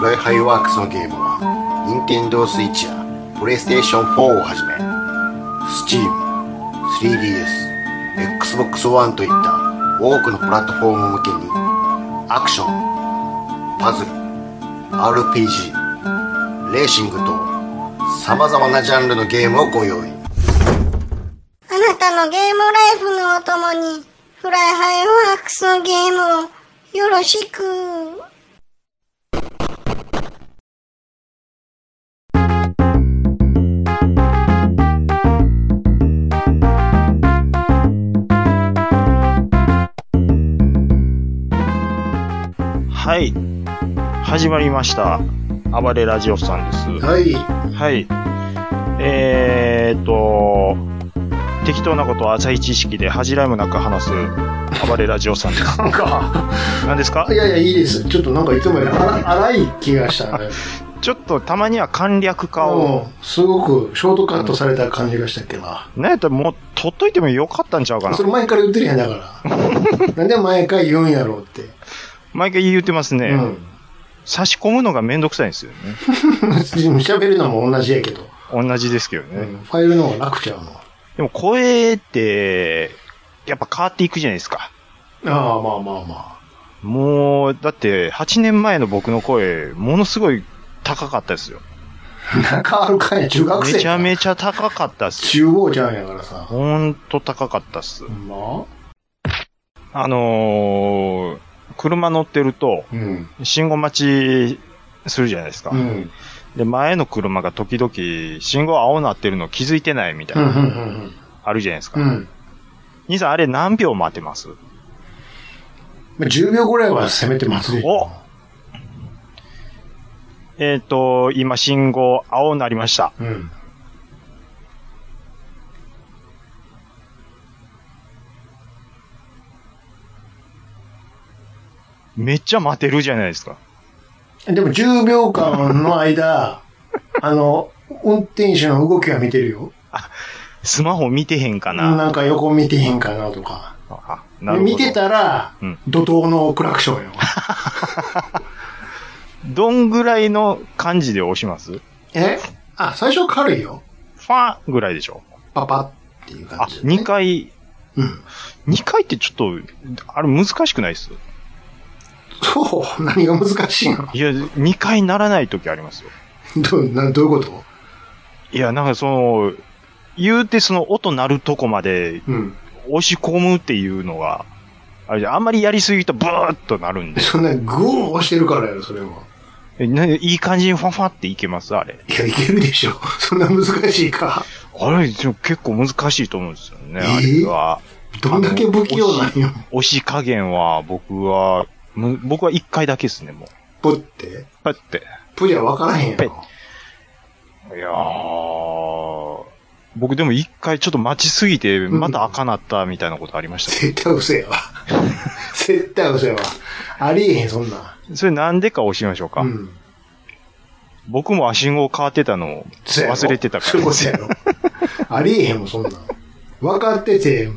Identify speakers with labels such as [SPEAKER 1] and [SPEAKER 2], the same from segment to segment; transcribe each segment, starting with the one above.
[SPEAKER 1] ブライハイワークスのゲームは任天堂 Switch や PlayStation 4をはじめ Steam、3DS、Xbox One といった多くのプラットフォーム向けにアクション、パズル、RPG、レーシングと様々なジャンルのゲームをご用意
[SPEAKER 2] あなたのゲームライフのお供に、フライハイワークスのゲームをよろしく。
[SPEAKER 3] はい。始まりました。暴れラジオさんです。
[SPEAKER 1] はい、
[SPEAKER 3] はい。えーっと、適当なことを浅い知識で恥じらいもなく話す暴れラジオさ んです。
[SPEAKER 4] なんか、
[SPEAKER 3] 何ですか
[SPEAKER 4] いやいや、いいです。ちょっとなんかいつもより荒荒い気がしたね。
[SPEAKER 3] ちょっとたまには簡略化を、
[SPEAKER 4] うんすごくショートカットされた感じがしたっけな。
[SPEAKER 3] なんやったらもう取っといてもよかったんちゃうかな
[SPEAKER 4] そ。れ前から言ってるやんだ から。なんで毎回言うんやろうって。
[SPEAKER 3] 毎回言ってますね。
[SPEAKER 4] うん。
[SPEAKER 3] 差し込むのがめんどくさいんですよね。
[SPEAKER 4] 喋るのも同じやけど。
[SPEAKER 3] 同じですけど
[SPEAKER 4] う
[SPEAKER 3] ね。
[SPEAKER 4] んファイルの方が楽ちゃうの。
[SPEAKER 3] でも声って、やっぱ変わっていくじゃないですか。
[SPEAKER 4] ああ、まあまあま
[SPEAKER 3] もう、だって、8年前の僕の声、ものすごい高かったですよ。
[SPEAKER 4] あ。変わるかいな、中学生。
[SPEAKER 3] めちゃめちゃ高かったっす。
[SPEAKER 4] 中央ちゃうんやからさ。
[SPEAKER 3] ほんと高かったっす
[SPEAKER 4] ほ。んま
[SPEAKER 3] あのー、車乗ってると、
[SPEAKER 4] うん。
[SPEAKER 3] 信号待ちするじゃないですか。
[SPEAKER 4] うん。
[SPEAKER 3] で、前の車が時々、信号青なってるの気づいてないみた
[SPEAKER 4] う
[SPEAKER 3] い
[SPEAKER 4] ん、
[SPEAKER 3] な、
[SPEAKER 4] うん、
[SPEAKER 3] あるじゃないですか。
[SPEAKER 4] うん。うん。
[SPEAKER 3] 兄さん、あれ何秒待てます
[SPEAKER 4] まあ10秒ぐらいは攻めてますでしょ
[SPEAKER 3] おえっ、と、今信号青になりました。
[SPEAKER 4] うん。
[SPEAKER 3] めっちゃ待てるじゃないですか。
[SPEAKER 4] でも10秒間の 間、あの、運転手の動きは見てるよ。
[SPEAKER 3] スマホ見てへんかな。
[SPEAKER 4] なんか横見てへんかなとか。
[SPEAKER 3] あなるほど
[SPEAKER 4] 見てたら、
[SPEAKER 3] うん
[SPEAKER 4] 怒涛のクラクションよ。
[SPEAKER 3] どんぐらいの感じで押しますフ
[SPEAKER 4] えあ、最初軽いよ。
[SPEAKER 3] ァンぐらいでしょ
[SPEAKER 4] パパっていう
[SPEAKER 3] あ
[SPEAKER 4] 感、じ、
[SPEAKER 3] 2。回、
[SPEAKER 4] うん。
[SPEAKER 3] 2回ってちょっと、あれ難しくないっす
[SPEAKER 4] そう、何が難しいの
[SPEAKER 3] いや、2回ならない時ありますよ。
[SPEAKER 4] どうなどういうこと
[SPEAKER 3] いや、なんかその、言うてその音鳴るとこまで
[SPEAKER 4] うん。
[SPEAKER 3] 押し込むっていうのが、あれじゃあんまりやりすぎるとブーッとなるんで、
[SPEAKER 4] そんな、グーン押してるからやろ、それは。
[SPEAKER 3] えないい感じにファファっていけますあれ。
[SPEAKER 4] いや、いけるでしょ。そんな難しいか。
[SPEAKER 3] あれ、でも結構難しいと思うんですよね、
[SPEAKER 4] え
[SPEAKER 3] あれは。
[SPEAKER 4] どんだけ不器用なんよ。
[SPEAKER 3] 押し加減は、僕は、む僕は1回だけですね、もう。
[SPEAKER 4] ぽって。
[SPEAKER 3] パッて。
[SPEAKER 4] ぽじゃ分からへんや
[SPEAKER 3] ぺっ
[SPEAKER 4] ろ。
[SPEAKER 3] いやー、僕でも一回ちょっと待ちすぎて、また赤なったみたいなことありました。
[SPEAKER 4] 絶対嘘やわ。絶対嘘やわ。ありえへん、そんなん。
[SPEAKER 3] それなんでか教えましょうか。
[SPEAKER 4] うん。
[SPEAKER 3] 僕も信号変わってたのを
[SPEAKER 4] そやろ
[SPEAKER 3] 忘れてたか
[SPEAKER 4] そういう
[SPEAKER 3] ら
[SPEAKER 4] こ。とやろ。ありえへんもん、そんなん。分かってて、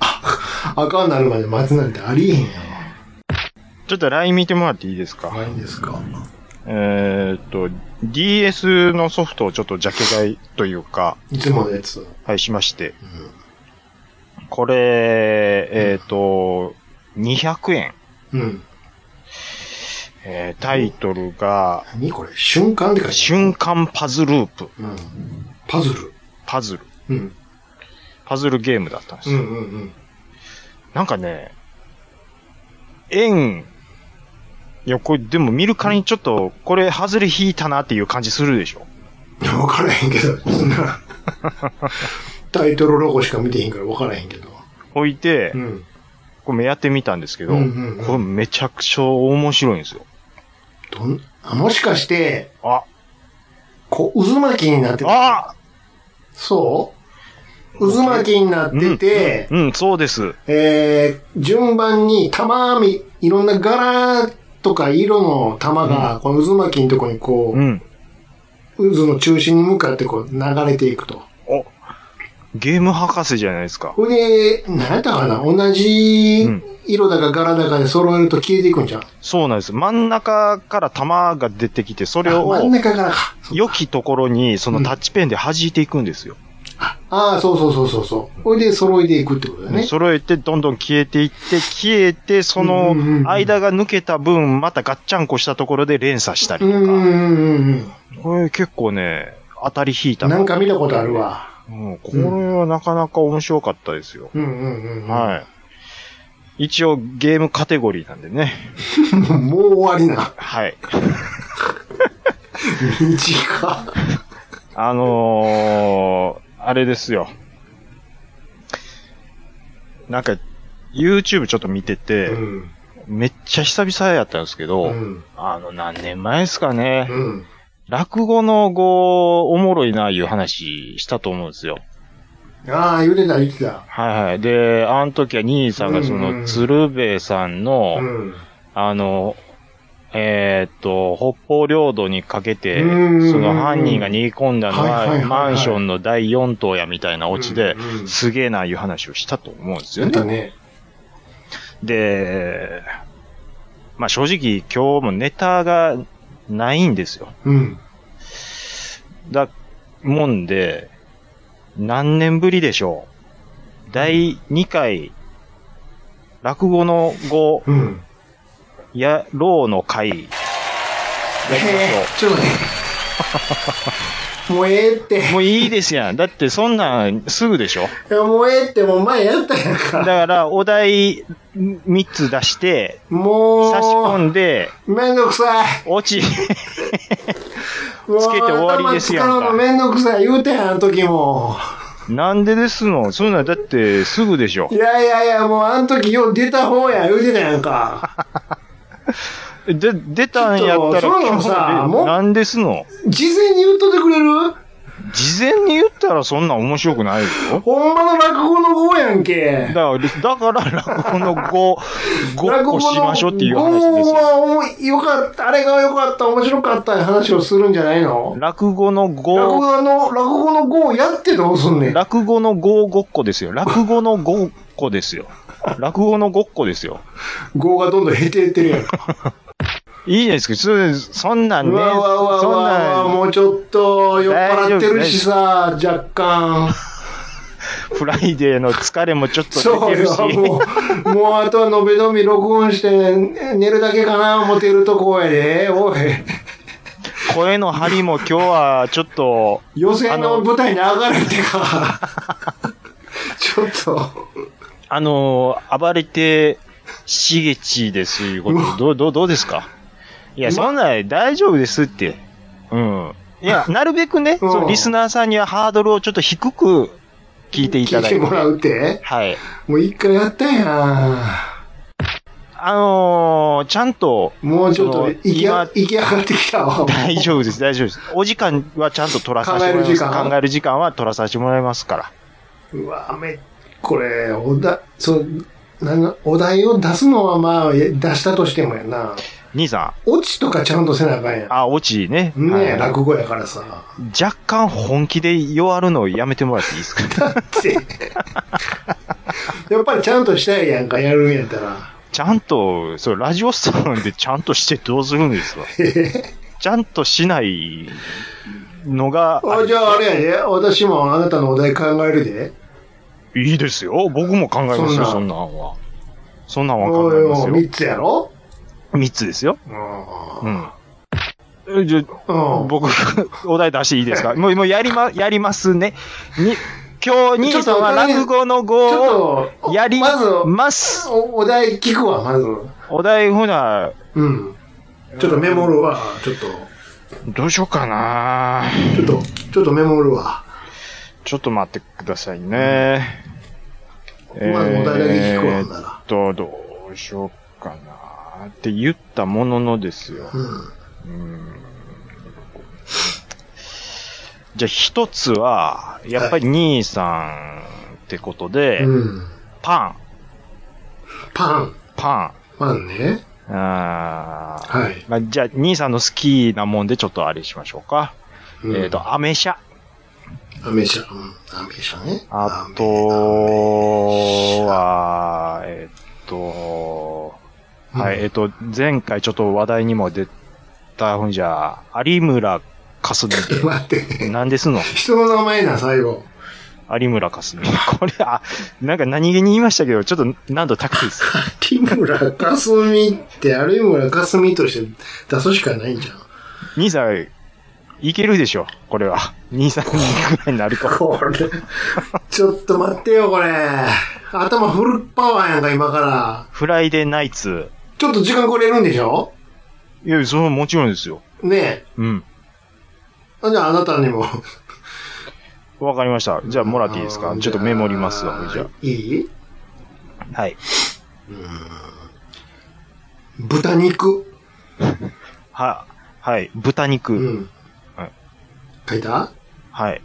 [SPEAKER 4] あ、あかんなるまで待つなんてありえへんや
[SPEAKER 3] ちょっと LINE 見てもらっていいですか。
[SPEAKER 4] ろ。ないんですか。
[SPEAKER 3] えーっと、DS のソフトをちょっとジャケ買いというか、
[SPEAKER 4] いつものやつ。
[SPEAKER 3] はい、しまして。これ、えーっと、200円。
[SPEAKER 4] うん。
[SPEAKER 3] えータイトルが、
[SPEAKER 4] 何これ瞬間って書いてある
[SPEAKER 3] 瞬間パズループ。
[SPEAKER 4] うん。パズル。
[SPEAKER 3] パズル。
[SPEAKER 4] うん。
[SPEAKER 3] パズルゲームだったんです
[SPEAKER 4] うん
[SPEAKER 3] よ。
[SPEAKER 4] うんうん。
[SPEAKER 3] なんかね、円、いや、これでも見るからにちょっと、これ外れ引いたなっていう感じするでしょ。
[SPEAKER 4] いや分からへんけど、 そんな。タイトルロゴしか見てへんから分からへんけど。
[SPEAKER 3] 置いて
[SPEAKER 4] う、ん。
[SPEAKER 3] これやってみたんですけど、
[SPEAKER 4] うんうんうん
[SPEAKER 3] これめちゃくちゃ面白いんですよ。
[SPEAKER 4] どん、あ、もしかして、
[SPEAKER 3] あ、
[SPEAKER 4] こう、渦巻きになってた。
[SPEAKER 3] あ
[SPEAKER 4] そう渦巻きになってて、
[SPEAKER 3] うん、そうです。
[SPEAKER 4] えー、順番に玉み、いろんな柄とか色の玉が、この渦巻きのとこにこ
[SPEAKER 3] うん。
[SPEAKER 4] う、渦の中心に向かってこう流れていくと。
[SPEAKER 3] お、ゲーム博士じゃないですか。
[SPEAKER 4] ほいで、何やったかな同じ
[SPEAKER 3] うん
[SPEAKER 4] 色だか柄だかで揃えると消えていくんじゃん。
[SPEAKER 3] そうなんです。真ん中から玉が出てきて、それ
[SPEAKER 4] あ
[SPEAKER 3] を
[SPEAKER 4] 真ん中からか。
[SPEAKER 3] 良きところに、そのタッチペンで弾いていくんですよ。
[SPEAKER 4] ああ、そうそうそうそうそう。ほいで揃えていくってことだよね。
[SPEAKER 3] 揃えて、どんどん消えていって、消えて、そ
[SPEAKER 4] うんうんうん
[SPEAKER 3] の間が抜けた分、またガッチャンコしたところで連鎖したり
[SPEAKER 4] うん
[SPEAKER 3] と
[SPEAKER 4] う
[SPEAKER 3] か。
[SPEAKER 4] んうん
[SPEAKER 3] これ結構ね、当たり引い
[SPEAKER 4] うん。
[SPEAKER 3] た
[SPEAKER 4] なんか見たことあるわ。
[SPEAKER 3] うん、これはなかなか面白かったですよ。
[SPEAKER 4] うんうんうん。
[SPEAKER 3] はい。一応ゲームカテゴリーなんでね。
[SPEAKER 4] い。もう終わりな。
[SPEAKER 3] はい。
[SPEAKER 4] 短っ。
[SPEAKER 3] あのー、あれですよ。なんか、YouTube ちょっと見てて、
[SPEAKER 4] うん。
[SPEAKER 3] めっちゃ久々やったんですけど、
[SPEAKER 4] うん。
[SPEAKER 3] あの、何年前ですかね。
[SPEAKER 4] うん。
[SPEAKER 3] 落語の語、おもろいな、いう話したと思うんですよ。
[SPEAKER 4] ああ、言ってた言ってた。
[SPEAKER 3] はいはい。で、あの時は兄さんがそ
[SPEAKER 4] うんうん
[SPEAKER 3] の、鶴瓶さんの、
[SPEAKER 4] うん。
[SPEAKER 3] あの、えーっと、北方領土にかけて、
[SPEAKER 4] うん
[SPEAKER 3] その犯人が逃げ込んだの
[SPEAKER 4] はいはいはいは
[SPEAKER 3] は、
[SPEAKER 4] い
[SPEAKER 3] マンションの第4棟やみたいなオチで
[SPEAKER 4] うんうん、
[SPEAKER 3] すげえないう話をしたと思うんです
[SPEAKER 4] 言
[SPEAKER 3] よ
[SPEAKER 4] っ
[SPEAKER 3] ね。
[SPEAKER 4] たね。
[SPEAKER 3] で、まあ正直今日もネタがないんですよ。
[SPEAKER 4] うん。
[SPEAKER 3] だ、もんで、何年ぶりでしょう。第2回、落語の語、
[SPEAKER 4] うん。
[SPEAKER 3] やろうの会、やりましょう。
[SPEAKER 4] ちょっと待 って。もうええって。
[SPEAKER 3] もういいですやん。だってそんなんすぐでし
[SPEAKER 4] い
[SPEAKER 3] ょ。
[SPEAKER 4] やもうええって、もう前やったやん
[SPEAKER 3] だ
[SPEAKER 4] か。
[SPEAKER 3] からお題3つ出して、
[SPEAKER 4] もう、
[SPEAKER 3] 差し込んで、
[SPEAKER 4] めんどくさい。
[SPEAKER 3] 落ち、
[SPEAKER 4] もう
[SPEAKER 3] つけて終わりですやんか
[SPEAKER 4] 頭使うのめんどくさい。言うてやん、あの時も。
[SPEAKER 3] なんでですのそんなんだってすぐでしょ
[SPEAKER 4] い。やいやいや、もうあの時よう出た方や、言うてたやんか。
[SPEAKER 3] で、出たんやったら
[SPEAKER 4] ちょっとそうなのさ
[SPEAKER 3] 今日で
[SPEAKER 4] もう
[SPEAKER 3] なんですの
[SPEAKER 4] 事前に言っとってくれる
[SPEAKER 3] 事前に言ったらそんなん面白くないよ。
[SPEAKER 4] ほんまの落語の語やんけ
[SPEAKER 3] だ。から、だから落語の5、5個しましょうっていう
[SPEAKER 4] 落
[SPEAKER 3] 話
[SPEAKER 4] 語
[SPEAKER 3] ですよ。
[SPEAKER 4] の語はよかった、あれが良かった、面白かった話をするんじゃないの
[SPEAKER 3] 落語の
[SPEAKER 4] 落
[SPEAKER 3] 5、
[SPEAKER 4] 語の、落語の語をやってどうすんねん。
[SPEAKER 3] 落語の5、5個ですよ。落語の5個ですよ。落語の5個ですよ。
[SPEAKER 4] 語がどんどん減っていってるやん。
[SPEAKER 3] いいじゃないですか。そそんなん
[SPEAKER 4] う
[SPEAKER 3] ね。
[SPEAKER 4] わうわうわう
[SPEAKER 3] そん
[SPEAKER 4] わ
[SPEAKER 3] なん、
[SPEAKER 4] もうちょっと酔っ払ってるしさ、若干。
[SPEAKER 3] フライデーの疲れもちょっと
[SPEAKER 4] そ
[SPEAKER 3] 出
[SPEAKER 4] う
[SPEAKER 3] てるし。
[SPEAKER 4] よ、もう、もうあとはのべのび録音して寝るだけかな思ってるとこやで、おい。
[SPEAKER 3] 声の張りも今日はちょっと、
[SPEAKER 4] 予選の舞台に上がるってか。ちょっと、
[SPEAKER 3] あのー暴れて、しげちですいうこ
[SPEAKER 4] うわ
[SPEAKER 3] と、どう、どう、どうですかいや、
[SPEAKER 4] ま
[SPEAKER 3] そんなん大丈夫ですって。うん。い や、なるべくね、
[SPEAKER 4] うん
[SPEAKER 3] そうリスナーさんにはハードルをちょっと低く聞いてい
[SPEAKER 4] 聞
[SPEAKER 3] た
[SPEAKER 4] い
[SPEAKER 3] だい
[SPEAKER 4] て
[SPEAKER 3] て。
[SPEAKER 4] もらうって。
[SPEAKER 3] はい。
[SPEAKER 4] もう一回やったや
[SPEAKER 3] あのーちゃんと、
[SPEAKER 4] ん。もうちょっと
[SPEAKER 3] その
[SPEAKER 4] 行きや、行き上がってきたわ。
[SPEAKER 3] 大丈夫です、大 丈夫です。お時間はちゃんと取らさせてもらいます。
[SPEAKER 4] 考える時間
[SPEAKER 3] 考える時間は取らさせてもらいますから。
[SPEAKER 4] うわ、め、これ、おだ、そう、なんだお題を出すのはまあ、出したとしてもやな。
[SPEAKER 3] 兄さ
[SPEAKER 4] オチとかちゃんとせなあかんやん
[SPEAKER 3] ん、。あ、落ちね。
[SPEAKER 4] ねえ、
[SPEAKER 3] はい
[SPEAKER 4] 落語やからさ。
[SPEAKER 3] 若干本気で弱るのをやめてもらっていいですか
[SPEAKER 4] って。やっぱりちゃんとしたいやんか、やるんやったら。
[SPEAKER 3] ちゃんと、そう、ラジオスターなんでちゃんとしてどうするんですかちゃんとしないのが、
[SPEAKER 4] あじゃああれやで、私もあなたのお題考えるで。
[SPEAKER 3] いいですよ。僕も考えますよ、
[SPEAKER 4] そ
[SPEAKER 3] そ
[SPEAKER 4] ん
[SPEAKER 3] んなんは。そんなんは
[SPEAKER 4] お
[SPEAKER 3] 考
[SPEAKER 4] い
[SPEAKER 3] え
[SPEAKER 4] お
[SPEAKER 3] ます
[SPEAKER 4] い、
[SPEAKER 3] よ。
[SPEAKER 4] 3つやろ
[SPEAKER 3] 3つですよ。
[SPEAKER 4] う
[SPEAKER 3] うん。えじゃあ
[SPEAKER 4] ん。
[SPEAKER 3] 僕、 お題出していいですかもう、もうやりま、やりますね。に、今日、兄さんは落語の
[SPEAKER 4] ち
[SPEAKER 3] 語を
[SPEAKER 4] ょっと、
[SPEAKER 3] やり
[SPEAKER 4] まず、
[SPEAKER 3] ます。
[SPEAKER 4] おお題聞くわ、まず。
[SPEAKER 3] お題、ほな、
[SPEAKER 4] うん。ちょっとメモるわ、ちょっと。
[SPEAKER 3] どうしようかな
[SPEAKER 4] ちょっと、ちょっとメモるわ。
[SPEAKER 3] ちょっと待ってくださいね。
[SPEAKER 4] まずお題だけ聞くわ、ほんな
[SPEAKER 3] えー
[SPEAKER 4] ら。
[SPEAKER 3] っと、どうしようかなって言ったもののですよ。
[SPEAKER 4] うん。
[SPEAKER 3] じゃあ一つは、やっぱり兄さんってことで、
[SPEAKER 4] うん。
[SPEAKER 3] パン、
[SPEAKER 4] パン。
[SPEAKER 3] パ
[SPEAKER 4] パンね。
[SPEAKER 3] ン。あー
[SPEAKER 4] はい。
[SPEAKER 3] まあ、じゃあ兄さんの好きなもんでちょっとあれしましょうか。
[SPEAKER 4] うん
[SPEAKER 3] えっ、と、アメ車。
[SPEAKER 4] アメ車。うん。アメ車ね。
[SPEAKER 3] あと
[SPEAKER 4] アメ
[SPEAKER 3] は、えっと、
[SPEAKER 4] うん
[SPEAKER 3] はい、えっと、前回ちょっと話題にも出たふんじゃ、有村かすみ
[SPEAKER 4] 車待ってね。
[SPEAKER 3] 何ですの
[SPEAKER 4] 人の名前な、最後。
[SPEAKER 3] 有村かすみ。 これ、あ、なんか何気に言いましたけど、ちょっと難度高いです。
[SPEAKER 4] 有村かすみって、有村かすみとして出すしかないんじゃん。
[SPEAKER 3] 兄さん、いけるでしょこれは。兄さんぐらいになると。
[SPEAKER 4] これ、ちょっと待ってよ、これ。頭フルパワーやんか、今から。
[SPEAKER 3] フライデーナイツ。
[SPEAKER 4] ちょっと時間くれるんでしょ
[SPEAKER 3] いや、それはもちろんですよ。
[SPEAKER 4] ねえ
[SPEAKER 3] うん。。
[SPEAKER 4] あじゃあ、あなたにも。
[SPEAKER 3] わかりました。じゃあ、もらっていいです
[SPEAKER 4] あ
[SPEAKER 3] か
[SPEAKER 4] ー
[SPEAKER 3] ちょっとメモりますわ、じゃ
[SPEAKER 4] いい
[SPEAKER 3] あ。はい。
[SPEAKER 4] 豚肉。
[SPEAKER 3] は、はい。豚肉。
[SPEAKER 4] うん。
[SPEAKER 3] はい
[SPEAKER 4] 書いた
[SPEAKER 3] はい。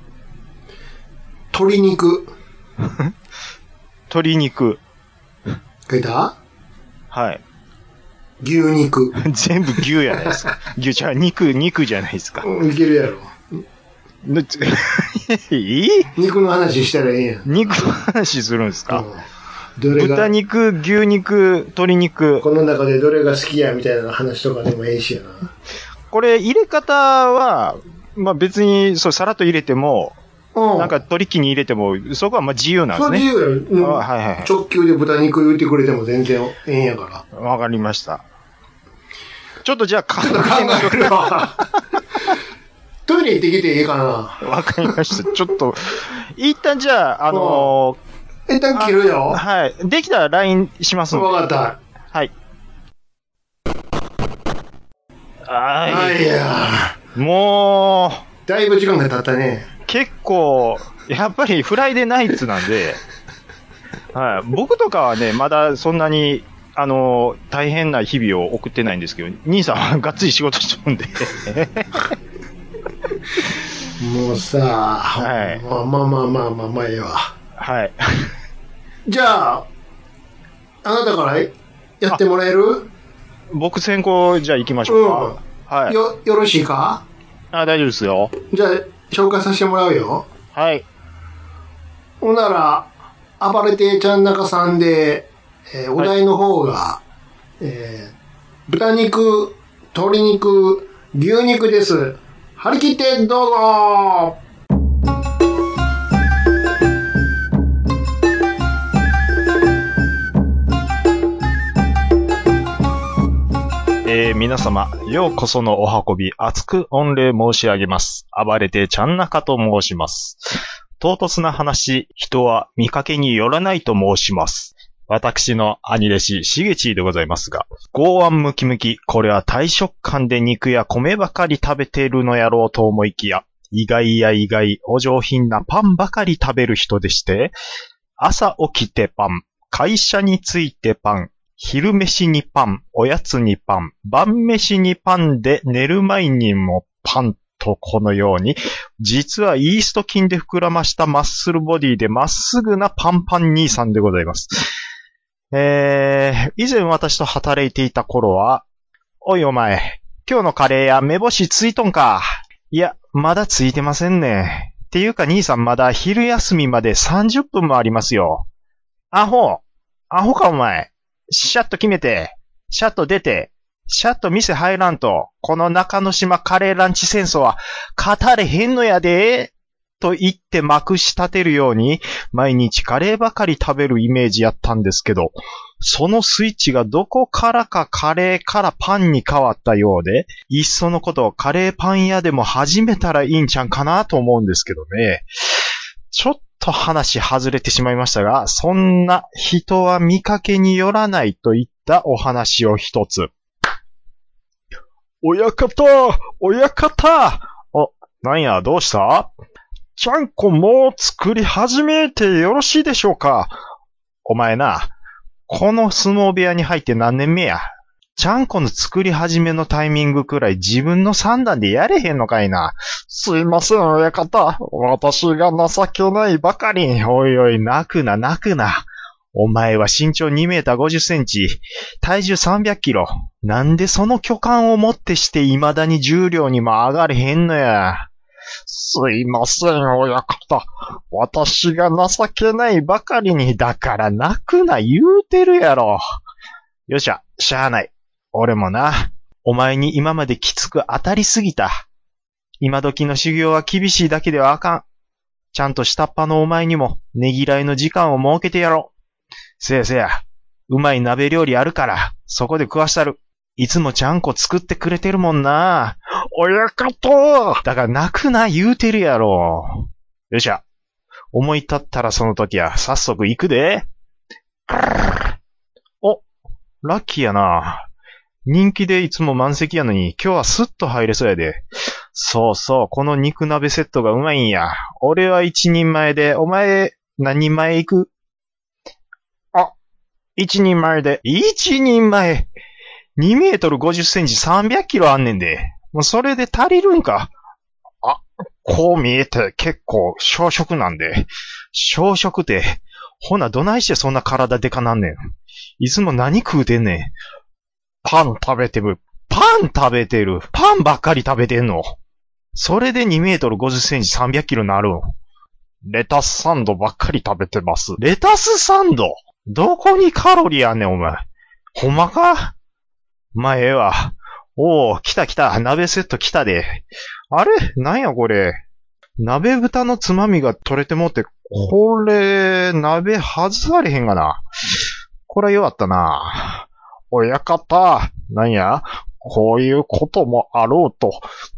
[SPEAKER 4] 鶏肉。
[SPEAKER 3] 鶏肉。
[SPEAKER 4] 書いた
[SPEAKER 3] はい。
[SPEAKER 4] 牛肉。
[SPEAKER 3] 全部牛やないで すか。牛じゃあ肉、肉じゃないですか。
[SPEAKER 4] うんいけるやろ。
[SPEAKER 3] ぬち いい
[SPEAKER 4] 肉の話したらええやん。
[SPEAKER 3] 肉の話するんですか、
[SPEAKER 4] うんどれ
[SPEAKER 3] 豚
[SPEAKER 4] が、
[SPEAKER 3] 肉、牛肉、鶏肉。
[SPEAKER 4] この中でどれが好きやみたいな話とかでもええしやな。
[SPEAKER 3] これ入れ方は、まあ別に、そう、さらっと入れても、
[SPEAKER 4] うん
[SPEAKER 3] なんか、取りに入れても、そこはまあ自由なんで
[SPEAKER 4] そ
[SPEAKER 3] す
[SPEAKER 4] う自
[SPEAKER 3] ね。
[SPEAKER 4] 由やろうん
[SPEAKER 3] あはいはいはい
[SPEAKER 4] 直球で豚肉言ってくれても全然ええんやから。
[SPEAKER 3] わかりました。ちょっとじゃあ、考
[SPEAKER 4] ちょっと考えるわ。トイレ行ってきていいかな。
[SPEAKER 3] えわかりました。ちょっと、一旦じゃあ、あの
[SPEAKER 4] 一旦切るよ。
[SPEAKER 3] ー
[SPEAKER 4] わ
[SPEAKER 3] はい。できたら LINE しますので。
[SPEAKER 4] かった。
[SPEAKER 3] はい。はい。
[SPEAKER 4] はい、いや
[SPEAKER 3] も
[SPEAKER 4] だいぶ時間が経ったね。
[SPEAKER 3] う、結構、やっぱりフライデーナイツなんで、はい。僕とかはね、まだそんなに、あの、大変な日々を送ってないんですけど、兄さんはがっつり仕事しとるんで、
[SPEAKER 4] もうさ、
[SPEAKER 3] はい
[SPEAKER 4] まあまあまあまあまあまあええわ。
[SPEAKER 3] はい。
[SPEAKER 4] じゃあ、あなたからやってもらえる
[SPEAKER 3] 僕先行、じゃあ行きましょうか。はい。
[SPEAKER 4] よ、よろしいか
[SPEAKER 3] あ、大丈夫ですよ。
[SPEAKER 4] じゃあ、紹介させてもらうよ。
[SPEAKER 3] はい。
[SPEAKER 4] ほんなら、暴れてちゃん中さんで、えーお題の方が、えー豚肉、鶏肉、牛肉です。張り切ってどうぞ
[SPEAKER 3] えー皆様、ようこそのお運び、厚く御礼申し上げます。暴れてちゃんなかと申します。唐突な話、人は見かけによらないと申します。私の兄弟子、しげちーでございますが、剛腕ムキムキ、これは大食感で肉や米ばかり食べているのやろうと思いきや、意外や意外、お上品なパンばかり食べる人でして、朝起きてパン、会社に着いてパン、昼飯にパン、おやつにパン、晩飯にパンで寝る前にもパンとこのように、実はイースト菌で膨らましたマッスルボディでまっすぐなパンパン兄さんでございます。えー、以前私と働いていた頃は、おいお前、今日のカレーや目星ついとんか。いや、まだついてませんね。っていうか兄さんまだ昼休みまで30分もありますよ。アホアホかお前。シャッと決めて、シャッと出て、シャッと店入らんと、この中之島カレーランチ戦争は語れへんのやで、と言ってまくし立てるように、毎日カレーばかり食べるイメージやったんですけど、そのスイッチがどこからかカレーからパンに変わったようで、いっそのことをカレーパン屋でも始めたらいいんちゃんかなと思うんですけどね。ちょっと話外れてしまいましたが、そんな人は見かけによらないといったお話を一つ。親方親方あ、なんや、どうしたちゃんこもう作り始めてよろしいでしょうかお前な、この相撲部屋に入って何年目やちゃんこの作り始めのタイミングくらい自分の三段でやれへんのかいな。すいません、親方。私が情けないばかりに。おいおい、泣くな、泣くな。お前は身長2メーター50センチ、体重300キロ。なんでその巨漢をもってして未だに重量にも上がれへんのや。すいません、親方。私が情けないばかりに、だから泣くな言うてるやろ。よっしゃ、しゃあない。俺もな、お前に今まできつく当たりすぎた。今時の修行は厳しいだけではあかん。ちゃんと下っ端のお前にも、ねぎらいの時間を設けてやろう。せやせや、うまい鍋料理あるから、そこで食わしたる。いつもちゃんこ作ってくれてるもんな。親方だから泣くな言うてるやろ。よっしゃ。思い立ったらその時は、早速行くで。お、ラッキーやな。人気でいつも満席やのに、今日はスッと入れそうやで。そうそう、この肉鍋セットがうまいんや。俺は一人前で、お前、何人前行くあ、一人前で。一人前 !2 メートル50センチ300キロあんねんで。もうそれで足りるんか。あ、こう見えて結構小食なんで。小食って、ほなどないしてそんな体でかなんねん。いつも何食うてんねん。パン食べてる。パン食べてる。パンばっかり食べてんの。それで2メートル50センチ300キロになるん。レタスサンドばっかり食べてます。レタスサンドどこにカロリーあんねん、お前。ほんまかまあ、ええわ。おお、来た来た。鍋セット来たで。あれなんやこれ。鍋豚のつまみが取れてもって、これ、鍋外されへんがな。これは弱ったな。親方、なんやこういうこともあろうと、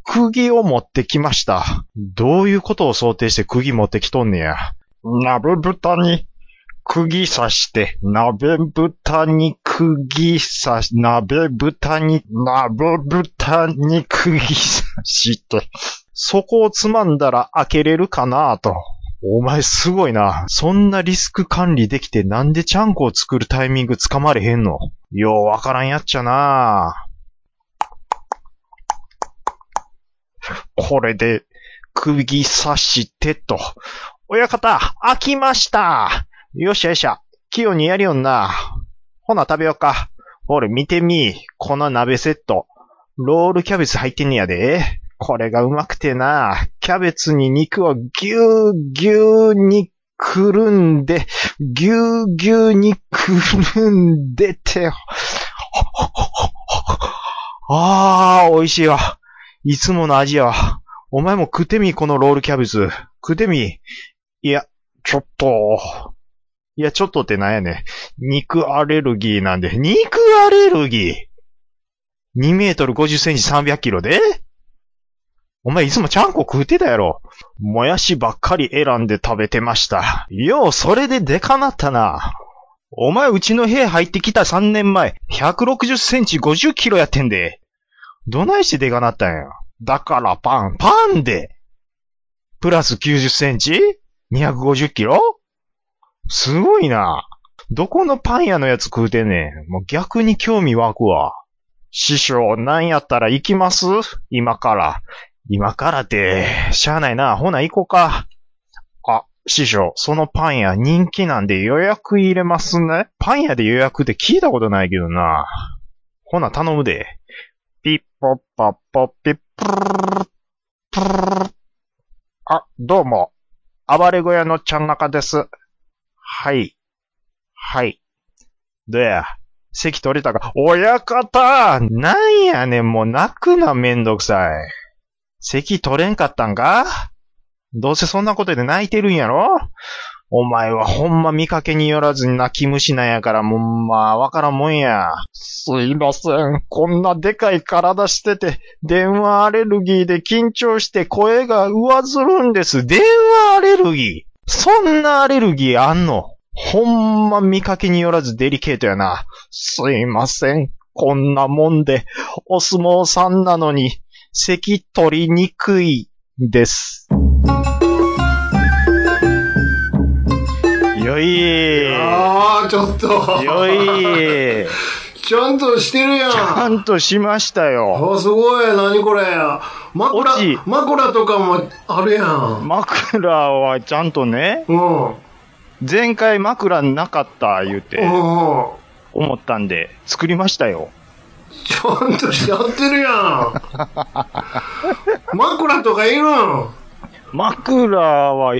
[SPEAKER 3] 釘を持ってきました。どういうことを想定して釘持ってきとんねや。鍋豚に釘刺して、鍋豚に釘刺し、鍋豚に、鍋豚に釘刺して、 そこをつまんだら開けれるかなぁと。お前すごいな。そんなリスク管理できてなんでちゃんこを作るタイミングつかまれへんのようわからんやっちゃなこれで、釘刺してと。親方、開きましたよっしゃよっしゃ。器用にやるよんな。ほな、食べようか。ほれ、見てみ。この鍋セット。ロールキャベツ入ってんねやで。これがうまくてな。キャベツに肉をぎゅうぎゅうにくるんで、ぎゅうぎゅうにくるんでて。ああ、美味しいわ。いつもの味やわ。お前も食ってみ、このロールキャベツ。食ってみ。いや、ちょっと。いや、ちょっとってなんやねん。肉アレルギーなんで。肉アレルギー !2 メートル50センチ300キロでお前いつもちゃんこ食うてたやろ。もやしばっかり選んで食べてました。よう、それででかなったな。お前、うちの部屋入ってきた3年前、160センチ50キロやってんで。どないしてでかなったんや。だからパン、パンでプラス90センチ ?250 キロすごいな。どこのパン屋のやつ食うてんねん。もう逆に興味湧くわ。師匠、なんやったら行きます今から。今からって、しゃあないな。ほな行こうか。あ、師匠、そのパン屋人気なんで予約入れますね。パン屋で予約って聞いたことないけどな。ほな頼むで。ピッポッパッポッピップルルルプルルルあ、どうも。暴れ小屋のちゃん中です。はい。はい。どや、席取れたか。親方なんやねん、もう泣くな、めんどくさい。席取れんかったんかどうせそんなことで泣いてるんやろお前はほんま見かけによらずに泣き虫なんやから、もうまあわからんもんや。すいません。こんなでかい体してて、電話アレルギーで緊張して声が上ずるんです。電話アレルギーそんなアレルギーあんのほんま見かけによらずデリケートやな。すいません。こんなもんで、お相撲さんなのに、咳取りにくいです。よい。
[SPEAKER 4] ああ、ちょっと。
[SPEAKER 3] よい。
[SPEAKER 4] ちゃんとしてるやん。
[SPEAKER 3] ちゃんとしましたよ。
[SPEAKER 4] あ、すごい。何これ。
[SPEAKER 3] オチ
[SPEAKER 4] 枕、枕とかもあるやん。
[SPEAKER 3] 枕はちゃんとね、
[SPEAKER 4] うん。うん。
[SPEAKER 3] 前回枕なかった言うて
[SPEAKER 4] ち
[SPEAKER 3] 思ったんで作りましたよ。
[SPEAKER 4] ゃんとしちゃってるやん。枕とかいるん。
[SPEAKER 3] 枕は、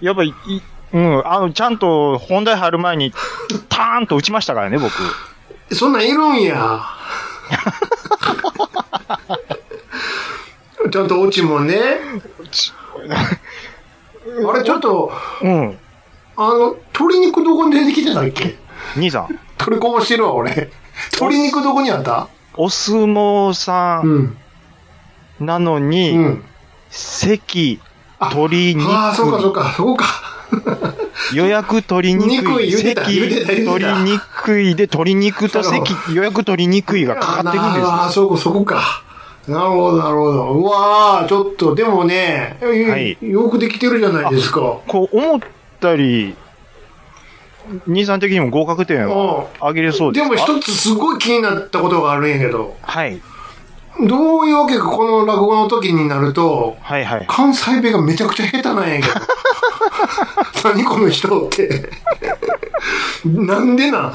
[SPEAKER 3] やっぱり、いうん、あの、ちゃんと本題入る前に、ターンと打ちましたからね、僕。
[SPEAKER 4] そんなんいるん や。ちゃんとオチもね。あれ、ちょっと、
[SPEAKER 3] うん。
[SPEAKER 4] あの、鶏肉どこに出てきてたっけ
[SPEAKER 3] 兄さん、
[SPEAKER 4] 取りこぼしてるわ、俺。 鶏肉どこにあった
[SPEAKER 3] お相撲さん
[SPEAKER 4] うん。
[SPEAKER 3] なの
[SPEAKER 4] う
[SPEAKER 3] に、
[SPEAKER 4] ん。
[SPEAKER 3] 席、
[SPEAKER 4] あ
[SPEAKER 3] 取りに
[SPEAKER 4] ああ、そうか、そう
[SPEAKER 3] く
[SPEAKER 4] か、そうか。
[SPEAKER 3] い、予約取りにく
[SPEAKER 4] 肉
[SPEAKER 3] い、
[SPEAKER 4] 言うて
[SPEAKER 3] 席
[SPEAKER 4] た
[SPEAKER 3] 取
[SPEAKER 4] 言うてた言うてた
[SPEAKER 3] りにくいで、取りにくと席、予約取りにくいがかかっていくんですよ
[SPEAKER 4] ああ、そうか、そこか。なるほど、なるほど。うわあ、ちょっと、でもね、
[SPEAKER 3] はい
[SPEAKER 4] よくできてるじゃないですか。
[SPEAKER 3] こう思ったり、兄さん的にも合格点を上げれそうで
[SPEAKER 4] です
[SPEAKER 3] か
[SPEAKER 4] も一つすごい気になったことがあるんやけど、
[SPEAKER 3] はい。
[SPEAKER 4] どういうわけかこの落語の時になると、
[SPEAKER 3] はいはい。
[SPEAKER 4] 関西弁がめちゃくちゃ下手なん やけど。何この人って。なんでなん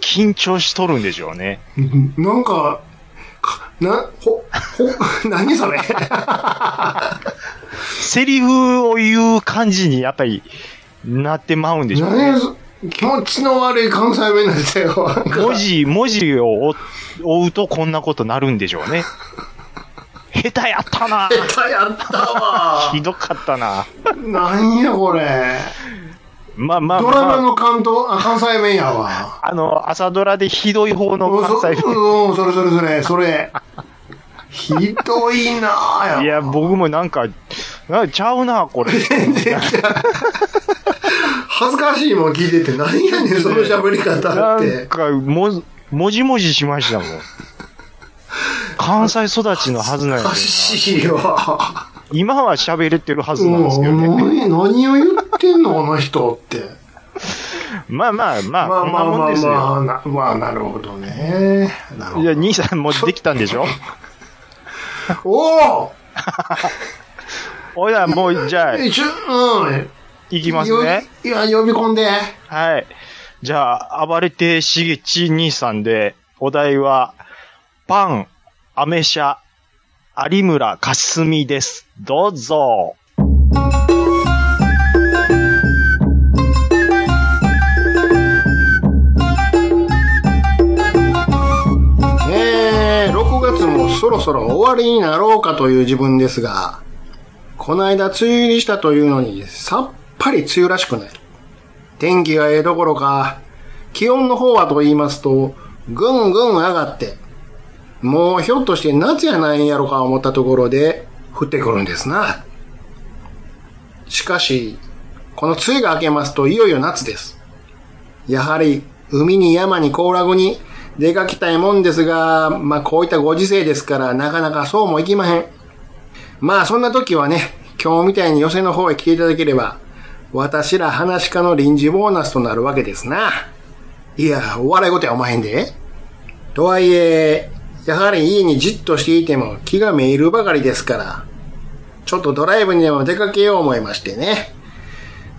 [SPEAKER 3] 緊張しとるんでしょうね。
[SPEAKER 4] なんか、かな、ほ、ほ、何それ
[SPEAKER 3] セリフを言う感じにやっぱりなってまうんでしょうね。
[SPEAKER 4] 何そ気持ちの悪い関西弁なんだよ。なんか
[SPEAKER 3] 文字、文字を追追うとこんなことなるんでしょ うね。下手やったな
[SPEAKER 4] 下手やったわ
[SPEAKER 3] ひどかったな
[SPEAKER 4] 何やこれ。
[SPEAKER 3] まあまあ、
[SPEAKER 4] ドラマ
[SPEAKER 3] まあ、
[SPEAKER 4] の関東、あ、関西弁やわ。
[SPEAKER 3] あの、朝ドラでひどい方の
[SPEAKER 4] うん、そ、
[SPEAKER 3] 関西弁。
[SPEAKER 4] うん、それそれそれ、それ。ひどいなぁ
[SPEAKER 3] いや、僕もなんか、なんかちゃうなこ れ。
[SPEAKER 4] 恥ずかしいもん聞いてて、何やねん、その喋り方っ
[SPEAKER 3] なん
[SPEAKER 4] て。
[SPEAKER 3] か、も、もじもじしましたもん。関西育ちのはずなん
[SPEAKER 4] お
[SPEAKER 3] やけ
[SPEAKER 4] か
[SPEAKER 3] どな
[SPEAKER 4] しいわ。
[SPEAKER 3] 今は喋れてるはず
[SPEAKER 4] う
[SPEAKER 3] なんですけど
[SPEAKER 4] ん、
[SPEAKER 3] ね。
[SPEAKER 4] 何、何を言ってんの、この人って。
[SPEAKER 3] まあまあまあ、
[SPEAKER 4] まあ
[SPEAKER 3] こん
[SPEAKER 4] まあ
[SPEAKER 3] なもん
[SPEAKER 4] まあ
[SPEAKER 3] ですよ。
[SPEAKER 4] まあ、なまあ、なるほどね。なるほ
[SPEAKER 3] い
[SPEAKER 4] ど
[SPEAKER 3] や、。兄さんもできたんでしょ
[SPEAKER 4] お
[SPEAKER 3] おいら、もう、じゃあ、
[SPEAKER 4] お一応、うん。
[SPEAKER 3] 行きますね。
[SPEAKER 4] よいや、呼び込んで。
[SPEAKER 3] はい。じゃあ、暴れてしげち兄さんで、お題は、パン、アメ車、有村かすみです。どうぞ。
[SPEAKER 4] えー、6月もそろそろ終わりになろうかという自分ですが、この間梅雨入りしたというのにさっぱり梅雨らしくない。天気がええどころか、気温の方はと言いますと、ぐんぐん上がって、もうひょっとして夏やないんやろか思ったところで降ってくるんですな。しかし、この梅雨が明けますといよいよ夏です。やはり、海に山に行楽に出かけたいもんですが、まあこういったご時世ですから、なかなかそうもいきまへん。まあそんな時はね、今日みたいに寄席の方へ来ていただければ、私ら話し家の臨時ボーナスとなるわけですな。いや、お笑い事やおまへんで。とはいえ、やはり家にじっとしていても気がめいるばかりですから、ちょっとドライブにでも出かけよう思いましてね。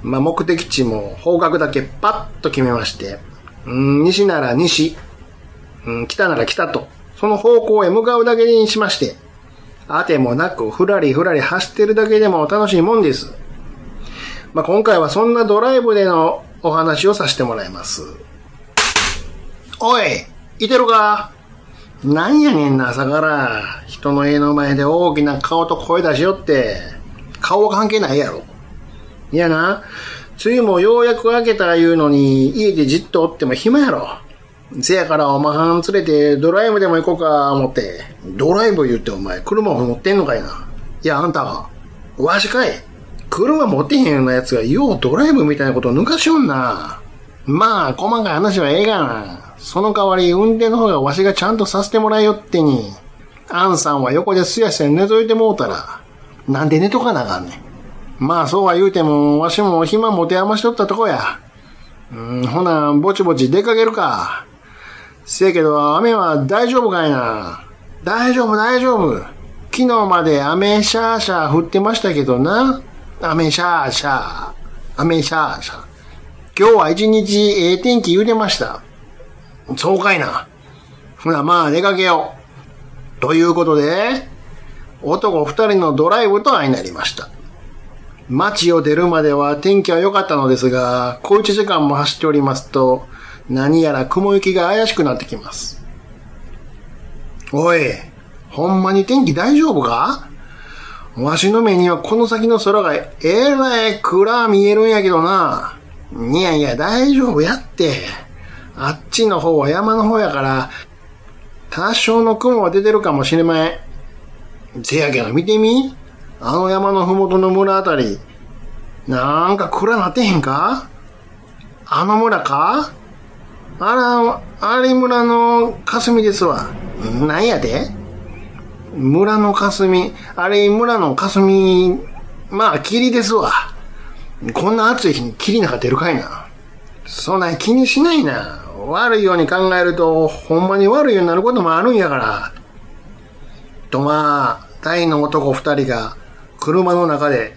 [SPEAKER 4] まあ、目的地も方角だけパッと決めまして、うん、西なら西、うん、北なら北と、その方向へ向かうだけにしまして、あてもなくふらりふらり走ってるだけでも楽しいもんです。まあ、今回はそんなドライブでのお話をさせてもらいます。おい、いてるかなんやねんな、朝から。人の家の前で大きな顔と声出しよって。顔は関係ないやろ。いやな、梅雨もようやく明けたいうのに、家でじっとおっても暇やろ。せやからおまはん連れてドライブでも行こうか、思って。ドライブ言ってお前、車を持ってんのかいな。いや、あんたが。わしかい。車持ってへんような奴が、ようドライブみたいなこと抜かしよんな。まあ、細かい話はええがな。その代わり、運転の方がわしがちゃんとさせてもらえよってに。あんさんは横ですやすや寝といてもうたら、なんで寝とかなあかんねん。まあそうは言うても、わしも暇持て余しとったとこや。うん、ほな、ぼちぼち出かけるか。せやけど、雨は大丈夫かいな。大丈夫、大丈夫。昨日まで雨シャーシャー降ってましたけどな。雨シャーシャー。雨シャーシャー。今日は一日ええ天気言うてました。そうかいな。ほな、まあ出かけよう。ということで、男二人のドライブと相なりました。街を出るまでは天気は良かったのですが、小一時間も走っておりますと、何やら雲行きが怪しくなってきます。おい、ほんまに天気大丈夫かわしの目にはこの先の空がえらい暗見えるんやけどな。いやいや、大丈夫やって。あっちの方は山の方やから、多少の雲は出てるかもしれまい。せやけど見てみあの山のふもとの村あたり。なんか暗なってへんかあの村かあら、あれ村の霞ですわ。なんやで村の霞、あれ村の霞、まあ霧ですわ。こんな暑い日に霧なんか出るかいな。そんな気にしないな。悪いように考えると、ほんまに悪いようになることもあるんやから。とまあ、大の男二人が車の中で、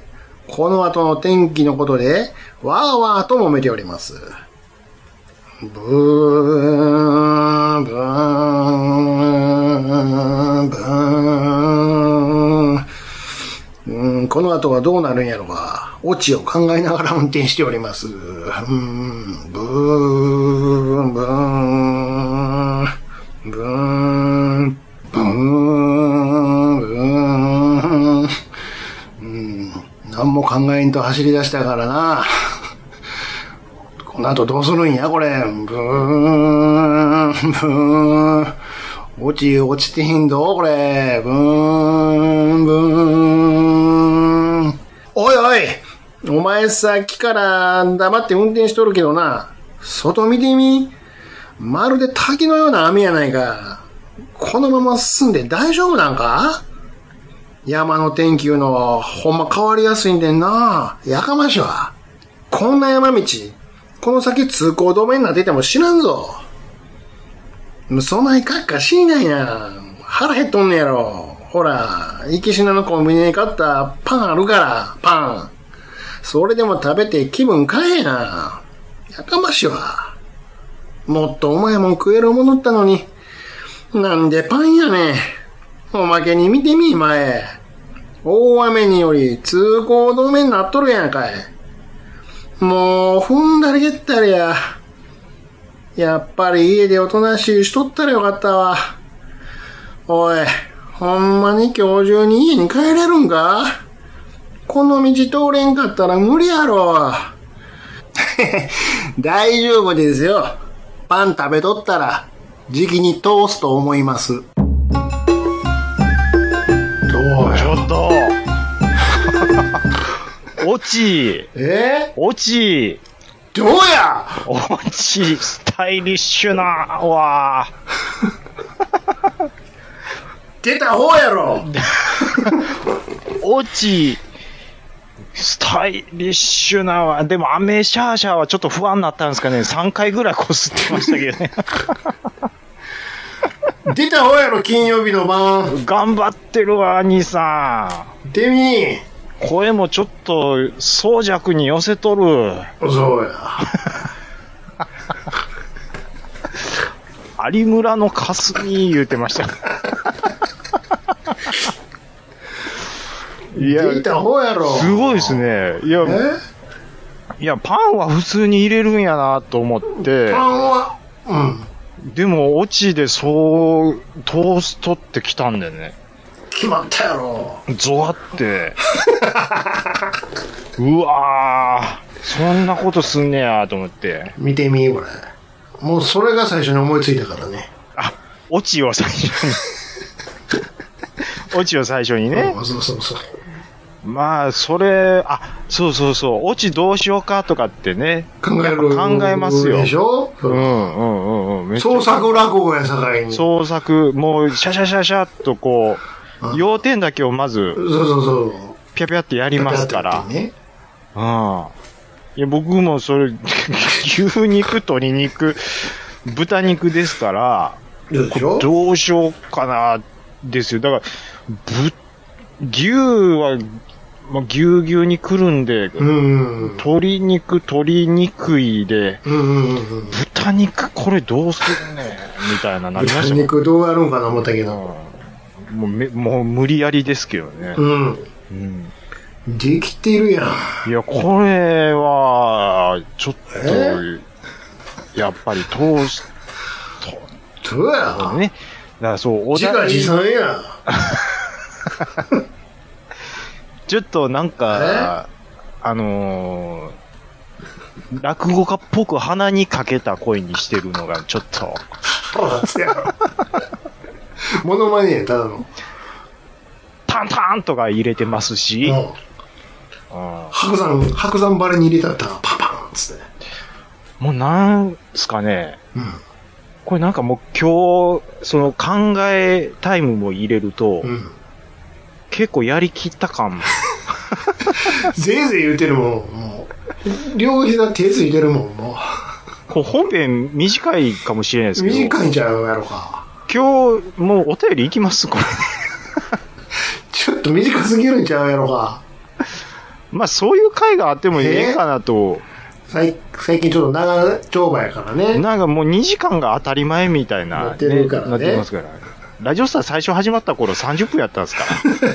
[SPEAKER 4] この後の天気のことで、わーわーと揉めております。ブーン、ブーン、ブーン。うん、この後はどうなるんやろか。オチを考えながら運転しております。うん、ブーン、ブーン、ブーン、ブーン、ブーン。うん、何も考えんと走り出したからな。この後どうするんや、これ。ブーン、ブーン。落ち、落ちてへんぞ、これ。ブーン、ブーン。おいおいお前さっきから黙って運転しとるけどな。外見てみまるで滝のような網やないか。このまま進んで大丈夫なんか山の天気いうのはほんま変わりやすいんでんな。やかましいわ。こんな山道、この先通行止めになってても知らんぞ。そないかっかしいないな。腹減っとんねやろ。ほら、行きしなのコンビニに買ったパンあるから、パン。それでも食べて気分変えな。やかましいわ。もっとお前も食えるものったのに。なんでパンやねん。おまけに見てみ、前。大雨により通行止めになっとるやんかい。もう、踏んだり蹴ったりや。やっぱり家でおとなしいしとったらよかったわ。おい、ほんまに今日中に家に帰れるんかこの道通れんかったら無理やろ。 大丈夫ですよ。パン食べとったら、時期に通すと思います。どう
[SPEAKER 3] ちょっと落ち
[SPEAKER 4] え
[SPEAKER 3] 落
[SPEAKER 4] ー
[SPEAKER 3] ち
[SPEAKER 4] どうや
[SPEAKER 3] 落ちスタイリッシュなわ
[SPEAKER 4] 出た方やろ
[SPEAKER 3] 落ちスタイリッシュなわでも、アメシャーシャーはちょっと不安になったんですかね。3回ぐらいこすってましたけどね。
[SPEAKER 4] 出た方やろ金曜日の晩。
[SPEAKER 3] 頑張ってるわ、兄さ
[SPEAKER 4] デミー
[SPEAKER 3] ん。声もちょっと、装弱に寄せとる。
[SPEAKER 4] そうや。
[SPEAKER 3] 有村の霞言うてました。いや、
[SPEAKER 4] 出た方やろ。
[SPEAKER 3] すごいですね。いや、
[SPEAKER 4] え
[SPEAKER 3] いや、パンは普通に入れるんやなと思って、
[SPEAKER 4] パンは、うん。
[SPEAKER 3] でも、オチでそう、トーストってきたんでね、
[SPEAKER 4] 決まったやろ。
[SPEAKER 3] ゾワ って、うわー、そんなことすんねやと思って、
[SPEAKER 4] 見てみ、これ。もうそれが最初に思いついたからね。
[SPEAKER 3] あ、オチを最初に。オチを最初にね
[SPEAKER 4] う。んそうそうそう。
[SPEAKER 3] まあ、それ、あ、そうそうそう、オチどうしようかとかってね。
[SPEAKER 4] 考える。
[SPEAKER 3] やっぱ考えますよ。
[SPEAKER 4] でしょ、
[SPEAKER 3] うんうんうんうん。めっちゃ
[SPEAKER 4] 創作落語やさかいに。そう
[SPEAKER 3] 創作、もう、シャシャシャシャっとこう、要点だけをまず、
[SPEAKER 4] そうそう。
[SPEAKER 3] ぴゃぴゃってやりますから。うん。い
[SPEAKER 4] ね。
[SPEAKER 3] や、僕もそれ、 牛肉、鶏肉、豚肉ですから、
[SPEAKER 4] そうでしょ
[SPEAKER 3] どうしようかな、ですよ。だから、ぶ、牛は、まあ、牛牛にくるんで、
[SPEAKER 4] うんうん。
[SPEAKER 3] 鶏肉、鶏肉いで、
[SPEAKER 4] うんうんうんうん。
[SPEAKER 3] 豚肉、これどうするね、みたいな、なりま
[SPEAKER 4] 豚
[SPEAKER 3] したもん
[SPEAKER 4] 肉どうやるんかな思ったけど。
[SPEAKER 3] もうめ、もう無理やりですけどね。
[SPEAKER 4] うん。
[SPEAKER 3] うん。
[SPEAKER 4] できてるやん。
[SPEAKER 3] いや、これは、ちょっと、やっぱり通し、
[SPEAKER 4] そうや。
[SPEAKER 3] ね。だからそう、お
[SPEAKER 4] 自画
[SPEAKER 3] 題、
[SPEAKER 4] 自賛や。
[SPEAKER 3] ちょっとなんか、あのー落語家っぽく鼻にかけた声にしてるのが、ちょっと、
[SPEAKER 4] 腹立つやろ。モノマネや、ただの。
[SPEAKER 3] タンタンとか入れてますし、う
[SPEAKER 4] う
[SPEAKER 3] ん
[SPEAKER 4] ん白山、白山バレに入れたらただパパンっつって。
[SPEAKER 3] もうなんすかね、
[SPEAKER 4] う
[SPEAKER 3] これなんかもう今日、その考えタイムも入れると、
[SPEAKER 4] ん。うん。
[SPEAKER 3] 結構やりきった感も
[SPEAKER 4] ぜいぜい言うてるもん、もう。両膝手ついてるもん、も
[SPEAKER 3] こう本編短いかもしれないで
[SPEAKER 4] う。
[SPEAKER 3] すけど、
[SPEAKER 4] 短いんちゃうやろか。
[SPEAKER 3] 今日もうお便り行きますこれ。
[SPEAKER 4] ちょっと短すぎるんちゃうやろか。
[SPEAKER 3] まあそういう回があってもええかなと、
[SPEAKER 4] 最最近ちょっと長丁場やからね。
[SPEAKER 3] なんかもう2時間が当たり前みたいな、
[SPEAKER 4] なってるからね
[SPEAKER 3] なってますから。ラジオスター最初始まった頃30分やったんですから。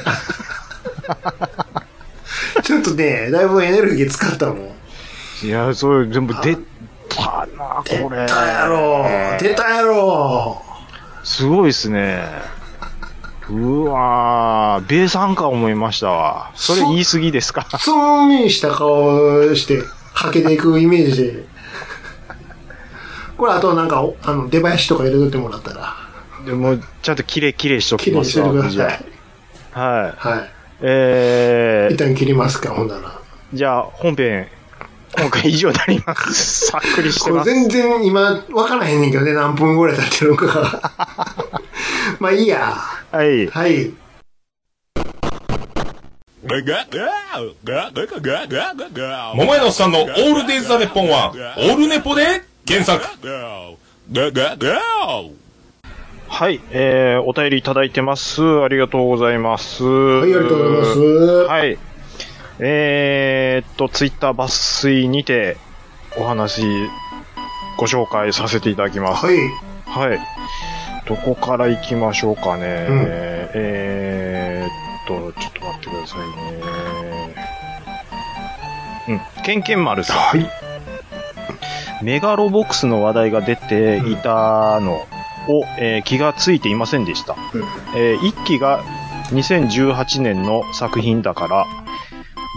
[SPEAKER 4] ちょっとね、だいぶエネルギー使ったもん。
[SPEAKER 3] いや、それ全部出たな、
[SPEAKER 4] 出
[SPEAKER 3] これ。
[SPEAKER 4] たやろ出たやろ
[SPEAKER 3] すごいですね。うわー、米さんか思いましたわ。それ言い過ぎですか
[SPEAKER 4] ツーンした顔して、はけていくイメージで。これあとなんか、おあの、出囃子とか入れとってもらったら、
[SPEAKER 3] でも、ちゃんとキレキレしと
[SPEAKER 4] 綺
[SPEAKER 3] き
[SPEAKER 4] 麗
[SPEAKER 3] ま
[SPEAKER 4] にして
[SPEAKER 3] すわ
[SPEAKER 4] てください。
[SPEAKER 3] はい。
[SPEAKER 4] は
[SPEAKER 3] え
[SPEAKER 4] い。
[SPEAKER 3] ー
[SPEAKER 4] 一、旦切りますか、ほんなら。
[SPEAKER 3] じゃあ、本編、今回以上になります。 さっくりし
[SPEAKER 4] こ
[SPEAKER 3] て
[SPEAKER 4] れ
[SPEAKER 3] ます。
[SPEAKER 4] 全然今、わからへんねんけどね、何分ぐらい経ってるのか が。まあいいや。
[SPEAKER 3] はい。
[SPEAKER 4] はい。
[SPEAKER 5] 桃
[SPEAKER 6] 桃屋
[SPEAKER 5] 屋の
[SPEAKER 6] のお
[SPEAKER 5] お
[SPEAKER 6] っ
[SPEAKER 5] っ
[SPEAKER 6] さ
[SPEAKER 5] さ
[SPEAKER 6] ん
[SPEAKER 5] ん
[SPEAKER 6] の
[SPEAKER 5] の
[SPEAKER 6] オ
[SPEAKER 5] オ
[SPEAKER 6] ー
[SPEAKER 5] ー
[SPEAKER 6] ル
[SPEAKER 5] ル
[SPEAKER 6] デ
[SPEAKER 5] デ
[SPEAKER 6] イ
[SPEAKER 5] イ
[SPEAKER 6] ズ・
[SPEAKER 5] ズ・ザ・
[SPEAKER 6] ザ・ネ
[SPEAKER 5] ネッ
[SPEAKER 6] ッポ
[SPEAKER 5] ポ
[SPEAKER 6] ン
[SPEAKER 5] ン
[SPEAKER 6] は
[SPEAKER 5] は、
[SPEAKER 6] オ
[SPEAKER 5] オ
[SPEAKER 6] ー
[SPEAKER 5] ー
[SPEAKER 6] ル
[SPEAKER 5] ル
[SPEAKER 6] ネ
[SPEAKER 5] ネ
[SPEAKER 6] ポ
[SPEAKER 5] ポ
[SPEAKER 6] で
[SPEAKER 5] で検
[SPEAKER 6] 検索
[SPEAKER 5] 索。
[SPEAKER 3] はい。えー、お便りいただいてます。ありがとうございます。は
[SPEAKER 4] はい、ありがとうございます。。
[SPEAKER 3] はい。えーっと、ツイッター抜粋にて、お話、ご紹介させていただきます。
[SPEAKER 4] はい。
[SPEAKER 3] はい。どこから行きましょうかね。
[SPEAKER 4] うん
[SPEAKER 3] えーっと、ちょっと待ってくださいね。うん。ケンケン丸さん。
[SPEAKER 4] はい。
[SPEAKER 3] メガロボックスの話題が出ていたのを、えー気がついていませんでした。
[SPEAKER 4] うん
[SPEAKER 3] え1期が2018年の作品だから、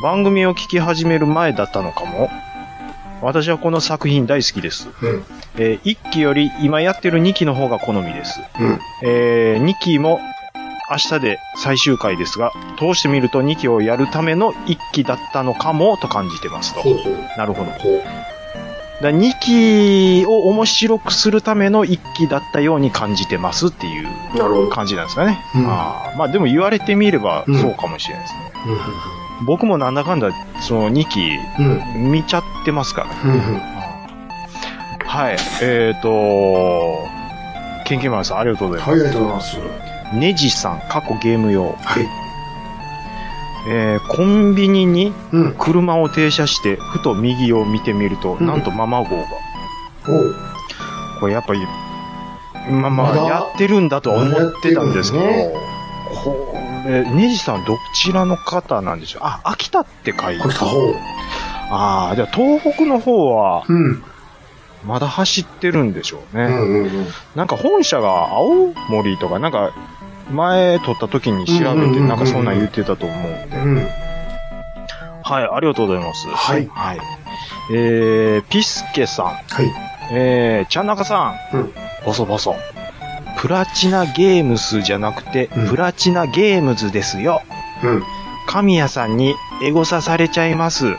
[SPEAKER 3] 番組を聞き始める前だったのかも。私はこの作品大好きです。
[SPEAKER 4] うん
[SPEAKER 3] え1期より今やってる2期の方が好みです。
[SPEAKER 4] うん
[SPEAKER 3] え2期も明日で最終回ですが、通してみると2期をやるための1期だったのかもと感じてますと。
[SPEAKER 4] ほうほう
[SPEAKER 3] なるほど。
[SPEAKER 4] ほう。
[SPEAKER 3] だ2期を面白くするための1期だったように感じてますっていう
[SPEAKER 4] なるほど。
[SPEAKER 3] 感じなんですかね。
[SPEAKER 4] うん
[SPEAKER 3] あーまあでも言われてみれば
[SPEAKER 4] うん
[SPEAKER 3] そうかもしれないですね。僕もなんだかんだその2期
[SPEAKER 4] うん。うん。
[SPEAKER 3] 見ちゃってますからね。
[SPEAKER 4] うん。
[SPEAKER 3] はい。えっ、ー、と、ケンケンマンさんありがとうございま
[SPEAKER 4] はい、ありがとうございます。
[SPEAKER 3] す。ネジさん、過去ゲーム用。
[SPEAKER 4] はい。
[SPEAKER 3] えーコンビニに
[SPEAKER 4] うん。
[SPEAKER 3] 車を停車して、ふと右を見てみると、
[SPEAKER 4] うん
[SPEAKER 3] なんとママ号が。
[SPEAKER 4] おう。
[SPEAKER 3] これやっぱり、まあま
[SPEAKER 4] まだ
[SPEAKER 3] あ、やってるんだとは思ってたんですけど、
[SPEAKER 4] やってるん
[SPEAKER 3] これ、ネジさんどちらの方なんでしょうあ、秋田って書いて
[SPEAKER 4] 秋田方。
[SPEAKER 3] ああ、じゃあ東北の方は
[SPEAKER 4] うん。
[SPEAKER 3] まだ走ってるんでしょうね。
[SPEAKER 4] うんうんうん。
[SPEAKER 3] なんか本社が青森とか、なんか前撮った時に調
[SPEAKER 4] うんうん
[SPEAKER 3] べ
[SPEAKER 4] うんう
[SPEAKER 3] て、
[SPEAKER 4] ん
[SPEAKER 3] なんかそんなん言ってたと思うんで。
[SPEAKER 4] うん。
[SPEAKER 3] はい、ありがとうございます。
[SPEAKER 4] はい
[SPEAKER 3] はい。えー、ピスケさん。
[SPEAKER 4] はい。
[SPEAKER 3] えー、ちゃんなかさん。
[SPEAKER 4] うん
[SPEAKER 3] ボソボソ。プラチナゲームスじゃなくて、
[SPEAKER 4] うん
[SPEAKER 3] プラチナゲームズですよ。
[SPEAKER 4] うん。
[SPEAKER 3] 神谷さんにエゴサされちゃいます。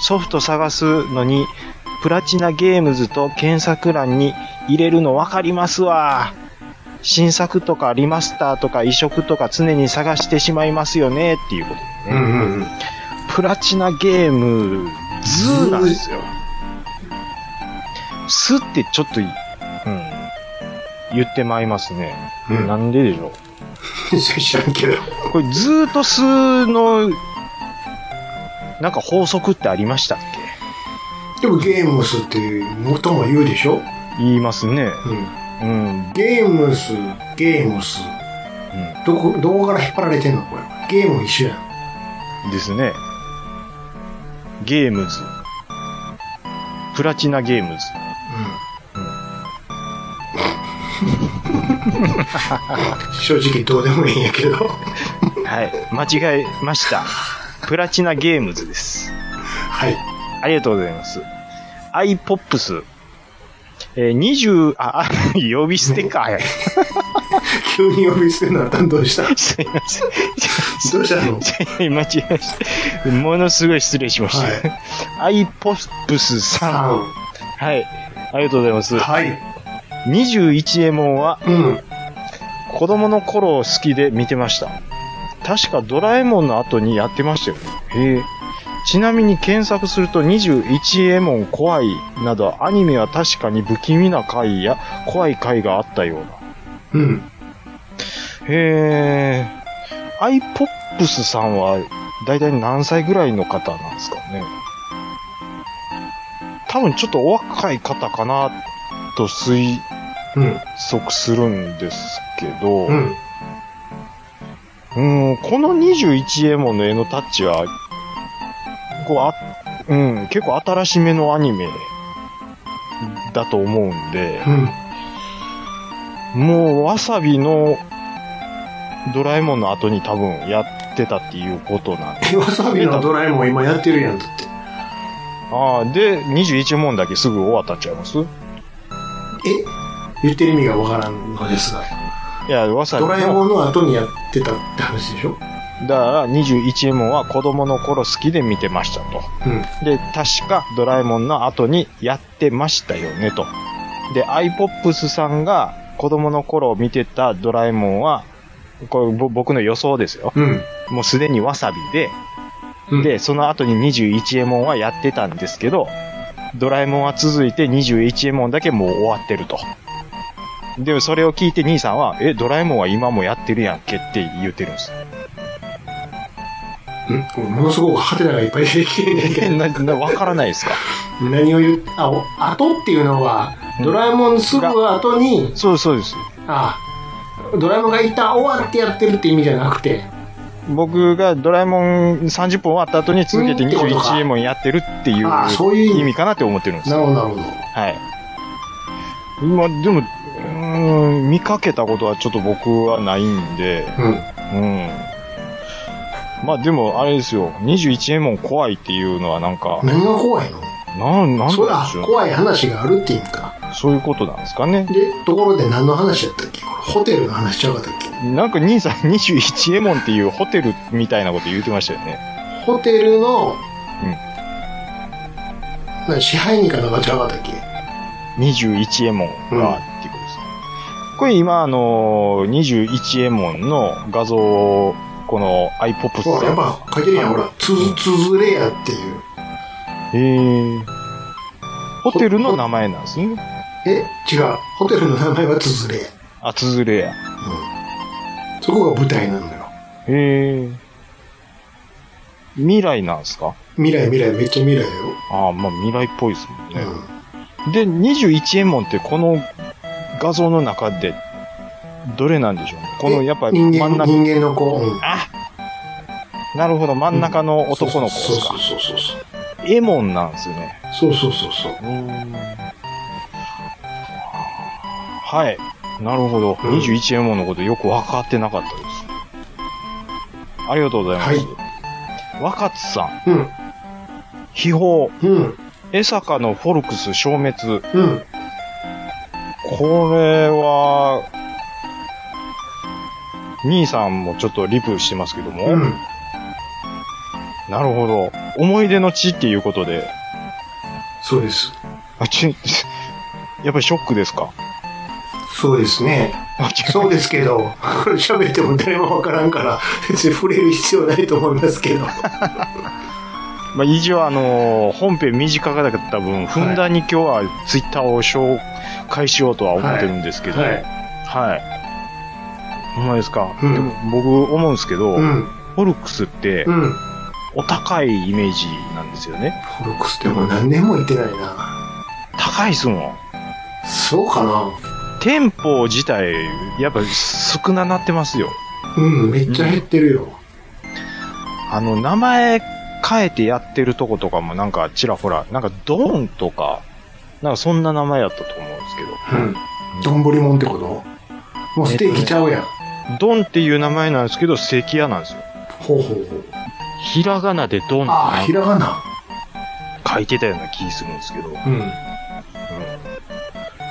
[SPEAKER 3] ソフト探すのに、プラチナゲームズと検索欄に入れるのわかりますわ。新作とかリマスターとか移植とか常に探してしまいますよねっていうこと
[SPEAKER 4] う
[SPEAKER 3] でね、
[SPEAKER 4] んうんうん。
[SPEAKER 3] プラチナゲームズなんですよ。すってちょっとい、うん、言ってまいりますね。
[SPEAKER 4] うん
[SPEAKER 3] なんででしょう。
[SPEAKER 4] 知らんけど。
[SPEAKER 3] これずーっと数の、なんか法則ってありましたっけ
[SPEAKER 4] でもゲームスっていうことも言うでしょ
[SPEAKER 3] 言いますね。
[SPEAKER 4] うん。
[SPEAKER 3] うん。うん。
[SPEAKER 4] ゲームス、ゲームス。どこ、どこから引っ張られてんのこれ。ゲーム一緒やん。
[SPEAKER 3] ですね。ゲームズ。プラチナゲームズ。
[SPEAKER 4] 正直どうでもいいんやけど。
[SPEAKER 3] はい。間違えました。プラチナゲームズです。
[SPEAKER 4] はい。
[SPEAKER 3] ありがとうございます。アイポップス。えー、20、あ、あ、 呼び捨 てか。
[SPEAKER 4] 急に呼び捨てになったんどうした
[SPEAKER 3] すいません。
[SPEAKER 4] どうしたの
[SPEAKER 3] 間違えました。ものすごい失礼しました。アイポップスさん。
[SPEAKER 4] は
[SPEAKER 3] はい。ありがとうございます
[SPEAKER 4] い。。はい。
[SPEAKER 3] 21エモンは
[SPEAKER 4] うん。
[SPEAKER 3] 子供の頃好きで見てました。確かドラえもんの後にやってましたよね。へえ。ちなみに検索すると21エモン怖いなどアニメは確かに不気味な回や怖い回があったような。
[SPEAKER 4] うん。
[SPEAKER 3] へえ。アイポップスさんは、だいたい何歳ぐらいの方なんですかね。多分ちょっとお若い方かな、と推
[SPEAKER 4] うん。
[SPEAKER 3] 測するんですけど、
[SPEAKER 4] う。
[SPEAKER 3] うんん、この 21M の絵のタッチは、こうあ、うん、結構新しめのアニメだと思うんで、
[SPEAKER 4] うん。
[SPEAKER 3] もう、わさびのドラえもんの後に多分やってたっていうことなんで。
[SPEAKER 4] えわさびのドラえもん今やってるやん、だって。
[SPEAKER 3] ああ、で、21問だけすぐ終わったんちゃいますい
[SPEAKER 4] え言ってる意味がわからんのですが。
[SPEAKER 3] や、わさび
[SPEAKER 4] ドラえ
[SPEAKER 3] の。
[SPEAKER 4] もんの後にやってたって話でしょ
[SPEAKER 3] だから、21問は子供の頃好きで見てましたと。
[SPEAKER 4] うん。
[SPEAKER 3] で、確かドラえもんの後にやってましたよねと。で、アイポップスさんが子供の頃見てたドラえもんは、これぼ僕の予想ですよ。
[SPEAKER 4] うん。
[SPEAKER 3] もうすでにわさびで、
[SPEAKER 4] うん、
[SPEAKER 3] で、その後に21エモンはやってたんですけど、ドラえもんは続いて21エモンだけもう終わってると。で、それを聞いて兄さんは、え、ドラえもんは今もやってるやんけって言ってるんです。
[SPEAKER 4] うん。これものすごくハテナがいっぱい出てきてんねんけ
[SPEAKER 3] え、な、な、わからないですか
[SPEAKER 4] ど。何を言う、あ、お後っていうのは、ドラえもんすぐ後に、
[SPEAKER 3] そうそうです。
[SPEAKER 4] あ、ドラえもんが一旦終わってやってるって意味じゃなくて、
[SPEAKER 3] 僕がドラえもん30分終わった後に続けて
[SPEAKER 4] うんってことか
[SPEAKER 3] 21エモンやってるっていう
[SPEAKER 4] あーそういう意味
[SPEAKER 3] 意味かなって思ってるんです
[SPEAKER 4] な。るほど、なるほど。
[SPEAKER 3] はい。まあ、でも、うーん、見かけたことはちょっと僕はないんで、
[SPEAKER 4] うん。
[SPEAKER 3] うん。まあでも、あれですよ。21エモン怖いっていうのはなんか、
[SPEAKER 4] 何が怖いの
[SPEAKER 3] なん、なんでし
[SPEAKER 4] そうだ、
[SPEAKER 3] ょ
[SPEAKER 4] 怖い話があるっていうか。
[SPEAKER 3] う。そういうことなんですかね。
[SPEAKER 4] で、ところで何の話やったっけこれホテルの話ちゃうかったっけ
[SPEAKER 3] なんか兄さん21エモンっていうホテルみたいなこと言ってましたよね。
[SPEAKER 4] ホテルの、
[SPEAKER 3] うん
[SPEAKER 4] な支配人かなんかちゃうかったっけ
[SPEAKER 3] 21エモンが、っていうことですね。これ今、あのー、21エモンの画像を、この iPop
[SPEAKER 4] ほら、やっ
[SPEAKER 3] さ
[SPEAKER 4] ぱ
[SPEAKER 3] ん。
[SPEAKER 4] 書いてるやん、ほら。つづ、つづれやっていう。
[SPEAKER 3] えー、ホテルの名前なんですね。
[SPEAKER 4] え違う。ホテルの名前はつづれや。
[SPEAKER 3] あ、つづれや。
[SPEAKER 4] うん。そこが舞台なんだよ。
[SPEAKER 3] えー、未来なんですか
[SPEAKER 4] 未来、未来、めっちゃ未来よ。
[SPEAKER 3] ああ、まあ未来っぽいですもん
[SPEAKER 4] う
[SPEAKER 3] ね。
[SPEAKER 4] ん。
[SPEAKER 3] で、21円門ってこの画像の中で、どれなんでしょうね。この
[SPEAKER 4] え
[SPEAKER 3] やっぱり
[SPEAKER 4] 人
[SPEAKER 3] 真ん
[SPEAKER 4] 間、
[SPEAKER 3] 中、
[SPEAKER 4] 人間の子。うん。
[SPEAKER 3] あなるほど、真ん中の男の子です
[SPEAKER 4] そう
[SPEAKER 3] か。
[SPEAKER 4] そうそうそう。
[SPEAKER 3] エモンなんですね。
[SPEAKER 4] そうそうそうそう。
[SPEAKER 3] はい。なるほど。
[SPEAKER 4] うん
[SPEAKER 3] 21円門のことよく分かってなかったです。ありがとうございます。若津さん、
[SPEAKER 4] うん。
[SPEAKER 3] 秘宝、
[SPEAKER 4] うん。
[SPEAKER 3] 江坂のフォルクス消滅。
[SPEAKER 4] うん。
[SPEAKER 3] これは、兄さんもちょっとリプしてますけども、
[SPEAKER 4] うん。
[SPEAKER 3] なるほど。思い出の地っていうことで、
[SPEAKER 4] そうです。
[SPEAKER 3] あ、ち、 やっぱりショックですか
[SPEAKER 4] そうですね。
[SPEAKER 3] あ、ち
[SPEAKER 4] そうですけど、 これ喋っても誰もわからんから、別に触れる必要ないと思いますけど。
[SPEAKER 3] まあ、以上、あのー本編短かった分、ふんだんに今日はツイッターを紹介しようとは思ってるんですけど、はい。
[SPEAKER 4] い。
[SPEAKER 3] ほんまですか、
[SPEAKER 4] うん
[SPEAKER 3] でも僕思うんですけど、
[SPEAKER 4] うん。
[SPEAKER 3] フォルクスって
[SPEAKER 4] うん。
[SPEAKER 3] お高いイメージなんですよね。
[SPEAKER 4] フォルクスってもう何年も行ってないな。
[SPEAKER 3] 高いっすもん。
[SPEAKER 4] そうかな
[SPEAKER 3] 店舗自体、やっぱ少ななってますよ。
[SPEAKER 4] うん、めっちゃ減ってるよ。
[SPEAKER 3] あの、名前変えてやってるとことかもなんかちらほら、なんかドーンとか、なんかそんな名前やったと思うんですけど、
[SPEAKER 4] うん。丼もんってこともうステーキちゃうやん。
[SPEAKER 3] ドンっていう名前なんですけど、関屋なんですよ。
[SPEAKER 4] ほうほうほう。
[SPEAKER 3] ひらがなでドン
[SPEAKER 4] ああ、
[SPEAKER 3] っ
[SPEAKER 4] ひ
[SPEAKER 3] て
[SPEAKER 4] らがな。
[SPEAKER 3] 書いてたような気するんですけど、
[SPEAKER 4] うん。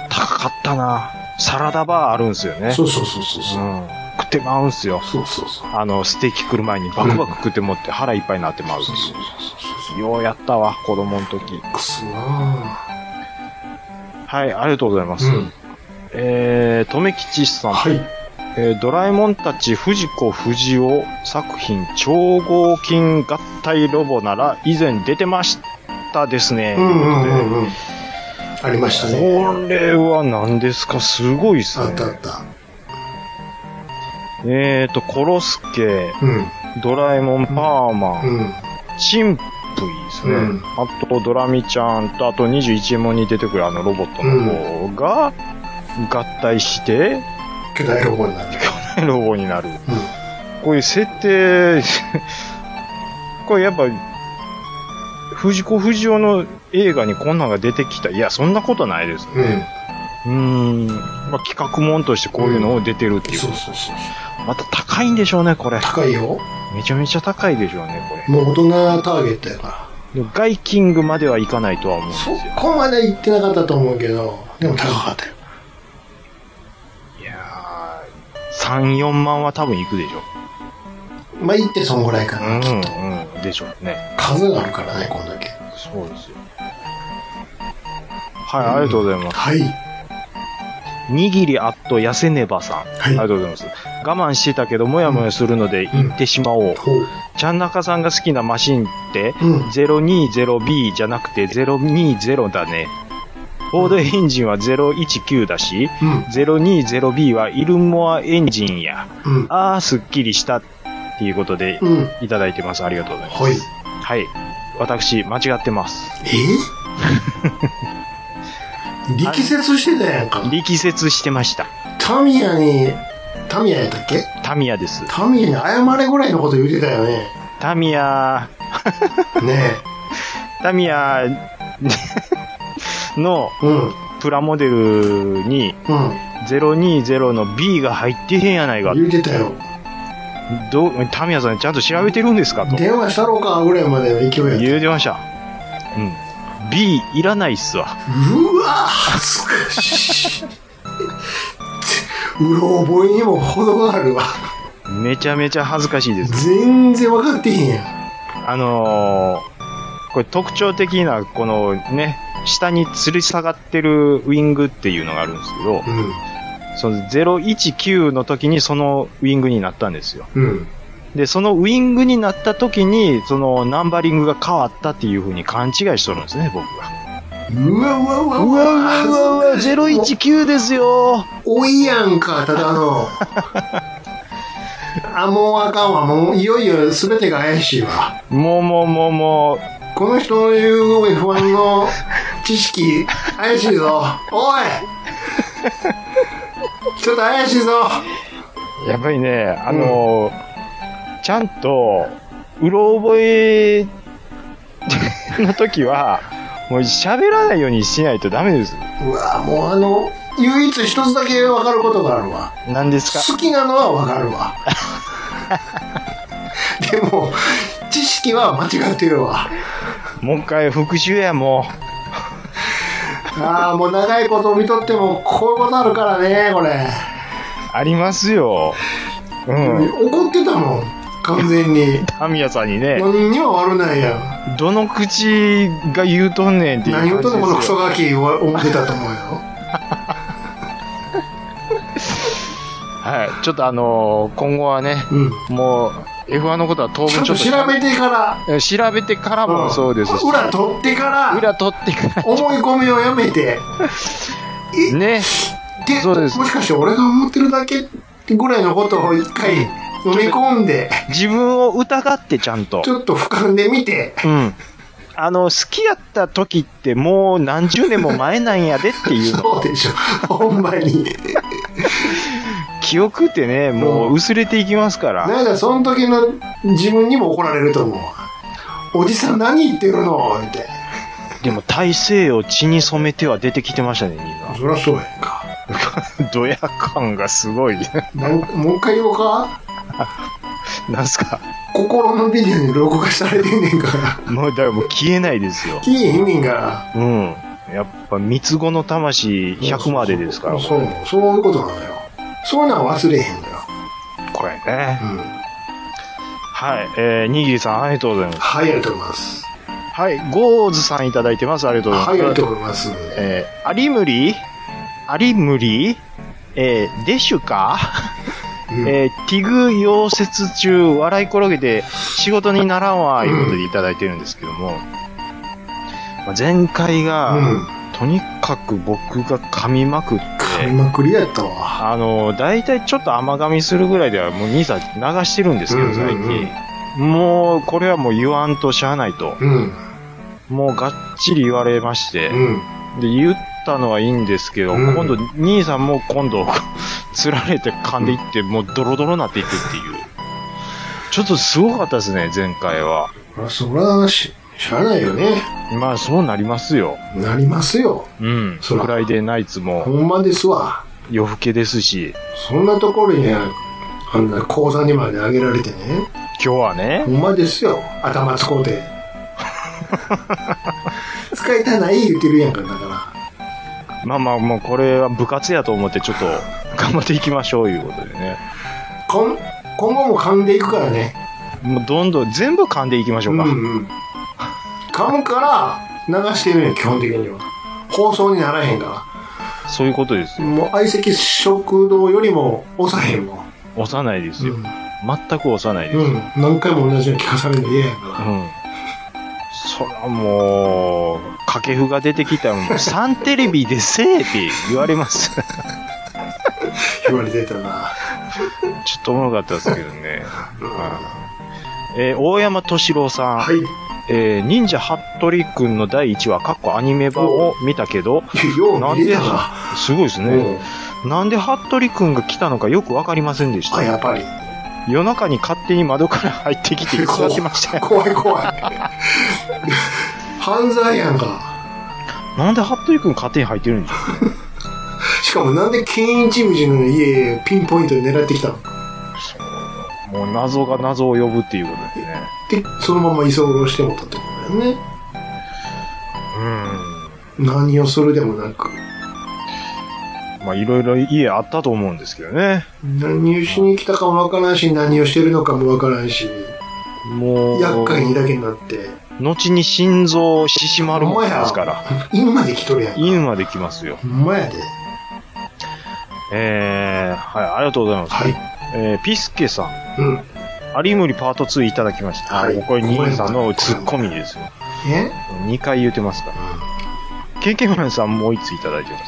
[SPEAKER 3] 高かったな。サラダバーあるんですよね。
[SPEAKER 4] そうそうそうそう
[SPEAKER 3] う
[SPEAKER 4] そう。
[SPEAKER 3] ん。食ってまうんすよ。
[SPEAKER 4] そうそうそう。
[SPEAKER 3] あの、ステーキ来る前にバクバク食ってもって腹いっぱいになってまうって
[SPEAKER 4] そうそうそう
[SPEAKER 3] い。
[SPEAKER 4] そう
[SPEAKER 3] ようやったわ、子供の時。
[SPEAKER 4] う。くすな
[SPEAKER 3] はい、ありがとうございます。
[SPEAKER 4] ぁ。うん。
[SPEAKER 3] えー、とめきちさん。
[SPEAKER 4] はい。
[SPEAKER 3] えードラえもんたち藤子不二雄作品超合金合体ロボなら以前出てましたですね。
[SPEAKER 4] うんうんうんうん。ありましたね。
[SPEAKER 3] これは何ですかすごいっす
[SPEAKER 4] あ
[SPEAKER 3] ね
[SPEAKER 4] っ。たあった。
[SPEAKER 3] えーと、コロスケ、
[SPEAKER 4] うん。
[SPEAKER 3] ドラえもんパーマン、
[SPEAKER 4] うん。
[SPEAKER 3] チンプイですね。
[SPEAKER 4] うん
[SPEAKER 3] あと、ドラミちゃんと、あと21問に出てくるあのロボットの方が、合体して、
[SPEAKER 4] 巨大ロボになってる。
[SPEAKER 3] ロボになる。
[SPEAKER 4] うん。
[SPEAKER 3] こういう設定、 これやっぱ、藤子不二雄の映画にこんなんが出てきた。いや、そんなことないです。
[SPEAKER 4] うん。
[SPEAKER 3] うーん。まあ、企画もんとしてこういうのを出てるっていう。
[SPEAKER 4] そうそうそう。
[SPEAKER 3] また高いんでしょうね、これ。
[SPEAKER 4] 高いよ。
[SPEAKER 3] めちゃめちゃ高いでしょうね、これ。
[SPEAKER 4] もう大人ターゲットやか
[SPEAKER 3] でもガイキングまではいかないとは思うん
[SPEAKER 4] ら。そ
[SPEAKER 3] ですよ。
[SPEAKER 4] こまで行ってなかったと思うけど、でも高かったよ。
[SPEAKER 3] いやー、3、4万は多分いくでしょう。
[SPEAKER 4] まあ、行ってそんぐらいか
[SPEAKER 3] う
[SPEAKER 4] な、きっと。
[SPEAKER 3] ん、うん、でしょうね。
[SPEAKER 4] 数があるからね、こんだけ。
[SPEAKER 3] そうですよ。はい、ありがとうございます。
[SPEAKER 4] はい。
[SPEAKER 3] にぎりあっと痩せねばさん。ありがとうございます。我慢してたけど、もやもやするので、
[SPEAKER 4] うん
[SPEAKER 3] 行ってしまおう。
[SPEAKER 4] ほう。
[SPEAKER 3] ちゃんなかさんが好きなマシンって、
[SPEAKER 4] うん。
[SPEAKER 3] 020B じゃなくて020だね。フォードエンジンは019だし、
[SPEAKER 4] うん。
[SPEAKER 3] 020B はイルモアエンジンや。
[SPEAKER 4] うん。
[SPEAKER 3] あー、すっきりした。っていうことで、
[SPEAKER 4] うん。
[SPEAKER 3] いただいてます。ありがとうございます。
[SPEAKER 4] はい。
[SPEAKER 3] はい。私、間違ってます。
[SPEAKER 4] え力説してたやんか。
[SPEAKER 3] 力説してました。
[SPEAKER 4] タミヤに、タミヤやったっけ
[SPEAKER 3] タミヤです。
[SPEAKER 4] タミヤに謝れぐらいのこと言ってたよね。
[SPEAKER 3] タミヤ、
[SPEAKER 4] ね
[SPEAKER 3] タミヤ の
[SPEAKER 4] え。うん。
[SPEAKER 3] プラモデルに
[SPEAKER 4] うん。
[SPEAKER 3] 020の B が入ってへんやないか。
[SPEAKER 4] 言うてたよ。
[SPEAKER 3] どう、タミヤさんちゃんと調べてるんですかと
[SPEAKER 4] 電話したろうかぐらいまでの勢いやった。
[SPEAKER 3] 言うてました。うん。B いらないっすわ。
[SPEAKER 4] うわ恥ずかしい。うろ覚えにも程があるわ。
[SPEAKER 3] めちゃめちゃ恥ずかしいです。
[SPEAKER 4] 全然分かってへんや
[SPEAKER 3] あのー、これ特徴的な、このね、下に吊り下がってるウィングっていうのがあるんですけど
[SPEAKER 4] ん。、
[SPEAKER 3] その019の時にそのウィングになったんですよ。
[SPEAKER 4] うん。うん。
[SPEAKER 3] で、そのウィングになった時に、そのナンバリングが変わったっていう風に勘違いしとるんですね、僕が。
[SPEAKER 4] うわうわうわ
[SPEAKER 3] うわうわうわうわ、
[SPEAKER 4] 恥ずかしい
[SPEAKER 3] 019ですよ
[SPEAKER 4] おいやんか、ただの。あ、もうあかんわ。もういよいよ全てが怪しいわ。
[SPEAKER 3] もうもうもうもう、
[SPEAKER 4] この人の言うごめ不安の知識、怪しいぞ。おいちょっと怪しいぞ。
[SPEAKER 3] やっぱりね、あのちゃんと、うろ覚えの時は、もう喋らないようにしないとダメです。
[SPEAKER 4] うわもうあの、唯一一つだけ分かることがあるわ。
[SPEAKER 3] 何ですか
[SPEAKER 4] 好きなのは分かるわ。でも、知識は間違ってるわ。
[SPEAKER 3] もう一回復習や、も
[SPEAKER 4] ああ、もう長いこと見とっても、こういうことあるからね、これ。
[SPEAKER 3] う。ありますよ。うん。
[SPEAKER 4] 怒ってたもん完全 に
[SPEAKER 3] タミヤさんにね。
[SPEAKER 4] 何にも悪ないや
[SPEAKER 3] どの口が言うとんねんっ
[SPEAKER 4] ん
[SPEAKER 3] ていう感
[SPEAKER 4] 何
[SPEAKER 3] じ
[SPEAKER 4] を
[SPEAKER 3] です
[SPEAKER 4] と
[SPEAKER 3] よ。
[SPEAKER 4] でこのクソガキは思ってたと思うよ
[SPEAKER 3] はい。ちょっとあのー今後はね、
[SPEAKER 4] うん
[SPEAKER 3] もう、F1 のことは当分
[SPEAKER 4] ち
[SPEAKER 3] ち
[SPEAKER 4] ょ
[SPEAKER 3] ょ
[SPEAKER 4] っ
[SPEAKER 3] っ
[SPEAKER 4] と
[SPEAKER 3] と
[SPEAKER 4] 調べてか
[SPEAKER 3] べ、調べてから
[SPEAKER 4] ら、
[SPEAKER 3] もそうですし、
[SPEAKER 4] ん裏取ってから
[SPEAKER 3] 裏取ってから、
[SPEAKER 4] 思い込みをやめてえ
[SPEAKER 3] ね。
[SPEAKER 4] で
[SPEAKER 3] そうです
[SPEAKER 4] もしかして俺が思ってるだけぐらいのことを一回飲み込んで
[SPEAKER 3] 自分を疑ってちゃんと
[SPEAKER 4] ち。ょっと俯瞰で見て
[SPEAKER 3] うん。あの、好きやった時ってもう 何十年も前なんやでっていうの。
[SPEAKER 4] そうでしょほんまに
[SPEAKER 3] 記憶ってね、もう薄れていきますから。
[SPEAKER 4] なんだ、その時の自分にも怒られると思う。おじさん何言ってるのって。
[SPEAKER 3] でも、大西洋血に染めては出てきてましたね、今。
[SPEAKER 4] そりゃそうやんか。
[SPEAKER 3] ドヤ感がすごい。
[SPEAKER 4] なんもう一回言おうか
[SPEAKER 3] なんすか。
[SPEAKER 4] 心のビデオに録画されてんねんから。
[SPEAKER 3] もう、だからもう消えないですよ。
[SPEAKER 4] 消えへんねんから。
[SPEAKER 3] うん。やっぱ、三つ子の魂100までですから、
[SPEAKER 4] そう、そういうことなのよ。そういうのは忘れへんのよ。
[SPEAKER 3] これね
[SPEAKER 4] う。ん。
[SPEAKER 3] はい。えー、にぎりさん、ありがとうございます。
[SPEAKER 4] はい、ありがとうございます。
[SPEAKER 3] はい。ゴーズさんいただいてます。ありがとうございま
[SPEAKER 4] は
[SPEAKER 3] す。
[SPEAKER 4] い、ありがとうございます。
[SPEAKER 3] えー、有森有森えー、デッシュか、
[SPEAKER 4] うん
[SPEAKER 3] えー、ティグ溶接中、笑い転げて仕事にならんわ、いうことでいただいてるんですけども、まあ前回が、
[SPEAKER 4] うん。
[SPEAKER 3] とにかく僕が噛みまくって、
[SPEAKER 4] 噛みまくりやったわ。
[SPEAKER 3] あの、大体ちょっと甘噛みするぐらいでは、もう兄さん流してるんですけど、最近。
[SPEAKER 4] うんうん
[SPEAKER 3] もう、これはもう言わんとしゃあないと。
[SPEAKER 4] うん。
[SPEAKER 3] もうがっちり言われまして、
[SPEAKER 4] うん。
[SPEAKER 3] で、言ったのはいいんですけど、
[SPEAKER 4] うん
[SPEAKER 3] 今度、兄さんも今度、 つられて噛んでいって、もうドロドロになっていくっていう。ちょっとすごかったですね、前回は。
[SPEAKER 4] そりゃ、そらし、しゃあないよね。
[SPEAKER 3] まあ、そうなりますよ。
[SPEAKER 4] なりますよ。
[SPEAKER 3] うん。
[SPEAKER 4] そ
[SPEAKER 3] そ
[SPEAKER 4] ら
[SPEAKER 3] フライデーナイツ
[SPEAKER 4] ほ
[SPEAKER 3] も
[SPEAKER 4] んまですわ。
[SPEAKER 3] 夜更けですし、
[SPEAKER 4] そんなところにね、あんな口座にまであげられてね。
[SPEAKER 3] 今日はね
[SPEAKER 4] ほ、んまですよ。頭使う て。使いたない言ってるやんか、だから。
[SPEAKER 3] まあまあもうこれは部活やと思ってちょっと頑張っていきましょういうことでね。
[SPEAKER 4] 今今後も噛んでいくからね。
[SPEAKER 3] もうどんどん全部噛んでいきましょうか。
[SPEAKER 4] うんうん。噛むから流してるんよ、基本的には。放送にならへんか
[SPEAKER 3] そういうことです
[SPEAKER 4] ら。
[SPEAKER 3] よ。
[SPEAKER 4] もう相席食堂よりも抑えへんもん。
[SPEAKER 3] 押さないですよ。
[SPEAKER 4] うん
[SPEAKER 3] 全く押さないです。
[SPEAKER 4] うん。何回も同じように聞かされるの嫌やから。
[SPEAKER 3] うん。そらもう、掛布が出てきたら もう、サンテレビでせえって言われます。 ちょ
[SPEAKER 4] 言われてたな。
[SPEAKER 3] っとおもろかったですけどね。はい えー大山敏郎さん、
[SPEAKER 4] はい。よ
[SPEAKER 3] えー忍者ハットリくんの第1話、かっこアニメ版を見たけど、
[SPEAKER 4] う見れたな。
[SPEAKER 3] すごいです
[SPEAKER 4] う
[SPEAKER 3] ね。
[SPEAKER 4] ん。
[SPEAKER 3] なんでハットリくんが来たのかよくわかりませんでし
[SPEAKER 4] あ、
[SPEAKER 3] た。
[SPEAKER 4] やっぱり。
[SPEAKER 3] 夜中に勝手に窓から入ってきて座ってましたよ。
[SPEAKER 4] 怖い怖い。犯罪やんか。
[SPEAKER 3] なんでハットリくん勝手に入ってるんでしょ
[SPEAKER 4] しかもなんでケインチムジの家ピンポイントで狙ってきたの
[SPEAKER 3] う。もう謎が謎を呼ぶっていうことで
[SPEAKER 4] で、
[SPEAKER 3] すね。
[SPEAKER 4] そのまま居候してもらったってことだよね。
[SPEAKER 3] うん。
[SPEAKER 4] 何をするでもなく。
[SPEAKER 3] まあ、いろいろ家あったと思うんですけどね。
[SPEAKER 4] 何をしに来たかもわからんし、何をしてるのかもわからんし、
[SPEAKER 3] もう、
[SPEAKER 4] 厄介にだけになって、
[SPEAKER 3] 後に心臓ししまるもんですから、
[SPEAKER 4] 犬まで来とるやんか。
[SPEAKER 3] 院まで来ますよ。
[SPEAKER 4] ほんまやで。
[SPEAKER 3] えー、はい、ありがとうございます。
[SPEAKER 4] はい。
[SPEAKER 3] えー、ピスケさん、
[SPEAKER 4] うん。
[SPEAKER 3] アリムリパート2いただきました。
[SPEAKER 4] はい
[SPEAKER 3] これ、兄さんのツッコミですよ。
[SPEAKER 4] え
[SPEAKER 3] 2回言ってますから。ケンケンマンさんもう1ついただいてます。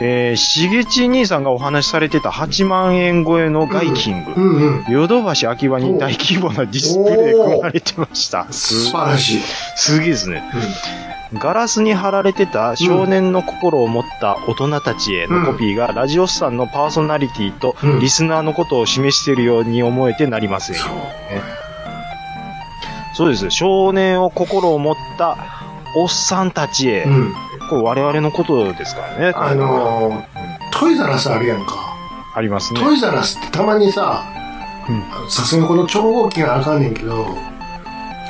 [SPEAKER 3] えー、しげち兄さんがお話しされてた8万円超えのガイキング。
[SPEAKER 4] うんうん。
[SPEAKER 3] ヨドバシ秋葉に大規模なディスプレイ組まれてました。
[SPEAKER 4] 素
[SPEAKER 3] す
[SPEAKER 4] 晴らしい。
[SPEAKER 3] すげえですね。
[SPEAKER 4] う
[SPEAKER 3] ガラスに貼られてた少年の心を持った大人たちへのコピーが、ラジオスさんのパーソナリティと
[SPEAKER 4] うん
[SPEAKER 3] リスナーのことを示しているように思えてなりません
[SPEAKER 4] ん。
[SPEAKER 3] よ、
[SPEAKER 4] そう。
[SPEAKER 3] そうです。少年を心を持ったおっさんたちへ
[SPEAKER 4] う。ん。
[SPEAKER 3] これ我々のことですからね。
[SPEAKER 4] あのー、トイザラスあるやんか。
[SPEAKER 3] ありますね。
[SPEAKER 4] トイザラスってたまにさ
[SPEAKER 3] うん、
[SPEAKER 4] さすがにこの超合金はあかんねんけど、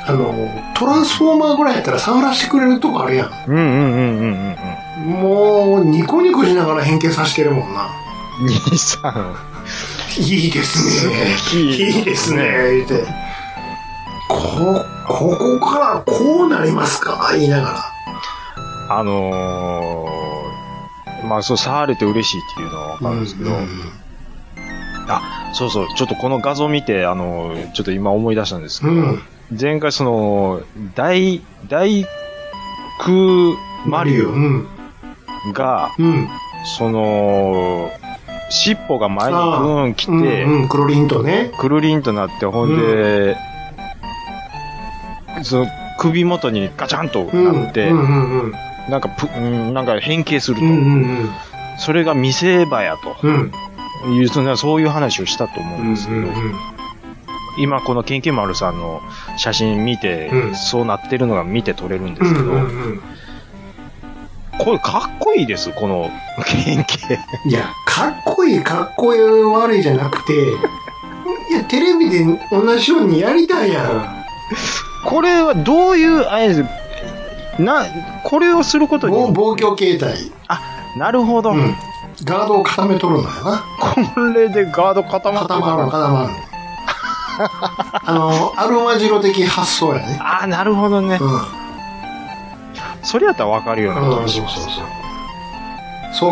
[SPEAKER 4] あの、トランスフォーマーぐらいやったら触らせてくれるとこあるやん。
[SPEAKER 3] うんうんうんうんうんうん。
[SPEAKER 4] もう、ニコニコしながら変形させてるもんな。
[SPEAKER 3] 兄さん。
[SPEAKER 4] いいですね。いいですね。。言うて。こ、ここからこうなりますか言いなが
[SPEAKER 3] あのー、まあそう、触れて嬉しいっていうのはわ
[SPEAKER 4] ら。
[SPEAKER 3] かるんですけど、
[SPEAKER 4] うん
[SPEAKER 3] そうそう、ちょっとこの画像見て、あの、ちょっと今思い出したんですけ
[SPEAKER 4] う
[SPEAKER 3] ど、
[SPEAKER 4] ん。
[SPEAKER 3] 前回その、大、大空マリ
[SPEAKER 4] う
[SPEAKER 3] オ
[SPEAKER 4] ん。
[SPEAKER 3] が、
[SPEAKER 4] うん。
[SPEAKER 3] その、尻尾が前にグーン来て、
[SPEAKER 4] うんうん。クロリンとね。
[SPEAKER 3] くるりんとなって、ほんで、その、首元にガチャンと
[SPEAKER 4] うん。
[SPEAKER 3] なって、
[SPEAKER 4] うんうんうん。
[SPEAKER 3] なんかプ、うんなんか変形する
[SPEAKER 4] う
[SPEAKER 3] と。
[SPEAKER 4] んうん
[SPEAKER 3] それが見せ場やと。
[SPEAKER 4] うん。うん。
[SPEAKER 3] いうそんなそういう話をしたと思うんですけど、
[SPEAKER 4] うん
[SPEAKER 3] 今このキンキン丸さんの写真見て、
[SPEAKER 4] うん
[SPEAKER 3] そうなってるのが見て取れるんで
[SPEAKER 4] う
[SPEAKER 3] すけど、
[SPEAKER 4] んうん。
[SPEAKER 3] これかっこいいです、この原型。
[SPEAKER 4] いや、かっこいい、かっこ悪いじゃなくて、いや、テレビで同じようにやりたいや
[SPEAKER 3] これはどういう、あれですな、これをするこ
[SPEAKER 4] ん。
[SPEAKER 3] とに
[SPEAKER 4] も
[SPEAKER 3] よっ
[SPEAKER 4] う
[SPEAKER 3] て、
[SPEAKER 4] 防御形態。
[SPEAKER 3] なるほど、
[SPEAKER 4] うん。ガードを固めとるんだよな。
[SPEAKER 3] これでガード固まって
[SPEAKER 4] 固まる、固 まる。あの、アルマジロ的発想やね。
[SPEAKER 3] ああ、なるほどね
[SPEAKER 4] う。ん。
[SPEAKER 3] それやったらわかるような気
[SPEAKER 4] う
[SPEAKER 3] が
[SPEAKER 4] ん、
[SPEAKER 3] し
[SPEAKER 4] そう
[SPEAKER 3] ます。
[SPEAKER 4] そうそ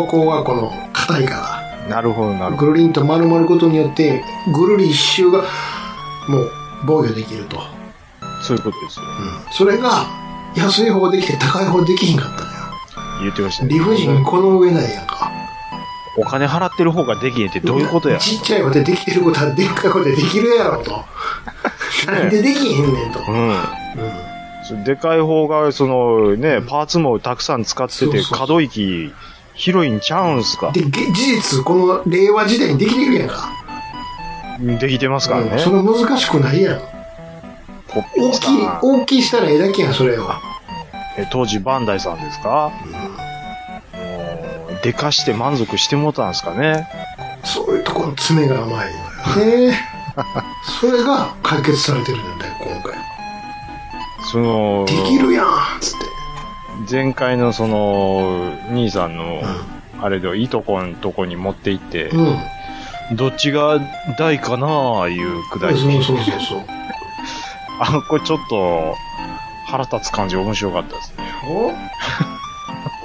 [SPEAKER 4] う。走行はこの、硬いから。
[SPEAKER 3] なるほど、なるほど。
[SPEAKER 4] ぐるりんと丸まることによってぐるり一周がもう防御できると、う
[SPEAKER 3] そういうことですよ。
[SPEAKER 4] ん、それが安い方できて高い方できひんかったのよ
[SPEAKER 3] 言ってましたね。
[SPEAKER 4] 理不尽この上ないやんか
[SPEAKER 3] お金払ってる方ができへんってどういうことや。
[SPEAKER 4] ちっちゃいことでできてることはでっかいことでできるや ろとなんでできへんねんと、
[SPEAKER 3] うん。
[SPEAKER 4] う
[SPEAKER 3] そうでかい方が、そのね、パーツもたくさん使って
[SPEAKER 4] そうそ
[SPEAKER 3] て、
[SPEAKER 4] うそう
[SPEAKER 3] 可動域広いんちゃうんすか
[SPEAKER 4] ん、でげ事実この令和時代にできてるやんか
[SPEAKER 3] できてますから
[SPEAKER 4] うん
[SPEAKER 3] ね
[SPEAKER 4] そ。の難しくないやん
[SPEAKER 3] ポッピ
[SPEAKER 4] 大
[SPEAKER 3] ンさ
[SPEAKER 4] きい
[SPEAKER 3] ん
[SPEAKER 4] 大きいしたらええだけやんそれは
[SPEAKER 3] え当時バンダイさんですかもうでかして満足してもうたんですかね。
[SPEAKER 4] そういうとこの爪が 甘いのよねそれが解決されてるんだよ今回
[SPEAKER 3] その、
[SPEAKER 4] できるやんつって。
[SPEAKER 3] 前回のその、兄さんの、
[SPEAKER 4] う
[SPEAKER 3] あれで、いとこんとこに持って行って、
[SPEAKER 4] ん。うん。
[SPEAKER 3] どっちが大かなあいうくだり。
[SPEAKER 4] そうそうそうそう。
[SPEAKER 3] あ、これちょっと、腹立つ感じ面白かったですね。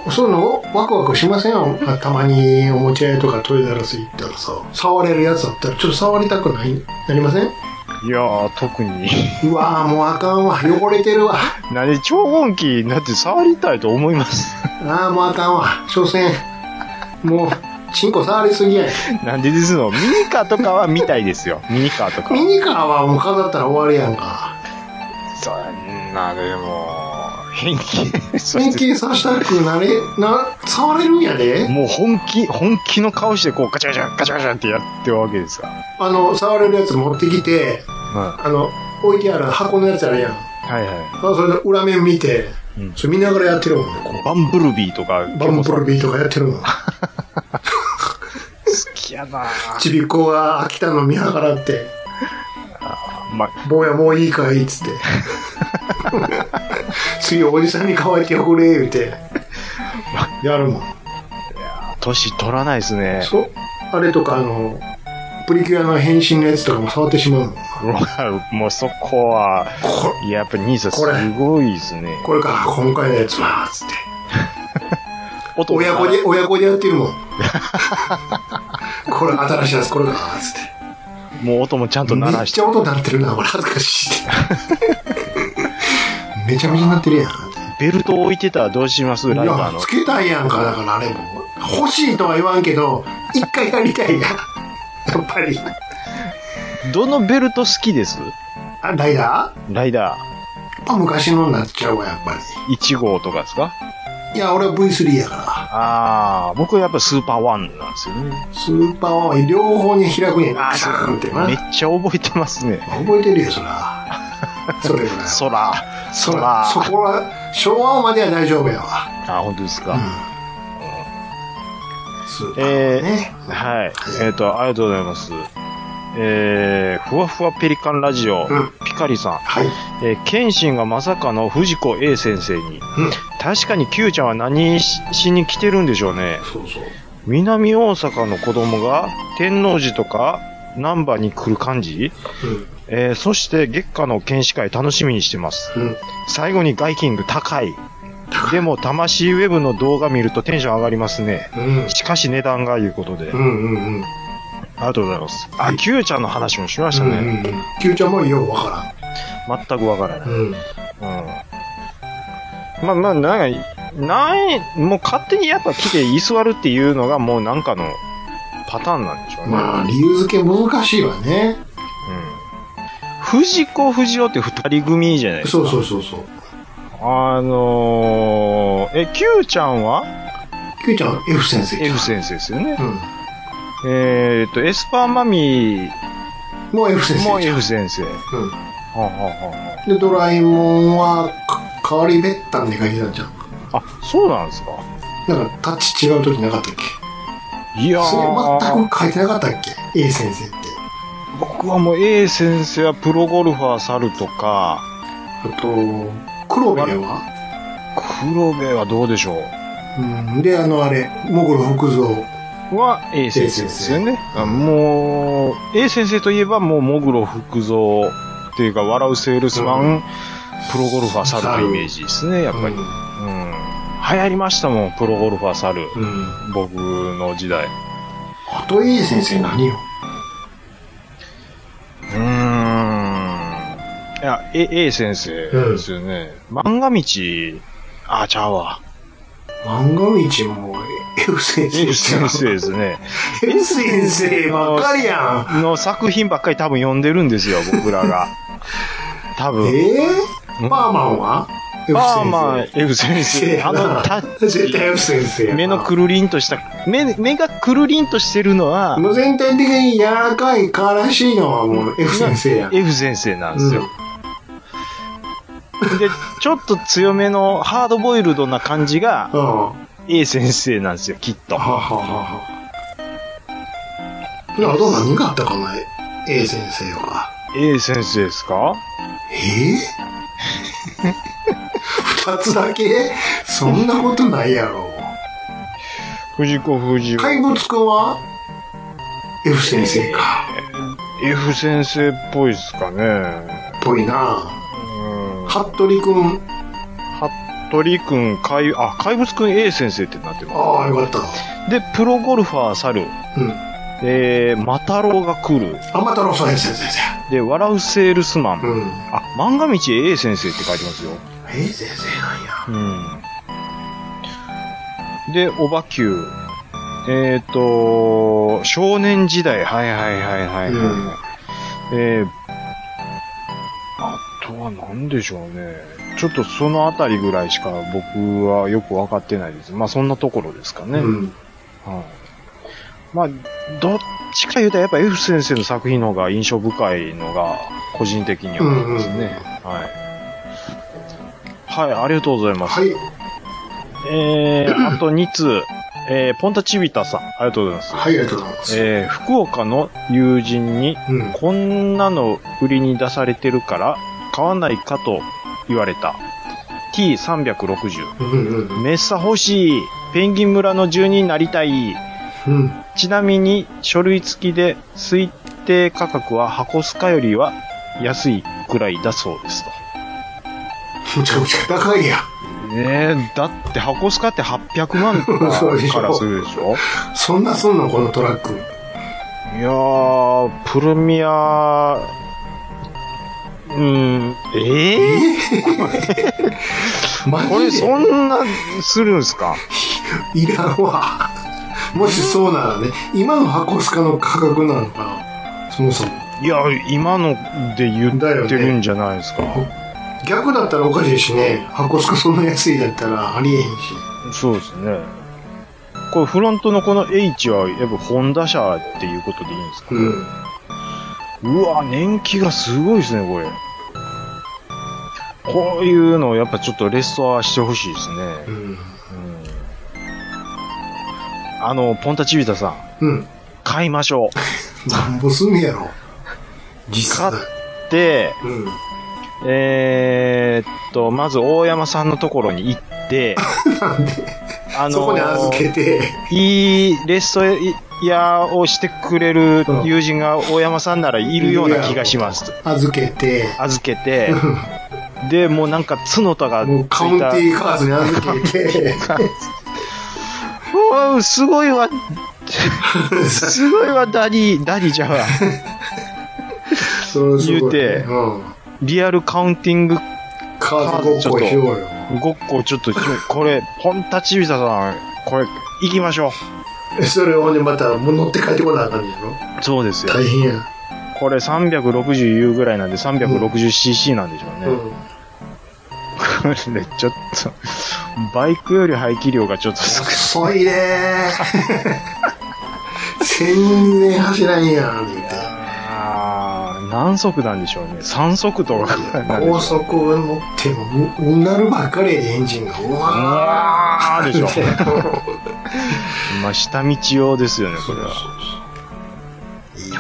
[SPEAKER 4] お そういうのワクワクしませんよ。たまにおもちゃ屋とかトイザらス行ったらさ、触れるやつだったらちょっと触りたくない、なりません
[SPEAKER 3] いやー、特に。
[SPEAKER 4] うわーもうあかんわ。汚れてるわ。
[SPEAKER 3] 何、超音機なんて触りたいと思 います。
[SPEAKER 4] ああ、もうあかんわ。所詮。もう、チンコ触りすぎや。
[SPEAKER 3] なんでですのミニカーとかは見たいです よ。ミニカーとか。
[SPEAKER 4] ミニカーはもう飾ったら終わりやんか。
[SPEAKER 3] そんな、でも、変形、そ
[SPEAKER 4] 変
[SPEAKER 3] し
[SPEAKER 4] 形
[SPEAKER 3] て、
[SPEAKER 4] させたくなれ、な、触れるんやで。
[SPEAKER 3] もう本気、本気の顔して、こう、ガチャガチャ、ガチャガチャってやってるわけですか
[SPEAKER 4] あの、触れるやつ持ってきて、
[SPEAKER 3] は
[SPEAKER 4] あの、置いてある箱のやつあるやん。
[SPEAKER 3] い。はいは
[SPEAKER 4] まあ、それで裏面見て、
[SPEAKER 3] うん
[SPEAKER 4] それ見ながらやってるもんね、こ
[SPEAKER 3] い。バンブルビーとか、
[SPEAKER 4] う。バンブル
[SPEAKER 3] ー。
[SPEAKER 4] ビーとかやってるもん。
[SPEAKER 3] 好きやなぁ
[SPEAKER 4] ちびっこが飽きたの見計らって、
[SPEAKER 3] ま、
[SPEAKER 4] 坊やもういいかいっつ って。次おじさんに乾いて汚れ言うて、やるもん。
[SPEAKER 3] 年取らないですね。
[SPEAKER 4] そう。あれとか、あの、プリキュアの変身のやつとかも触ってしまうもん。こ
[SPEAKER 3] うわもうそこは、
[SPEAKER 4] れ、
[SPEAKER 3] いややっぱり兄さんす
[SPEAKER 4] これ
[SPEAKER 3] ごいですね。
[SPEAKER 4] これか、今回のやつは、つって。
[SPEAKER 3] 音
[SPEAKER 4] 親子で、親子でやってる もん。これ新しいやつ、これか、つって。
[SPEAKER 3] もう音もちゃんと鳴
[SPEAKER 4] めっ
[SPEAKER 3] らし
[SPEAKER 4] ち
[SPEAKER 3] て。
[SPEAKER 4] ゃ音鳴ってるな、これ恥ずかしい。 めちゃめちゃ鳴ってるやん。
[SPEAKER 3] ベルト置いてたらどうしますライ
[SPEAKER 4] い
[SPEAKER 3] バー
[SPEAKER 4] や
[SPEAKER 3] の
[SPEAKER 4] つ。けたいやんか、だからあれも。欲しいとは言わんけど、一回やりたいやん。や っぱり。
[SPEAKER 3] どのベルト好きです
[SPEAKER 4] あ、ライダー
[SPEAKER 3] ライダ
[SPEAKER 4] やっぱ昔のになっちゃうわ、やっぱり。
[SPEAKER 3] ー1号とかですか
[SPEAKER 4] いや、俺は V3 やか
[SPEAKER 3] ああ、僕はやっぱスーパーワンなんですよね。
[SPEAKER 4] ら。スーパーは両方に開くねんな、シャーンってな
[SPEAKER 3] め。っちゃ覚えてますね。
[SPEAKER 4] 覚えてるよ、そ ら。それぐらい。
[SPEAKER 3] 空。空。
[SPEAKER 4] そら、そこは、昭和までは大丈夫やわ。
[SPEAKER 3] あ、本当です
[SPEAKER 4] うん
[SPEAKER 3] か。。
[SPEAKER 4] スーパーはね。
[SPEAKER 3] はい。えっ、と、ありがとうございます。えー、ふわふわペリカンラジオ、
[SPEAKER 4] うん
[SPEAKER 3] ピカリさ
[SPEAKER 4] はい。
[SPEAKER 3] ん、えー、謙信がまさかの藤子 A 先生に、
[SPEAKER 4] うん。
[SPEAKER 3] 確かに Q ちゃんは何ししに来てるんでしょうね。
[SPEAKER 4] そうそう。
[SPEAKER 3] 南大阪の子供が天王寺とか難波に来る感じ
[SPEAKER 4] う
[SPEAKER 3] えー、そして月下の剣士会楽しみにしてます。
[SPEAKER 4] ん。うん。
[SPEAKER 3] 最後にガイキング高い。でも、魂ウェブの動画見るとテンション上がりますね。
[SPEAKER 4] うん。
[SPEAKER 3] しかし値段がいうことで。
[SPEAKER 4] う
[SPEAKER 3] あ
[SPEAKER 4] んうんうん。
[SPEAKER 3] りがとうございます。
[SPEAKER 4] は
[SPEAKER 3] あ、
[SPEAKER 4] い
[SPEAKER 3] Q ちゃんの話もしました
[SPEAKER 4] うん
[SPEAKER 3] ね。
[SPEAKER 4] うんうん。Q ちゃんもようわか
[SPEAKER 3] 全くわからな
[SPEAKER 4] ら。
[SPEAKER 3] い
[SPEAKER 4] ん。うん。
[SPEAKER 3] うん。まあまあ、なんか、ない、もう勝手にやっぱ来て居座るっていうのがもうなんかのパターンなんでしょうね。
[SPEAKER 4] まあ、理由付け難しいわね。
[SPEAKER 3] うん。藤子不二雄って二人組じゃないですか。
[SPEAKER 4] そうそうそうそう。
[SPEAKER 3] あのー、え、Q ちゃんは
[SPEAKER 4] Q ちゃん、F 先生。
[SPEAKER 3] F 先生ですよね。
[SPEAKER 4] うん。
[SPEAKER 3] えーっと、エスパーマミ
[SPEAKER 4] もう F 先
[SPEAKER 3] ー
[SPEAKER 4] 生
[SPEAKER 3] も
[SPEAKER 4] じゃん
[SPEAKER 3] F 先生。
[SPEAKER 4] うん
[SPEAKER 3] はあは
[SPEAKER 4] で、ドラえもんは、か代わりべったんで書いてたんじゃん。
[SPEAKER 3] あはあはああ、そうなんですか
[SPEAKER 4] なんか、タッチ違う時なかったっけ
[SPEAKER 3] いや
[SPEAKER 4] それ
[SPEAKER 3] ー、
[SPEAKER 4] 全く書いてなかったっけ ?A 先生って。
[SPEAKER 3] 僕はもう A 先生はプロゴルファー猿とか、
[SPEAKER 4] あと、黒部は
[SPEAKER 3] 黒部はどうでしょ
[SPEAKER 4] うん。で、あの、あれ、モグロ福蔵。
[SPEAKER 3] うは A 先生ですよね。あもう、A 先生といえばもう、モグロ福蔵っていうか、笑うセールスマン、プロゴルファー猿のイメージですね、やっぱり。うん。
[SPEAKER 4] う
[SPEAKER 3] 流行りましたもん、プロゴルファー猿。
[SPEAKER 4] ん。うん。
[SPEAKER 3] 僕の時代。
[SPEAKER 4] あと A 先生何よ
[SPEAKER 3] うーん。いや、A, A 先生ですよね。漫画道、あ、ちゃうわ。
[SPEAKER 4] 漫画道も F 先生
[SPEAKER 3] A
[SPEAKER 4] じゃん
[SPEAKER 3] 先生ですね。
[SPEAKER 4] F 先生ばっかりや
[SPEAKER 3] の作品ばっかり多分読んでるんですよ、僕らが。多
[SPEAKER 4] ん。
[SPEAKER 3] 分。
[SPEAKER 4] え
[SPEAKER 3] う
[SPEAKER 4] ー、
[SPEAKER 3] ん
[SPEAKER 4] パーマンは ?F 先生。
[SPEAKER 3] まあまあ、F 先
[SPEAKER 4] せ
[SPEAKER 3] 生。
[SPEAKER 4] や
[SPEAKER 3] あの、
[SPEAKER 4] な
[SPEAKER 3] タ
[SPEAKER 4] 絶対
[SPEAKER 3] ッ
[SPEAKER 4] F 先生や
[SPEAKER 3] チ、
[SPEAKER 4] な
[SPEAKER 3] 目のくるりんとした、目、目がくるりんとしてるのは、
[SPEAKER 4] もう全体的に柔らかいからわしいのはもう F 先生やん。
[SPEAKER 3] F 先生なんですよ。
[SPEAKER 4] う
[SPEAKER 3] で、ちょっと強めのハードボイルドな感じが
[SPEAKER 4] ん。は
[SPEAKER 3] A 先生なんですよ、きっと
[SPEAKER 4] は。ははは。あと何があったかな ?A 先生は。
[SPEAKER 3] A 先生ですか
[SPEAKER 4] えー、二つだけそんなことないやろ。
[SPEAKER 3] 藤子不二雄。
[SPEAKER 4] 怪物くんは ?F 先生か。
[SPEAKER 3] F 先生っぽいですかね。
[SPEAKER 4] ぽいな。
[SPEAKER 3] うん。
[SPEAKER 4] 服部くん。
[SPEAKER 3] 服部くん、怪、あ、怪物くん A 先生ってなってま
[SPEAKER 4] ああ、よかった。
[SPEAKER 3] す。で、プロゴルファー猿。
[SPEAKER 4] うん。
[SPEAKER 3] えー、マタロウが来る。
[SPEAKER 4] 天太郎さん先生だ。
[SPEAKER 3] で、笑うセールスマン。
[SPEAKER 4] うん。
[SPEAKER 3] あ、漫画道 A 先生って書いてますよ。
[SPEAKER 4] A 先生なんや。
[SPEAKER 3] うん。で、おばきゅう。えっ、と、少年時代。はいはいはいはい、はい
[SPEAKER 4] うん
[SPEAKER 3] えーあとは何でしょうね。ちょっとそのあたりぐらいしか僕はよくわかってないです。まあそんなところですかね。
[SPEAKER 4] うん。
[SPEAKER 3] はい。まあ、どっちか言うとやっぱ F 先生の作品の方が印象深いのが、個人的にはありますね。
[SPEAKER 4] うんうんうん
[SPEAKER 3] はい。はい、ありがとうございます。
[SPEAKER 4] はい。
[SPEAKER 3] えー、あと2通、えー、ポンタチビタさん、ありがとうございます。
[SPEAKER 4] はい、ありがとうございます。
[SPEAKER 3] えー、福岡の友人に、
[SPEAKER 4] うん。
[SPEAKER 3] こんなの売りに出されてるから、買わないかと言われた。T360。
[SPEAKER 4] うんうん
[SPEAKER 3] メッサ欲しい。ペンギン村の住人になりたい。
[SPEAKER 4] うん。
[SPEAKER 3] ちなみに、書類付きで推定価格は箱スカよりは安いくらいだそうですと。
[SPEAKER 4] むちゃくちゃ高いや。
[SPEAKER 3] ねえ、だって箱スカって800万 と
[SPEAKER 4] そうで
[SPEAKER 3] か
[SPEAKER 4] しょ
[SPEAKER 3] からするでしょ
[SPEAKER 4] そんなすんのこのトラック。
[SPEAKER 3] いやー、プレミア、うん、ええ
[SPEAKER 4] マ
[SPEAKER 3] これ
[SPEAKER 4] ジで
[SPEAKER 3] そんなするんすか
[SPEAKER 4] いらんわ。もしそうならね、今の箱スカの価格なのかなそもそも。
[SPEAKER 3] いや、今ので言ってるんじゃないですか。
[SPEAKER 4] 逆だったらおかしいしね、箱スカそんな安いだったらありえへんし。
[SPEAKER 3] そうですね。これフロントのこの H はやっぱホンダ車っていうことでいいんですか
[SPEAKER 4] うん。
[SPEAKER 3] うわ、年季がすごいですね、これ。こういうのをやっぱちょっとレストアしてほしいですね。
[SPEAKER 4] うん。
[SPEAKER 3] うんあの、ポンタチビタさん、
[SPEAKER 4] うん。
[SPEAKER 3] 買いましょう。
[SPEAKER 4] なんぼすんねやろ。実
[SPEAKER 3] 買
[SPEAKER 4] 際
[SPEAKER 3] っ。て、
[SPEAKER 4] うん。
[SPEAKER 3] えー、っと、まず大山さんのところに 行って、
[SPEAKER 4] なんで、
[SPEAKER 3] あのー
[SPEAKER 4] そこに預けて、
[SPEAKER 3] いいレスト屋をしてくれる
[SPEAKER 4] うん
[SPEAKER 3] 友人が大山さんならいるような気がします。
[SPEAKER 4] 預けて、
[SPEAKER 3] 預 けて、で、もうなんか角田がつ
[SPEAKER 4] もうカウンテ
[SPEAKER 3] いた。
[SPEAKER 4] ィーカーズに預けて、
[SPEAKER 3] うわすごいわ。 すごいわ、ダディ、ダディじゃあ、
[SPEAKER 4] そうすごい
[SPEAKER 3] 言うて
[SPEAKER 4] うん。
[SPEAKER 3] リアルカウンティング
[SPEAKER 4] カーズごっこしようよ。
[SPEAKER 3] ごっこちょっと、これ、ポンタチビタさん、これ、行きましょ
[SPEAKER 4] えそれをね、また、もう乗って帰ってこなあかんねやろ
[SPEAKER 3] う。そうですよ。
[SPEAKER 4] 大変や。
[SPEAKER 3] これ 360U ぐらいなんで 360cc なんでしょうね。
[SPEAKER 4] う
[SPEAKER 3] こ
[SPEAKER 4] ん。
[SPEAKER 3] れちょっと、バイクより排気量がちょっと少ない
[SPEAKER 4] 遅いねー。 全然走らんやん、って言って。
[SPEAKER 3] あー何速なんでしょうね。三速とか なんでしょう
[SPEAKER 4] 高速を乗ってもううなるばっかりやでエンジンがうわ
[SPEAKER 3] あー でしょ。
[SPEAKER 4] ー
[SPEAKER 3] まあ、下道用ですよね、これは。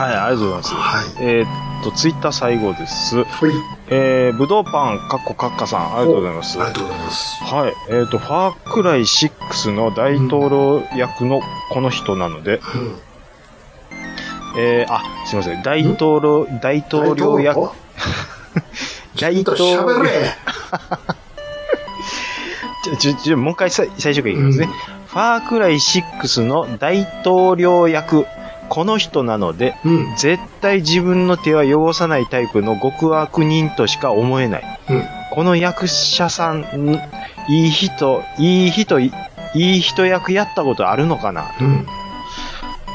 [SPEAKER 3] はい、ありがとうござい
[SPEAKER 4] は
[SPEAKER 3] ま
[SPEAKER 4] い
[SPEAKER 3] す。えーっと、ツイッター最後です。
[SPEAKER 4] はい
[SPEAKER 3] えー、ぶどうパン、かっこかっかさん、ありがとうございます。
[SPEAKER 4] ありがとうございます
[SPEAKER 3] はい。えっ、と、ファークライ6の大統領役のこの人なので、
[SPEAKER 4] うん
[SPEAKER 3] えー、あ、すいません。大統領、大統領役、
[SPEAKER 4] 大
[SPEAKER 3] 大
[SPEAKER 4] 統
[SPEAKER 3] 統
[SPEAKER 4] 領喋
[SPEAKER 3] 領
[SPEAKER 4] れ
[SPEAKER 3] ちょ、ちょ、ちょ、もう一回さ最初から言いますね。ファークライ6の大統領役、この人なので、
[SPEAKER 4] うん
[SPEAKER 3] 絶対自分の手は汚さないタイプの極悪人としか思えない。
[SPEAKER 4] うん
[SPEAKER 3] この役者さん、んいい人、いい人、いい人役やったことあるのかな
[SPEAKER 4] うん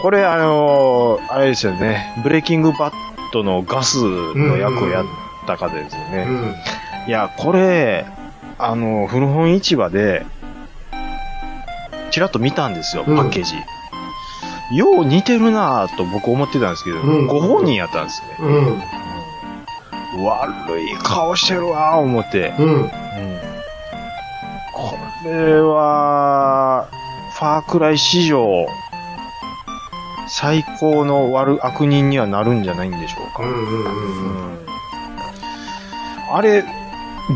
[SPEAKER 3] これ、あのーあれですよね。ブレイキングバットのガスの役をやった方ですよ
[SPEAKER 4] う
[SPEAKER 3] ね。
[SPEAKER 4] ん
[SPEAKER 3] いや、これ、あのー古本市場で、ちらっと見たんですよ、パ
[SPEAKER 4] うん
[SPEAKER 3] ッケージ。よう似てるなぁと僕思ってたんですけど、
[SPEAKER 4] うん
[SPEAKER 3] ご本人やったんですね。
[SPEAKER 4] うん
[SPEAKER 3] 悪い顔してるわぁ、思って。
[SPEAKER 4] うん
[SPEAKER 3] これは、ファークライ史上、最高の悪悪人にはなるんじゃないんでしょう
[SPEAKER 4] う
[SPEAKER 3] か。
[SPEAKER 4] んうん
[SPEAKER 3] う
[SPEAKER 4] うん
[SPEAKER 3] んあれ、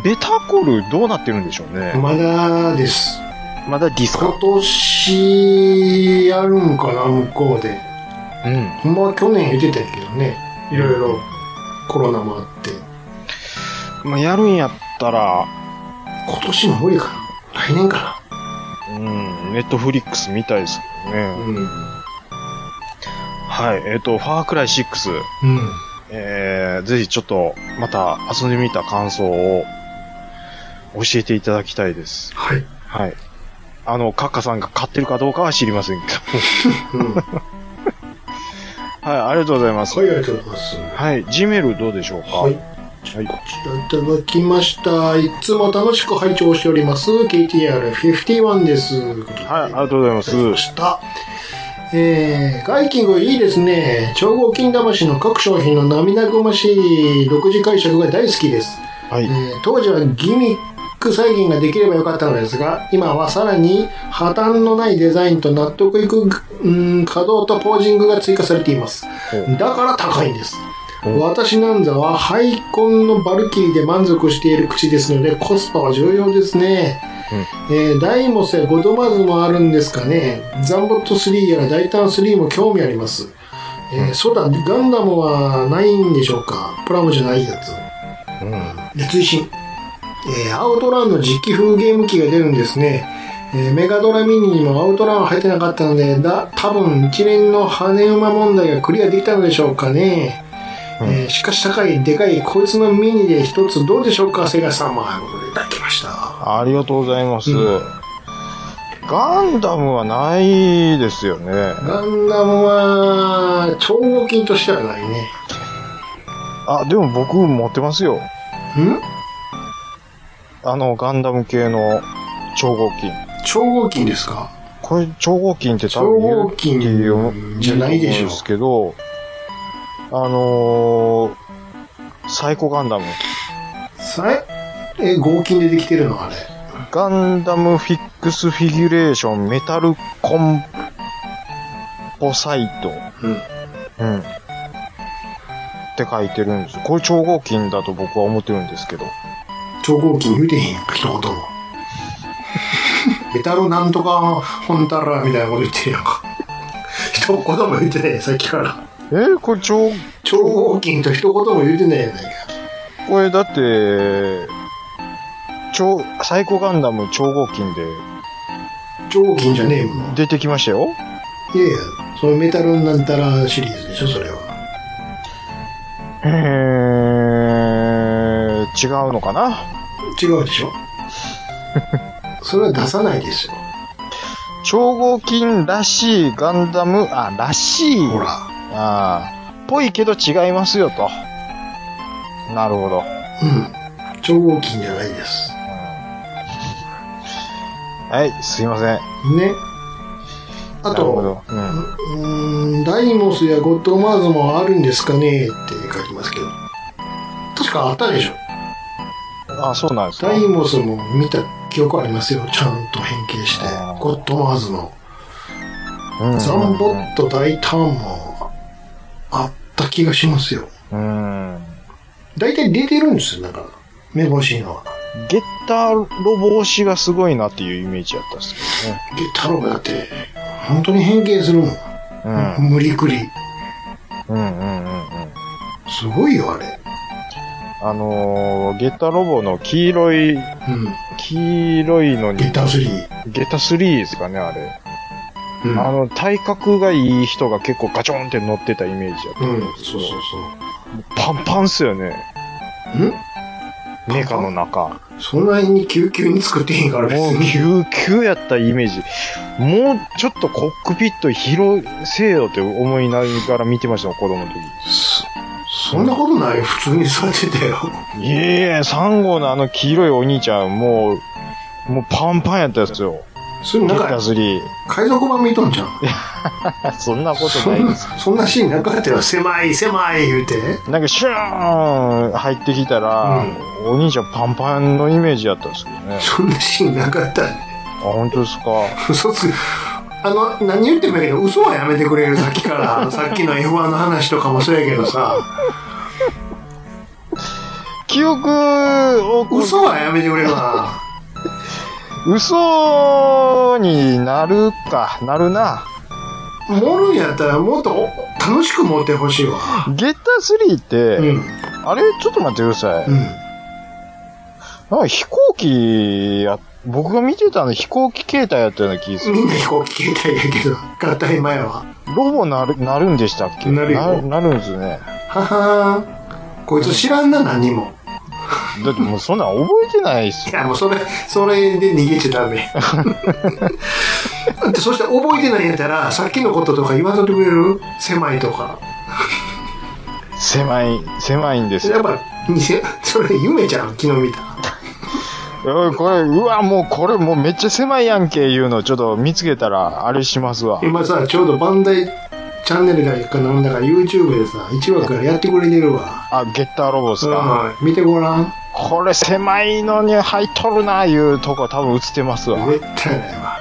[SPEAKER 3] ベタコルどうなってるんでしょう
[SPEAKER 4] うん
[SPEAKER 3] ね。
[SPEAKER 4] まだです
[SPEAKER 3] まだディス
[SPEAKER 4] 今
[SPEAKER 3] コ。
[SPEAKER 4] 年やるんかな向こうで
[SPEAKER 3] うん。
[SPEAKER 4] ほんまは去年言ってたけどねいろいろコロナもあって
[SPEAKER 3] まあ、やるんやったら、
[SPEAKER 4] 今年も無理かな来年か
[SPEAKER 3] うん、ネットフリックスみたいですけど
[SPEAKER 4] な
[SPEAKER 3] ね。
[SPEAKER 4] んうん
[SPEAKER 3] はい。えっ、と、ファークライ6。えー、ぜひちょっと、また遊んでみた感想を教えていただきたいです。
[SPEAKER 4] はい
[SPEAKER 3] はい。あの、カッカさんが買ってるかどうかは知りませんけ
[SPEAKER 4] う
[SPEAKER 3] ど。
[SPEAKER 4] んは
[SPEAKER 3] はい、ありがとうございます。
[SPEAKER 4] いありがとうございます
[SPEAKER 3] はい、G メールどうでしょうか
[SPEAKER 4] はい。
[SPEAKER 3] はい。
[SPEAKER 4] こちらいただきました。いつも楽しく拝聴しております。KTR51 です。
[SPEAKER 3] はい、ありがとうございま。
[SPEAKER 4] いただきますした。えー、ガイキングいいですね。超合金魂の各商品の涙ぐましい独自解釈が大好きです。
[SPEAKER 3] はい。
[SPEAKER 4] えー当時はギミック再現ができればよかったのですが今はさらに破綻のないデザインと納得いく、うん、稼働とポージングが追加されています
[SPEAKER 3] お
[SPEAKER 4] だから高いんです
[SPEAKER 3] お
[SPEAKER 4] 私なんざはハイコンのバルキリーで満足している口ですのでコスパは重要ですね、えーダイモスやゴドマズもあるんですかねザンボット3やらダイタン3も興味あります、えーそうだガンダムはないんでしょうかプラモじゃないやつ
[SPEAKER 3] うん。
[SPEAKER 4] で追伸、えーアウトランの実機風ゲーム機が出るんですね、えーメガドラミニにもアウトランは入ってなかったのでだ多分一連の羽根馬問題がクリアできたのでしょうかね、えーしかし高いでかいこいつのミニで一つどうでしょうかセガ様ということでいただきました
[SPEAKER 3] ありがとうございます。
[SPEAKER 4] うん
[SPEAKER 3] ガンダムはないですよね。
[SPEAKER 4] ガンダムは超合金としてはないね
[SPEAKER 3] あ、でも僕持ってますよ。
[SPEAKER 4] ん
[SPEAKER 3] あの、ガンダム系の超合金。
[SPEAKER 4] 超合金ですか
[SPEAKER 3] これ、超合金って多
[SPEAKER 4] 超
[SPEAKER 3] 分
[SPEAKER 4] 合金じゃないでし
[SPEAKER 3] 言
[SPEAKER 4] ょ
[SPEAKER 3] うんですけど、あのー、サイコガンダム。
[SPEAKER 4] さええー合金でできてるのあれ
[SPEAKER 3] ガンダムフィックスフィギュレーションメタルコンポサイト。うん。って書いてるんです。これ超合金だと僕は思ってるんですけど。
[SPEAKER 4] 超合金言うてへんやんか、一言 も。メタルなんとか、ホンタラみたいなこと言ってるやんか。一言も言ってないやんさっきから。
[SPEAKER 3] えーこれ超、
[SPEAKER 4] 超合金と一言も言うてないやないか。
[SPEAKER 3] これだって、超、サイコガンダム超合金で
[SPEAKER 4] 超合金じゃねえもん。
[SPEAKER 3] 出てきましたよ。
[SPEAKER 4] いやいや、そのメタルなんたらシリーズでしょ、それは。
[SPEAKER 3] えー、違うのかな
[SPEAKER 4] 違うでし ょそれは出さないですよ。
[SPEAKER 3] 超合金らしいガンダム、あ、らしい。
[SPEAKER 4] ほら。
[SPEAKER 3] ああ、ぽいけど違いますよと。なるほど。
[SPEAKER 4] うん。超合金じゃないです。
[SPEAKER 3] はい、すいません。
[SPEAKER 4] ね。あ
[SPEAKER 3] なるほ
[SPEAKER 4] と、
[SPEAKER 3] ど。うん。
[SPEAKER 4] うーん、ダイモスやゴッドマーズもあるんですかねって書きますけど。確かあったでしょ。
[SPEAKER 3] あ、そうなんですか
[SPEAKER 4] ダ。イモスも見た記憶ありますよ。ちゃんと変形して
[SPEAKER 3] あー。
[SPEAKER 4] ゴッドマーズの。
[SPEAKER 3] うん
[SPEAKER 4] ザンボット大胆もあった気がしますよ。
[SPEAKER 3] うん。
[SPEAKER 4] 大体出てるんですよ、なんか。目星のは。
[SPEAKER 3] ゲッターロボ推しがすごいなっていうイメージだったんですけどね。
[SPEAKER 4] ゲタロウだって、本当に変形するもん。
[SPEAKER 3] うん。
[SPEAKER 4] 無理くり。
[SPEAKER 3] うんうんうんうん。
[SPEAKER 4] すごいよ、あれ。
[SPEAKER 3] あのー、ゲッタロボの黄色い、
[SPEAKER 4] うん。
[SPEAKER 3] 黄色いのに、
[SPEAKER 4] ゲタ3。
[SPEAKER 3] ゲッタ3ですかね、あれ。
[SPEAKER 4] うん。
[SPEAKER 3] あの、体格がいい人が結構ガチョンって乗ってたイメージだった。
[SPEAKER 4] うん、そうそうそ
[SPEAKER 3] パンパンっすよね。
[SPEAKER 4] う。ん
[SPEAKER 3] メカの中。
[SPEAKER 4] そんなに急急に作っていいから別
[SPEAKER 3] もう
[SPEAKER 4] に。
[SPEAKER 3] 急、急やったイメージ。もうちょっとコックピット広せよって思いながら見てましたもん、子供の時。
[SPEAKER 4] そそんなことないよ普通に座ってたよ。
[SPEAKER 3] いえいえ、3号のあの黄色いお兄ちゃん、もう、もうパンパンやったやつよ。
[SPEAKER 4] それ
[SPEAKER 3] ゲ
[SPEAKER 4] なん
[SPEAKER 3] ッタ
[SPEAKER 4] か、
[SPEAKER 3] 3。
[SPEAKER 4] 海賊版見とんじゃん。
[SPEAKER 3] そんなこと
[SPEAKER 4] そ
[SPEAKER 3] ない
[SPEAKER 4] ん
[SPEAKER 3] で
[SPEAKER 4] な、
[SPEAKER 3] す。
[SPEAKER 4] そんなシーンなかったよ。狭い、狭い言うて。
[SPEAKER 3] なんかシューン入ってきたら、お兄ちゃんパンパンのイメージやったんですけどね。
[SPEAKER 4] そんなシーンなかった。
[SPEAKER 3] あ、本当ですか。
[SPEAKER 4] 嘘つく。あの、何言ってもいいけど、嘘はやめてくれる、さっきから。さっきの F1 の話とかもそうやけどさ、
[SPEAKER 3] 記憶をこう、
[SPEAKER 4] 嘘はやめてくれるな。
[SPEAKER 3] 嘘になるか、なるな。
[SPEAKER 4] 盛るんやったらもっと楽しく持ってほしいわ。
[SPEAKER 3] ゲッター3って、
[SPEAKER 4] うん。うん。
[SPEAKER 3] あれちょっと待ってください。なんか飛行機や、僕が見てたの飛行機形態やったような気がする。
[SPEAKER 4] みんな飛行機携帯やけど、合体前は。
[SPEAKER 3] ロボなる、なるんでしたっけ
[SPEAKER 4] なるよ
[SPEAKER 3] ななるんですね。
[SPEAKER 4] ははーん。こいつ知らんな、何も。
[SPEAKER 3] だってもうそんなん覚えてないっす
[SPEAKER 4] い
[SPEAKER 3] よ。
[SPEAKER 4] や、もうそれ、それで逃げちゃダメ。 だってそして覚えてないんやったら、さっきのこととか言わせてくれる狭いとか。
[SPEAKER 3] 狭い、狭いんです
[SPEAKER 4] やっ
[SPEAKER 3] よ。
[SPEAKER 4] ぱ、偽、それ夢じゃん、昨日見た。
[SPEAKER 3] おいこれ、うわ、もうこれもうめっちゃ狭いやんけ、いうのちょっと見つけたら、あれしますわ。
[SPEAKER 4] 今さ、ちょうどバンダイチャンネルだかなんだか YouTube でさ、1話からやってくれてるわ。
[SPEAKER 3] あ、ゲッターロボっすか。
[SPEAKER 4] うん、見てごらん。
[SPEAKER 3] これ狭いのに入っとるな、いうとこ多分映ってますわ。
[SPEAKER 4] 絶対ないわ。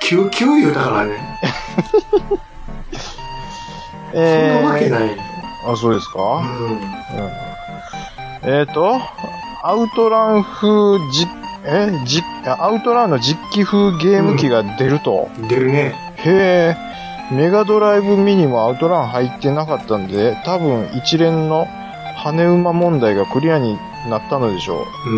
[SPEAKER 4] 救急言うだからね。そんなわけ
[SPEAKER 3] い。
[SPEAKER 4] ない。
[SPEAKER 3] あ、そうですか。
[SPEAKER 4] うん。
[SPEAKER 3] えっ、ー、と、アウトラン風実、え実、あアウトランの実機風ゲーム機が出ると。
[SPEAKER 4] 出るね。
[SPEAKER 3] へえ、メガドライブミニもアウトラン入ってなかったんで、多分一連の羽馬問題がクリアになったのでしょう。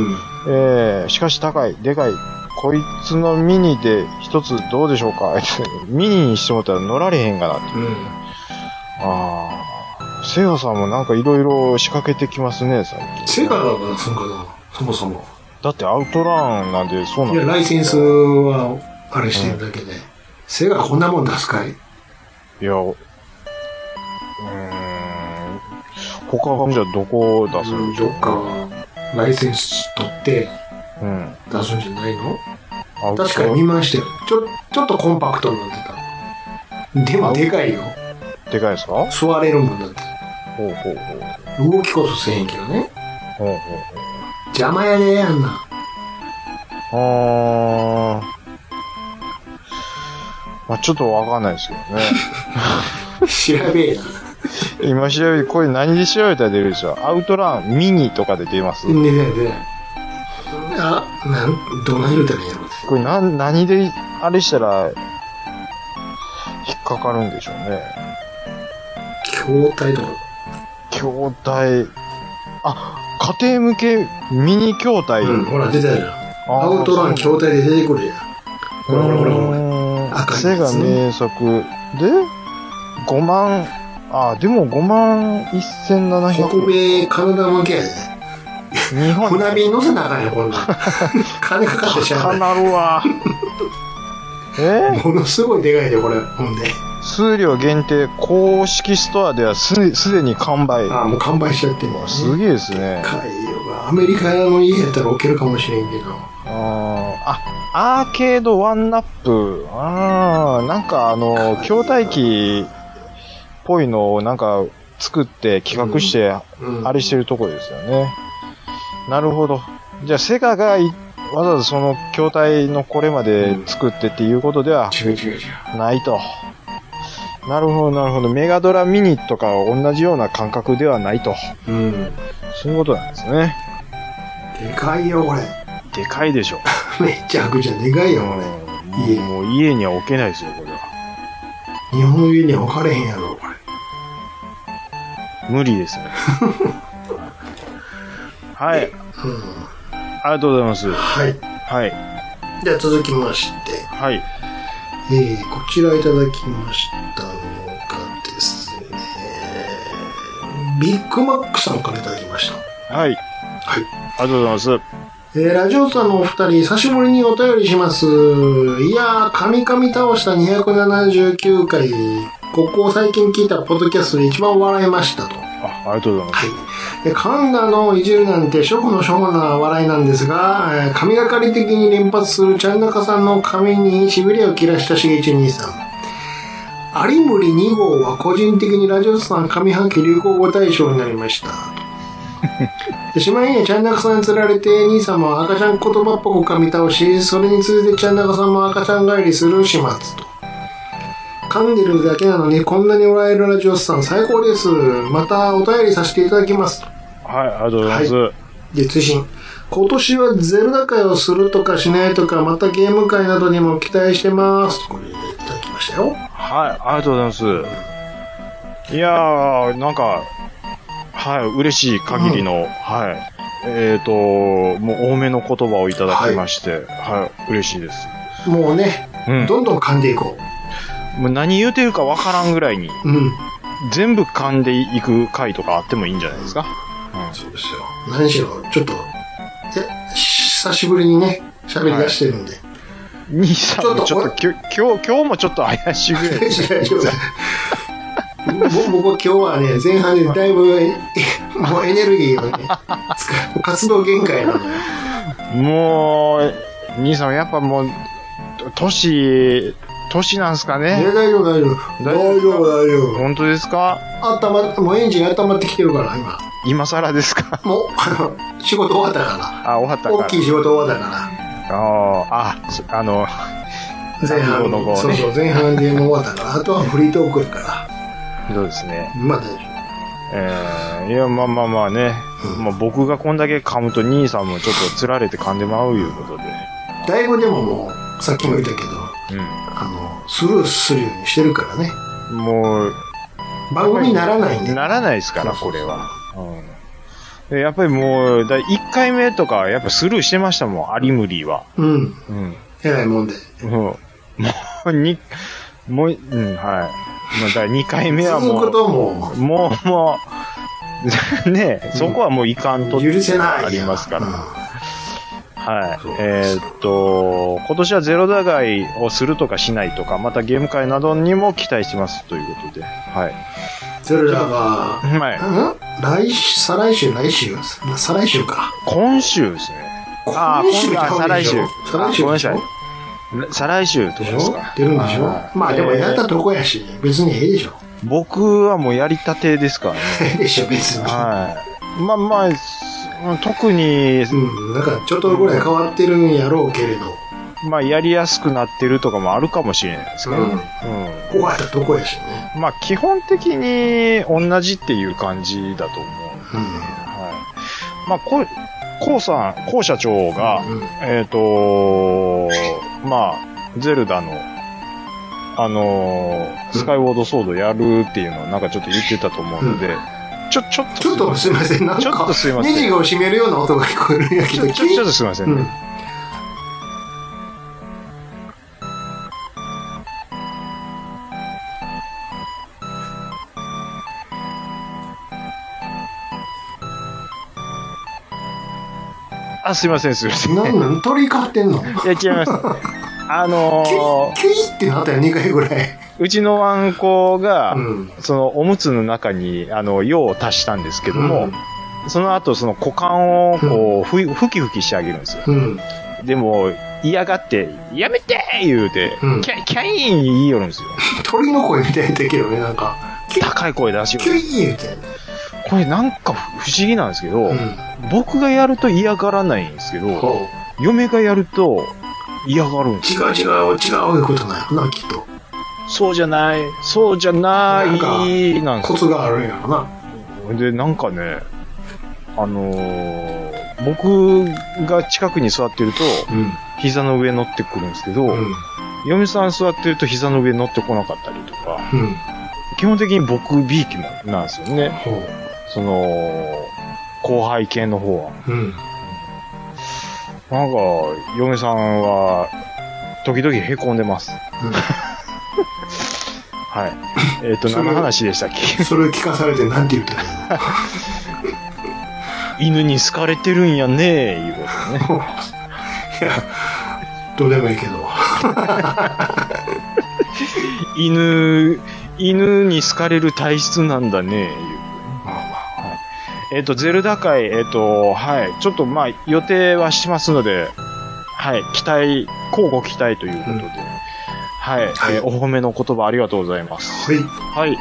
[SPEAKER 4] うん。
[SPEAKER 3] えー、しかし高い、でかい、こいつのミニで一つどうでしょうか ミニにしてもらったら乗られへんがなって。
[SPEAKER 4] うん。
[SPEAKER 3] ああ、セガさんもなんかいろいろ仕掛けてきますね、最近。
[SPEAKER 4] セガだから、そのそもそも。
[SPEAKER 3] だってアウトランなんでそうなん
[SPEAKER 4] い
[SPEAKER 3] だ
[SPEAKER 4] や、ライセンスは、あれしてるだけで。セガこんなもん出すかい
[SPEAKER 3] いや、うーん。他はじゃあどこを出すんでしょ
[SPEAKER 4] ど
[SPEAKER 3] う
[SPEAKER 4] っか、ライセンス取って
[SPEAKER 3] うん。
[SPEAKER 4] 出すんじゃないの
[SPEAKER 3] アウト
[SPEAKER 4] 確かに見ましたよ。ちょ、ちょっとコンパクトになってた。でもでかいよ。
[SPEAKER 3] でかいですかほ
[SPEAKER 4] 座れるもんだって。
[SPEAKER 3] うほうほう。
[SPEAKER 4] 動きこそせえへんけどね。
[SPEAKER 3] ほうほう
[SPEAKER 4] 邪魔やで、あんな。
[SPEAKER 3] ほう。あー。まあちょっとわかんないですけ
[SPEAKER 4] 調べや。
[SPEAKER 3] ど ね。今調べて、これ何で調べたら出るでしょうアウトランミニとかで出ます。
[SPEAKER 4] ねねね。あ、なん、どない言うたらいいんやろう
[SPEAKER 3] これ何、何で、あれしたら、引っかかるんでしょうね。
[SPEAKER 4] 筐体とか。
[SPEAKER 3] 筐体。あ、家庭向けミニ筐体。
[SPEAKER 4] うん、ほら、出たじゃん。
[SPEAKER 3] あ
[SPEAKER 4] ア
[SPEAKER 3] ー
[SPEAKER 4] ウトラン筐体で出てくるやん。ほらほらほらほら。赤い
[SPEAKER 3] セ
[SPEAKER 4] や
[SPEAKER 3] ガ
[SPEAKER 4] つね
[SPEAKER 3] 名作で、5万、あ、でも5万
[SPEAKER 4] 北
[SPEAKER 3] 1700。
[SPEAKER 4] 米、カナダ向けやで。
[SPEAKER 3] 日本
[SPEAKER 4] 船便乗せなあかんよ、こん なん。金かかってしゃ
[SPEAKER 3] 高
[SPEAKER 4] あな
[SPEAKER 3] な るわ。
[SPEAKER 4] い。
[SPEAKER 3] え
[SPEAKER 4] ものすごいでかいで、これ。ほんで。
[SPEAKER 3] 数量限定公式ストアではすすでに完売。
[SPEAKER 4] ああ、もう完売しちゃってんの。
[SPEAKER 3] すげえですね。
[SPEAKER 4] かいよ。アメリカの家やったら置けるかもしれんけど。
[SPEAKER 3] あーあ、アーケードワンナップ。あー、なんかあの、筐体機っぽいのをなんか作って企画して、
[SPEAKER 4] うん
[SPEAKER 3] あれしてるとこですよね。なるほど。じゃあセガがいわざわざその筐体のこれまで作ってっていうことでは
[SPEAKER 4] 違う違う違う。
[SPEAKER 3] ないと。なるほど、なるほど。メガドラミニとか同じような感覚ではないと。
[SPEAKER 4] うん。
[SPEAKER 3] そういうことなんですね。
[SPEAKER 4] でかいよ、これ。
[SPEAKER 3] でかいでしょ。
[SPEAKER 4] めっちゃくちゃでかいよ、これ。家
[SPEAKER 3] もう家には置けないですよ、これは。
[SPEAKER 4] 日本の家には置かれへんやろ、これ。
[SPEAKER 3] 無理ですね。 はい。
[SPEAKER 4] うん。
[SPEAKER 3] ありがとうございます。
[SPEAKER 4] はい。
[SPEAKER 3] はい。
[SPEAKER 4] では続きまして。
[SPEAKER 3] はい。
[SPEAKER 4] えー、こちらいただきましたのがですね、ビッグマックさんからいただきました。
[SPEAKER 3] は
[SPEAKER 4] は
[SPEAKER 3] い。
[SPEAKER 4] い。
[SPEAKER 3] ありがとうございます。
[SPEAKER 4] えー、ラジオさんのお二人、久しぶりにお便りします。いやー、カミカミ倒した279回、ここを最近聞いたポッドキャストで一番笑いましたと。
[SPEAKER 3] あ、ありがとうござい
[SPEAKER 4] は
[SPEAKER 3] ま
[SPEAKER 4] い。カンナのいじるなんて、初歩の初歩な笑いなんですが、えー神がかり的に連発するチャンナカさんの髪に痺れを切らしたしげち兄さん。有森2号は個人的にラジオスさん上半期流行語大賞になりました。でしまいにはチャンナカさんに釣られて、兄さんも赤ちゃん言葉っぽく噛み倒し、それに続いてチャンナカさんも赤ちゃん帰りする始末と。噛んでるだけなのにこんなに笑えるラジオスさん最高です。またお便りさせていただきます。
[SPEAKER 3] す。はい、ありがとうございます。
[SPEAKER 4] で、通信。今年はゼルダ会をするとかしないとか、またゲーム会などにも期待してます。これいただきましたよ。
[SPEAKER 3] はい、ありがとうございます。いやー、なんか、はい、嬉しい限りの、はい。えっ、と、もう多めの言葉をいただきまして、はい、嬉しいです。
[SPEAKER 4] もうね、
[SPEAKER 3] うん。
[SPEAKER 4] どんどん噛んでいこ
[SPEAKER 3] もう何言うてるかわからんぐらいに、
[SPEAKER 4] う。うん。
[SPEAKER 3] 全部噛んでいく回とかあってもいいんじゃないですか。
[SPEAKER 4] そうですよ。何しろ、ちょっと、え、久しぶりにね、喋り出してるんで。
[SPEAKER 3] 兄さんもちょっときょ今日、今日もちょっと怪しいぐらいです。
[SPEAKER 4] 大丈夫僕僕は今日はね、前半でだいぶ え、もうエネルギーをね、使う活動限界なのよ。
[SPEAKER 3] もう、兄さんやっぱもう、年、年なんすか
[SPEAKER 4] い
[SPEAKER 3] ね
[SPEAKER 4] や、大丈夫、大丈夫。大
[SPEAKER 3] 大丈夫
[SPEAKER 4] 丈夫、大丈夫。
[SPEAKER 3] 本当ですか
[SPEAKER 4] あったま、もうエンジン温まってきてるから、今。
[SPEAKER 3] 今更で すか
[SPEAKER 4] もう、あの、仕事終わったか
[SPEAKER 3] あ、終わった
[SPEAKER 4] ら。
[SPEAKER 3] か
[SPEAKER 4] 大
[SPEAKER 3] ら
[SPEAKER 4] きい仕事終わったか
[SPEAKER 3] あーあ、そあの、
[SPEAKER 4] ら。前半
[SPEAKER 3] 午後の午後ね
[SPEAKER 4] そうそう、前半でもう終わったから。あとはフリートークやから。
[SPEAKER 3] そうですね。
[SPEAKER 4] まあ大丈
[SPEAKER 3] えー、いや、まあまあまあね。
[SPEAKER 4] うん
[SPEAKER 3] まあ僕がこんだけ噛むと兄さんもちょっとつられて噛んでまういうことで。
[SPEAKER 4] 夫。だいぶでももう、さっきも言ったけど、あの、スルーするようにしてるからね。
[SPEAKER 3] うん。もう、
[SPEAKER 4] 番組にならないんで。
[SPEAKER 3] ならないですから、
[SPEAKER 4] そう
[SPEAKER 3] こ
[SPEAKER 4] そう
[SPEAKER 3] れ
[SPEAKER 4] そう
[SPEAKER 3] は。うんで。やっぱりもう、だ1回目とか、やっぱスルーしてましたもん、アリムリーは。
[SPEAKER 4] うん。
[SPEAKER 3] うん。
[SPEAKER 4] えらいもんで。
[SPEAKER 3] もう、に、もう、うん、はい。まあ、だ2回目はも
[SPEAKER 4] 続く
[SPEAKER 3] う、
[SPEAKER 4] とも
[SPEAKER 3] もう、もう、 ねえ、
[SPEAKER 4] ん
[SPEAKER 3] そこはもういかんと。
[SPEAKER 4] う、許せない。
[SPEAKER 3] ありますから。
[SPEAKER 4] ら。
[SPEAKER 3] はい
[SPEAKER 4] そう。
[SPEAKER 3] えーっと、今年はゼロ打開をするとかしないとか、またゲーム会などにも期待してますということで。はい。
[SPEAKER 4] ゼルダが、
[SPEAKER 3] は
[SPEAKER 4] ん
[SPEAKER 3] い。
[SPEAKER 4] 来週、再来週、来週、再来週か。
[SPEAKER 3] 今週ですね。あー
[SPEAKER 4] 今週ちゃう
[SPEAKER 3] 今
[SPEAKER 4] で
[SPEAKER 3] 週
[SPEAKER 4] しょ再
[SPEAKER 3] あ
[SPEAKER 4] 来週。
[SPEAKER 3] ごめんなさい
[SPEAKER 4] でしょ
[SPEAKER 3] 再来週とか
[SPEAKER 4] でし
[SPEAKER 3] です
[SPEAKER 4] ょ
[SPEAKER 3] か
[SPEAKER 4] 出るんでしょ
[SPEAKER 3] はい
[SPEAKER 4] まあでも
[SPEAKER 3] えー
[SPEAKER 4] やったとこやし、別にええでしょ。
[SPEAKER 3] 僕はもうやりたてです からね。
[SPEAKER 4] ええでしょ、別に。
[SPEAKER 3] はい。まあまあす、特に、
[SPEAKER 4] うん、なんかちょっとぐらい変わってるんやろうけれど、
[SPEAKER 3] まあ、やりやすくなってるとかもあるかもしれないですけど、
[SPEAKER 4] う
[SPEAKER 3] うんん。
[SPEAKER 4] ここやったらどこやしね。
[SPEAKER 3] まあ、基本的に同じっていう感じだと思う
[SPEAKER 4] う
[SPEAKER 3] んで、はい。まあ、こう、こうさん、こう社長が、
[SPEAKER 4] ん。うん。
[SPEAKER 3] えっ、とまあ、ゼルダの、あのースカイウォードソードやるっていうのをなんかちょっと言ってたと思うので、ちょ、ちょっと、
[SPEAKER 4] ちょっとすいません、なん
[SPEAKER 3] ちょっ
[SPEAKER 4] か
[SPEAKER 3] と、すいませ
[SPEAKER 4] ネ
[SPEAKER 3] ん
[SPEAKER 4] ジを締めるような音が聞こえるんやけ
[SPEAKER 3] ち
[SPEAKER 4] ど
[SPEAKER 3] ょ、ちょちょっとすいません
[SPEAKER 4] う
[SPEAKER 3] ね。
[SPEAKER 4] ん。
[SPEAKER 3] あ、すいません、すいま せん。い
[SPEAKER 4] なんなん鳥飼ってんの
[SPEAKER 3] や、違います。あ
[SPEAKER 4] キュ
[SPEAKER 3] の
[SPEAKER 4] イ、キュイってなったよ、2回ぐらい。
[SPEAKER 3] ーうちのワンコが、
[SPEAKER 4] うん。
[SPEAKER 3] そのおむつの中に、あの、用を足したんですけども、その後、その股間を、こう、ふい、ふきふきしてあげるんですよ。
[SPEAKER 4] うん。
[SPEAKER 3] でも、嫌がって、やめて言うて、
[SPEAKER 4] うん
[SPEAKER 3] キャキャイン言いよるんですよ。
[SPEAKER 4] 鳥の声みたいだけどね、なんか、
[SPEAKER 3] 高い声出しよ
[SPEAKER 4] キュ
[SPEAKER 3] る。
[SPEAKER 4] イーみたいな。
[SPEAKER 3] これなんか不思議なんですけど、
[SPEAKER 4] うん。
[SPEAKER 3] 僕がやると嫌がらないんですけど、
[SPEAKER 4] こ
[SPEAKER 3] 嫁がやると嫌がるんで
[SPEAKER 4] う、
[SPEAKER 3] す
[SPEAKER 4] 違
[SPEAKER 3] よ。
[SPEAKER 4] う違う違ういうことなのな、きっと。
[SPEAKER 3] そうじゃない、そうじゃない、なんです
[SPEAKER 4] コ
[SPEAKER 3] よ
[SPEAKER 4] ツがあるんやろな。
[SPEAKER 3] で、なんかね、あのー僕が近くに座ってると、
[SPEAKER 4] うん。
[SPEAKER 3] 膝の上乗ってくるんですけど、
[SPEAKER 4] うん。
[SPEAKER 3] 嫁さん座ってると膝の上乗ってこなかったりとか、
[SPEAKER 4] うん。
[SPEAKER 3] 基本的に僕 B 期なんですよね。
[SPEAKER 4] ほ
[SPEAKER 3] その、後輩系の方は。
[SPEAKER 4] う。うん。
[SPEAKER 3] なんか、嫁さんは、時々凹んでます。はい。えっ、と、
[SPEAKER 4] それ
[SPEAKER 3] 何の話でしたっけ
[SPEAKER 4] それを聞かされてなんて言ったの
[SPEAKER 3] 犬に好かれてるんやねえ、いうことね。
[SPEAKER 4] いや、どうでもいいけど。
[SPEAKER 3] 犬、犬に好かれる体質なんだね、いう。えっ、と、ゼルダ会、えっ、と、はい。ちょっと、まあ、予定はしてますので、はい。期待、交互期待ということで。
[SPEAKER 4] うん
[SPEAKER 3] はい、
[SPEAKER 4] はい
[SPEAKER 3] えーお褒めの言葉ありがとうございます。
[SPEAKER 4] はい。
[SPEAKER 3] はい。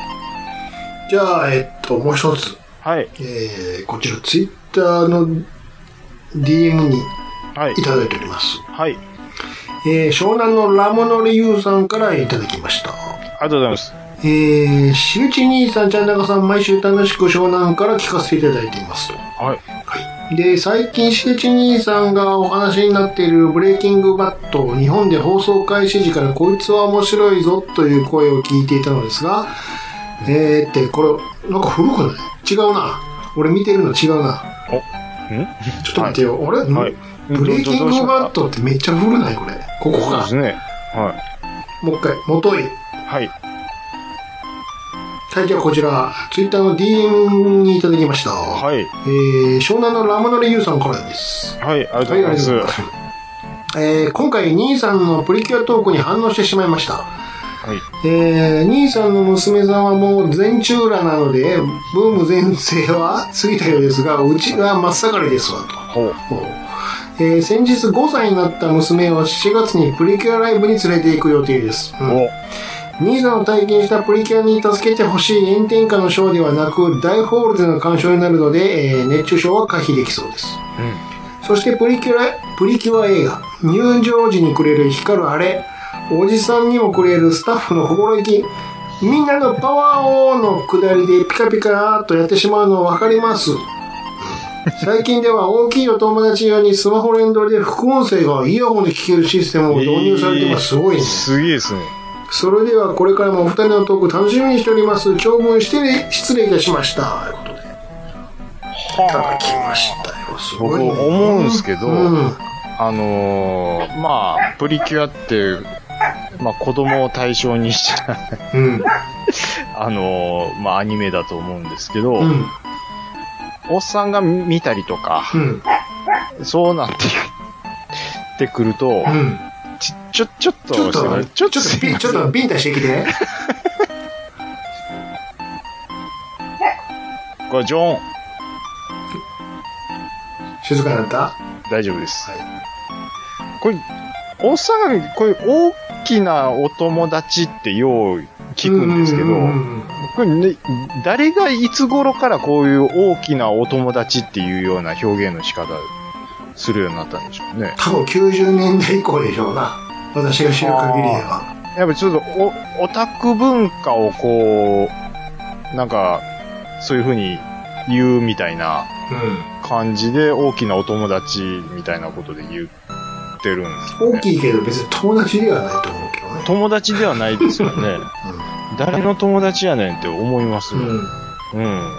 [SPEAKER 4] じゃあ、えっと、もう一つ。
[SPEAKER 3] はい。
[SPEAKER 4] えー、こちら、ツイッターの DM に
[SPEAKER 3] はい
[SPEAKER 4] い。ただいております。
[SPEAKER 3] はい。
[SPEAKER 4] えー、湘南のラモノリユウさんからいただきました。
[SPEAKER 3] ありがとうございます。
[SPEAKER 4] えー、しげち兄さん、ちゃんなかさん、毎週楽しく湘南から聞かせていただいていますと。
[SPEAKER 3] はい。
[SPEAKER 4] はい。で、最近しげち兄さんがお話になっているブレイキングバットを日本で放送開始時からこいつは面白いぞという声を聞いていたのですが、えーって、これ、なんか古くない違うな。俺見てるの違うな。
[SPEAKER 3] ん
[SPEAKER 4] ちょっと待ってよ。あれ、
[SPEAKER 3] はい
[SPEAKER 4] ブレイキングバットってめっちゃ古ないこれ。ここ
[SPEAKER 3] そうで
[SPEAKER 4] か
[SPEAKER 3] す。ね。は
[SPEAKER 4] もう一回、元い。
[SPEAKER 3] い。はい。
[SPEAKER 4] はい、じゃあこちら、ツイッターの DM にいただきました。
[SPEAKER 3] はい。
[SPEAKER 4] えー、湘南のラムノリユウさんからです。
[SPEAKER 3] はい。ありがと
[SPEAKER 4] は
[SPEAKER 3] う
[SPEAKER 4] い、
[SPEAKER 3] ご
[SPEAKER 4] ありが
[SPEAKER 3] ざいま
[SPEAKER 4] と
[SPEAKER 3] す。
[SPEAKER 4] うございます。えー、今回、兄さんのプリキュアトークに反応してしまいました。
[SPEAKER 3] はい。
[SPEAKER 4] えー、兄さんの娘さんはもう全中裏なので、ブーム全盛は過ぎたようですが、うちは真っ盛りですわ、と。
[SPEAKER 3] ほう。
[SPEAKER 4] えー先日5歳になった娘を7月にプリキュアライブに連れて行く予定です。うん
[SPEAKER 3] お。
[SPEAKER 4] 兄さんを体験したプリキュアに助けてほしい炎天下のショーではなく大ホールでの鑑賞になるので、えー熱中症は回避できそうです
[SPEAKER 3] う
[SPEAKER 4] そしてプリキュアプリキュア映画入場時にくれる光るあれおじさんにもくれるスタッフの心意気みんなのパワーオンのくだりでピカピカーっとやってしまうの分かります最近では大きいお友達用にスマホ連動で副音声がイヤホンで聞けるシステムを
[SPEAKER 3] ん。
[SPEAKER 4] 導入されてます。すごいね。
[SPEAKER 3] すげえですね。
[SPEAKER 4] それではこれからもお二人のトーク楽しみにしております。長文してね失礼いたしました。ということで、いただきましたよ。すご
[SPEAKER 3] 僕
[SPEAKER 4] い、ね。
[SPEAKER 3] 思うんですけど、
[SPEAKER 4] うん。
[SPEAKER 3] あのー、まあ、プリキュアって、まあ子供を対象にした、
[SPEAKER 4] うん。
[SPEAKER 3] あのー、まあアニメだと思うんですけど、
[SPEAKER 4] うん。
[SPEAKER 3] おっさんが見たりとか、
[SPEAKER 4] うん。
[SPEAKER 3] そうなってきてくると、
[SPEAKER 4] うん。
[SPEAKER 3] ちちょ、ちょっと、
[SPEAKER 4] ちょっ
[SPEAKER 3] すいま
[SPEAKER 4] と、
[SPEAKER 3] せん
[SPEAKER 4] ちょっと、
[SPEAKER 3] すい
[SPEAKER 4] ピ
[SPEAKER 3] ま
[SPEAKER 4] ち
[SPEAKER 3] せ
[SPEAKER 4] ょっ
[SPEAKER 3] ん
[SPEAKER 4] と、ビンタしてきて。
[SPEAKER 3] これジョン、
[SPEAKER 4] 静かになった
[SPEAKER 3] 大丈夫です。
[SPEAKER 4] は
[SPEAKER 3] これ、おっさんが、これ大きなお友達ってよう聞くんですけど、
[SPEAKER 4] ううん
[SPEAKER 3] これね、誰がいつ頃からこういう大きなお友達っていうような表現の仕方するようになったんでしょうね。
[SPEAKER 4] 多分90年代以降でしょうな。私が知る限りでは。
[SPEAKER 3] やっぱりちょっとお、オタク文化をこう、なんか、そういう風に言うみたいな感じで大きなお友達みたいなことで言ってるんです
[SPEAKER 4] う
[SPEAKER 3] よ
[SPEAKER 4] ん。大
[SPEAKER 3] ね。
[SPEAKER 4] きいけど別に友達ではないと思うけどね。
[SPEAKER 3] 友達ではないですよね。誰の友達やねんって思います
[SPEAKER 4] う
[SPEAKER 3] よ。
[SPEAKER 4] ん。
[SPEAKER 3] うん。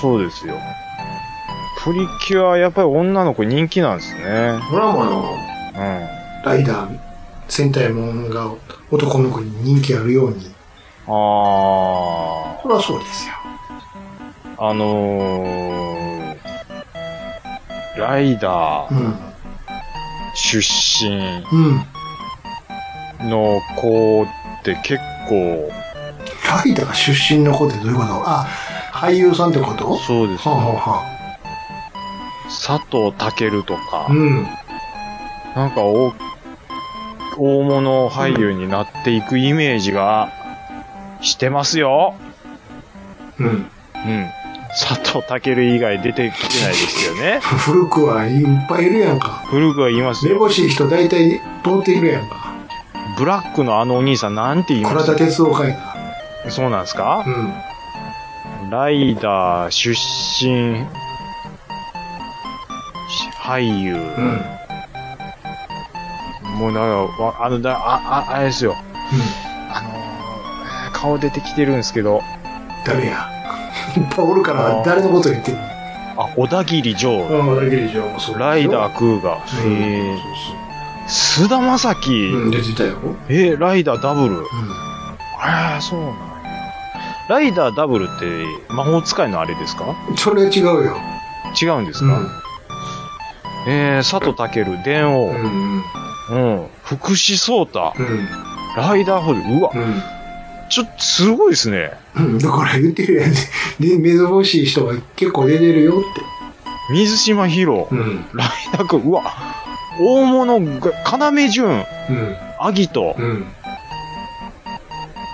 [SPEAKER 3] そうですよ。プリキュア、やっぱり女の子人気なんですね。
[SPEAKER 4] ドラマの
[SPEAKER 3] うん。
[SPEAKER 4] ライダー、戦隊もんが男の子に人気あるように。
[SPEAKER 3] あ
[SPEAKER 4] これはそうですよ。
[SPEAKER 3] ー、あのー、ライダ
[SPEAKER 4] う
[SPEAKER 3] ー
[SPEAKER 4] ん。
[SPEAKER 3] 出身
[SPEAKER 4] うん。
[SPEAKER 3] の子って結構、
[SPEAKER 4] ライダー出身の子ってどういうことあ、俳優さんってことは
[SPEAKER 3] そうです
[SPEAKER 4] あ、
[SPEAKER 3] ね。
[SPEAKER 4] は
[SPEAKER 3] 佐藤健とか
[SPEAKER 4] あ、はあ、う、ん。
[SPEAKER 3] なんか大、大物俳優になっていくイメージが、してますよ。
[SPEAKER 4] うん。
[SPEAKER 3] うん。佐藤健以外出てきてないですよね。
[SPEAKER 4] 古くはいっぱいいるやんか。
[SPEAKER 3] 古くは言います
[SPEAKER 4] め
[SPEAKER 3] よ。
[SPEAKER 4] ぼしい人大体通っているやんか。
[SPEAKER 3] ブラックのあのお兄さんなんて言いま
[SPEAKER 4] 倉
[SPEAKER 3] す
[SPEAKER 4] 田哲夫会が。
[SPEAKER 3] そうなんですか
[SPEAKER 4] うん。
[SPEAKER 3] ライダー出身俳優。
[SPEAKER 4] うん。うん。
[SPEAKER 3] もうなんかわ、あの、だあ、あ、あれですよ。あのーえー顔出てきてるんですけど、
[SPEAKER 4] 誰や。いっぱいおるから誰のこと言ってんの
[SPEAKER 3] あ、小田切城、
[SPEAKER 4] うん、小田切城もそう
[SPEAKER 3] ライダー空が、
[SPEAKER 4] うん
[SPEAKER 3] え
[SPEAKER 4] そう
[SPEAKER 3] ー、菅田将暉、
[SPEAKER 4] そううん、出てたよ。
[SPEAKER 3] えーライダーダブル。
[SPEAKER 4] う
[SPEAKER 3] ああ、そうなんや。ライダーダブルって魔法使いのあれですか
[SPEAKER 4] ん。それは違うよ。
[SPEAKER 3] 違うんですか、えー、佐藤健、電
[SPEAKER 4] う
[SPEAKER 3] 王、
[SPEAKER 4] ん。
[SPEAKER 3] うん、福士蒼太、
[SPEAKER 4] うん。
[SPEAKER 3] ライダーホール、うわ、
[SPEAKER 4] うん。
[SPEAKER 3] ちょっとすごいですね。
[SPEAKER 4] うん。だから言ってるやん。で、目覚ましい人が結構出てるよっ
[SPEAKER 3] 水島ヒロ
[SPEAKER 4] て。、うん。
[SPEAKER 3] ライダーくん、うわ、大物が、要潤、
[SPEAKER 4] うん。
[SPEAKER 3] アギト、
[SPEAKER 4] うん。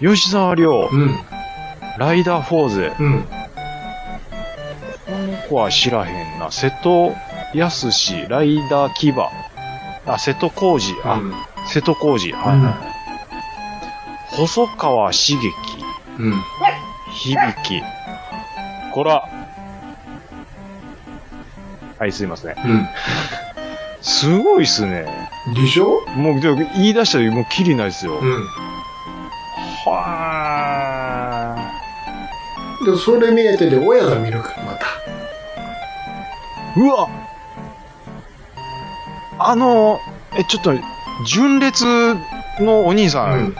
[SPEAKER 3] 吉沢亮、
[SPEAKER 4] うん。
[SPEAKER 3] ライダーフォーゼ、
[SPEAKER 4] うん。
[SPEAKER 3] この子は知らへんな。瀬戸康史、ライダー牙。あ、瀬戸康史。あ、瀬戸康史。はいはいはい。細川茂樹、
[SPEAKER 4] うん。
[SPEAKER 3] 響。こら。はい、すいません。
[SPEAKER 4] う
[SPEAKER 3] すごいっすね。
[SPEAKER 4] ん。でしょ
[SPEAKER 3] もう、でも言い出したらもうキリないっすよ。
[SPEAKER 4] うん。
[SPEAKER 3] は
[SPEAKER 4] で、それ見えてて親が見るから、また。
[SPEAKER 3] ー。うわあの、え、ちょっと、純烈のお兄さん、
[SPEAKER 4] うん。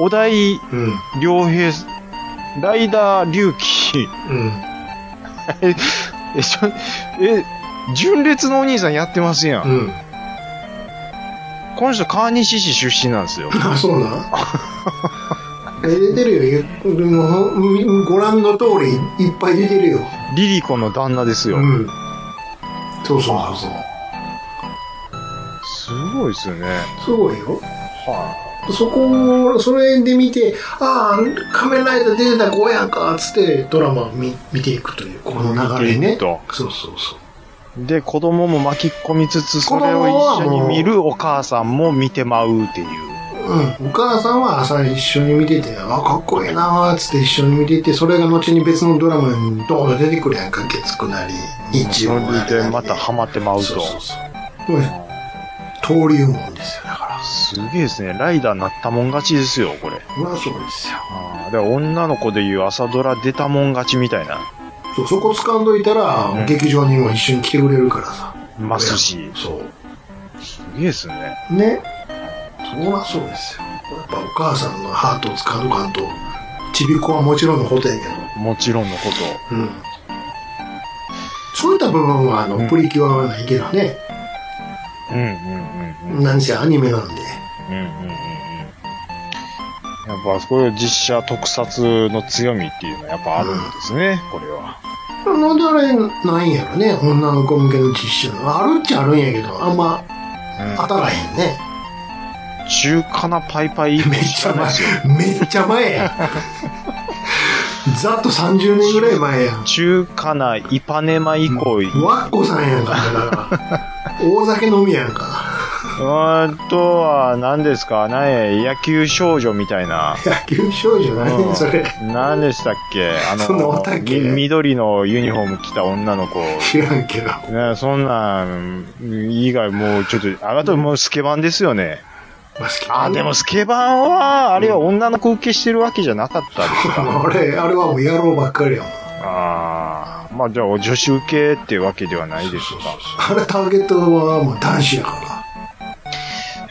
[SPEAKER 3] お題
[SPEAKER 4] うん。
[SPEAKER 3] 良平、ライダー龍騎、
[SPEAKER 4] うん。
[SPEAKER 3] え、ちょ、え、純烈のお兄さんやってますやん。
[SPEAKER 4] うん。
[SPEAKER 3] この人、川西市出身なんですよ。
[SPEAKER 4] あ、そうなんえ出てるよ。ゆでもほんご覧の通り、いっぱい出てるよ。
[SPEAKER 3] リリコの旦那ですよ。
[SPEAKER 4] うん。そうそうそうそう。
[SPEAKER 3] すごいですよね。
[SPEAKER 4] すごいよ。
[SPEAKER 3] は
[SPEAKER 4] そこを、それで見て、ああ、仮面ライダー出てた子やんか、つってドラマを見見ていくという、この流れ
[SPEAKER 3] 見てい
[SPEAKER 4] ね。
[SPEAKER 3] くと
[SPEAKER 4] そうそうそう。
[SPEAKER 3] い。で、子供も巻き込みつつ、それを一緒に見るお母さんも見てまうっていう。
[SPEAKER 4] うん、お母さんは朝一緒に見てて、あ、かっこええなーっつって一緒に見てて、それが後に別のドラマにドーンと出てくるやんか、月9なり、日
[SPEAKER 3] そ
[SPEAKER 4] 曜なりな
[SPEAKER 3] れ
[SPEAKER 4] り
[SPEAKER 3] でまたハマってまうと。
[SPEAKER 4] そうそうそう。もう登竜門ですよ、だか
[SPEAKER 3] すげえですね。ライダーなったもん勝ちですよ、これ。
[SPEAKER 4] ら。まあそうですよ。
[SPEAKER 3] ああ、で女の子でいう朝ドラ出たもん勝ちみたいな。
[SPEAKER 4] そうそこ掴んどいたら、
[SPEAKER 3] うん
[SPEAKER 4] 劇場にも一緒に来てくれるからさ。
[SPEAKER 3] ますし。
[SPEAKER 4] そ
[SPEAKER 3] すげえですね。
[SPEAKER 4] う。ね。そりゃそうですよ。やっぱお母さんのハートを掴んどかんと、ちびっ子はもちろんのことやけど。
[SPEAKER 3] もちろんのこ
[SPEAKER 4] うん。そういった部分は、あの、
[SPEAKER 3] うん
[SPEAKER 4] プリキュアはないけどね。
[SPEAKER 3] と。うんうんうんうん。
[SPEAKER 4] なんせアニメなんで。
[SPEAKER 3] うんうんうんうん。やっぱ、こういう実写特撮の強みっていうのはやっぱあるんですね、これは。
[SPEAKER 4] なんであれないんやろね。女の子向けの実写の。あるっちゃあるんやけど、あんま当たらへん ね。
[SPEAKER 3] 中華なパイパイ
[SPEAKER 4] めっちゃ
[SPEAKER 3] ないですよ。
[SPEAKER 4] 前。めっちゃ前 や。ざっと30年ぐらい前や。
[SPEAKER 3] 中華なイパネマ以降、う
[SPEAKER 4] わっこさんやんか、だから。大酒飲みやんか。
[SPEAKER 3] ーんとは、何ですかね、野球少女みたいな。
[SPEAKER 4] 野球少女何、
[SPEAKER 3] うん
[SPEAKER 4] それ。
[SPEAKER 3] 何でしたっけあ
[SPEAKER 4] そんなんおったっ
[SPEAKER 3] の、
[SPEAKER 4] け
[SPEAKER 3] み緑のユニフォーム着た女の子。
[SPEAKER 4] 知らんけど。
[SPEAKER 3] ね、そんなん、以外もうちょっと、あなたもうスケバンですよね。
[SPEAKER 4] まあ、好き
[SPEAKER 3] あ、 でもスケバンは、あれは女の子受けしてるわけじゃなかったですか。
[SPEAKER 4] あれ、あれはもう野郎ばっかりやもん。
[SPEAKER 3] ああ、まあじゃあお女子受けっていうわけではないです
[SPEAKER 4] そうそう
[SPEAKER 3] か。
[SPEAKER 4] そうあれターゲットはもう男子やから。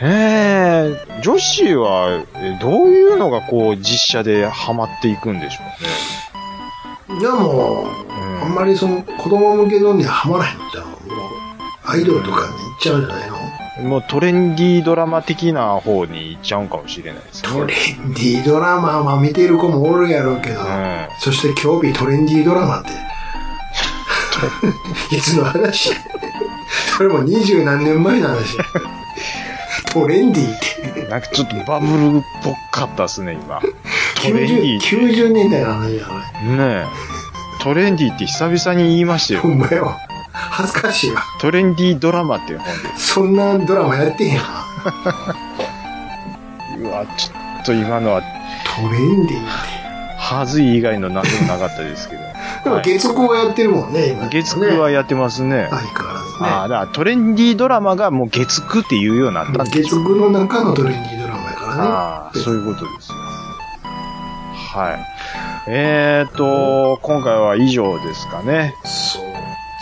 [SPEAKER 3] ええ女子は、えどういうのがこう実写でハマっていくんでしょ
[SPEAKER 4] でも、
[SPEAKER 3] ん
[SPEAKER 4] あんまりその子供向けのにはハマらへんじゃん。もうアイドルとかに行っちゃうんじゃないの
[SPEAKER 3] うね。もうトレンディードラマ的な方に行っちゃうんかもしれないです
[SPEAKER 4] ト
[SPEAKER 3] ね。
[SPEAKER 4] レンディードラマは見てる子もおるやろうけど、
[SPEAKER 3] うん
[SPEAKER 4] そして今 日日トレンディードラマって、いつの話それも二十何年前の話。トレンディーって。
[SPEAKER 3] なんかちょっとバブルっぽかったですね、 今。トレンディ
[SPEAKER 4] 90、
[SPEAKER 3] ー
[SPEAKER 4] 90年代の話だ、これ。
[SPEAKER 3] ねえ。トレンディって久々に言いました
[SPEAKER 4] ほ
[SPEAKER 3] よ。
[SPEAKER 4] んまよ。恥ずかしいわ。
[SPEAKER 3] トレンディドラマっていう本
[SPEAKER 4] そんなドラマやってへんやん。
[SPEAKER 3] で。うわ、ちょっと今のは、
[SPEAKER 4] トレンディーって。
[SPEAKER 3] はずい以外の何でもなかったで すけど。
[SPEAKER 4] でも
[SPEAKER 3] はい
[SPEAKER 4] 月9はやってるもんね、今、ね。
[SPEAKER 3] 月9はやってますね。
[SPEAKER 4] 相変わらずね。
[SPEAKER 3] ああ、だからトレンディドラマがもう月9っていうようになったんで
[SPEAKER 4] 月
[SPEAKER 3] しょう。
[SPEAKER 4] 9の中のトレンディードラマやからね。
[SPEAKER 3] ああ、そういうことですよ。はい。えーと、今回は以上ですかね。
[SPEAKER 4] そうで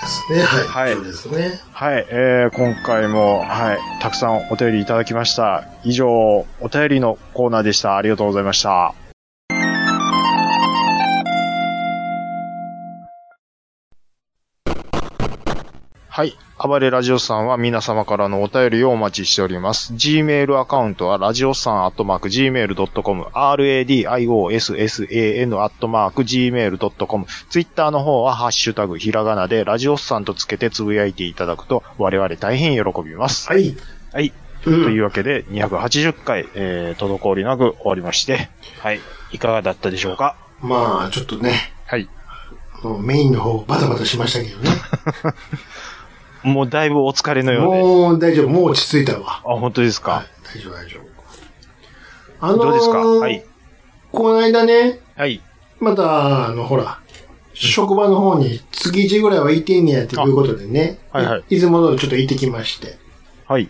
[SPEAKER 4] すね。はい。
[SPEAKER 3] はい
[SPEAKER 4] そうですね。
[SPEAKER 3] はい、えー、今回も、はい、たくさんお便りいただきました。以上、お便りのコーナーでした。ありがとうございました。はい。暴れラジオさんは皆様からのお便りをお待ちしております。Gmail アカウントは、ラジオさんアットマーク Gmail.com、radiosan アットマーク Gmail.com、Twitter の方は、ハッシュタグ、ひらがなで、ラジオさんとつけてつぶやいていただくと、我々大変喜びます。
[SPEAKER 4] はい。
[SPEAKER 3] はい。
[SPEAKER 4] う
[SPEAKER 3] とい
[SPEAKER 4] ん。
[SPEAKER 3] うわけで、280回、えー、滞りなく終わりまして、はい。いかがだったでしょうか
[SPEAKER 4] まあ、ちょっとね、
[SPEAKER 3] はい。
[SPEAKER 4] もうメインの方バタバタしましたけどね。
[SPEAKER 3] もうだいぶお疲れのようで。
[SPEAKER 4] もう大丈夫。もう落ち着いたわ。
[SPEAKER 3] あ、本当ですか、
[SPEAKER 4] はい。大丈夫、大丈夫。あのー
[SPEAKER 3] どうですかはい。
[SPEAKER 4] この間ね、
[SPEAKER 3] はい。
[SPEAKER 4] また、あの、ほら、職場の方に月1ぐらいは行ってんねやっていうことでね。。
[SPEAKER 3] あはいはい
[SPEAKER 4] いつものちょっと行ってきまして。
[SPEAKER 3] はい。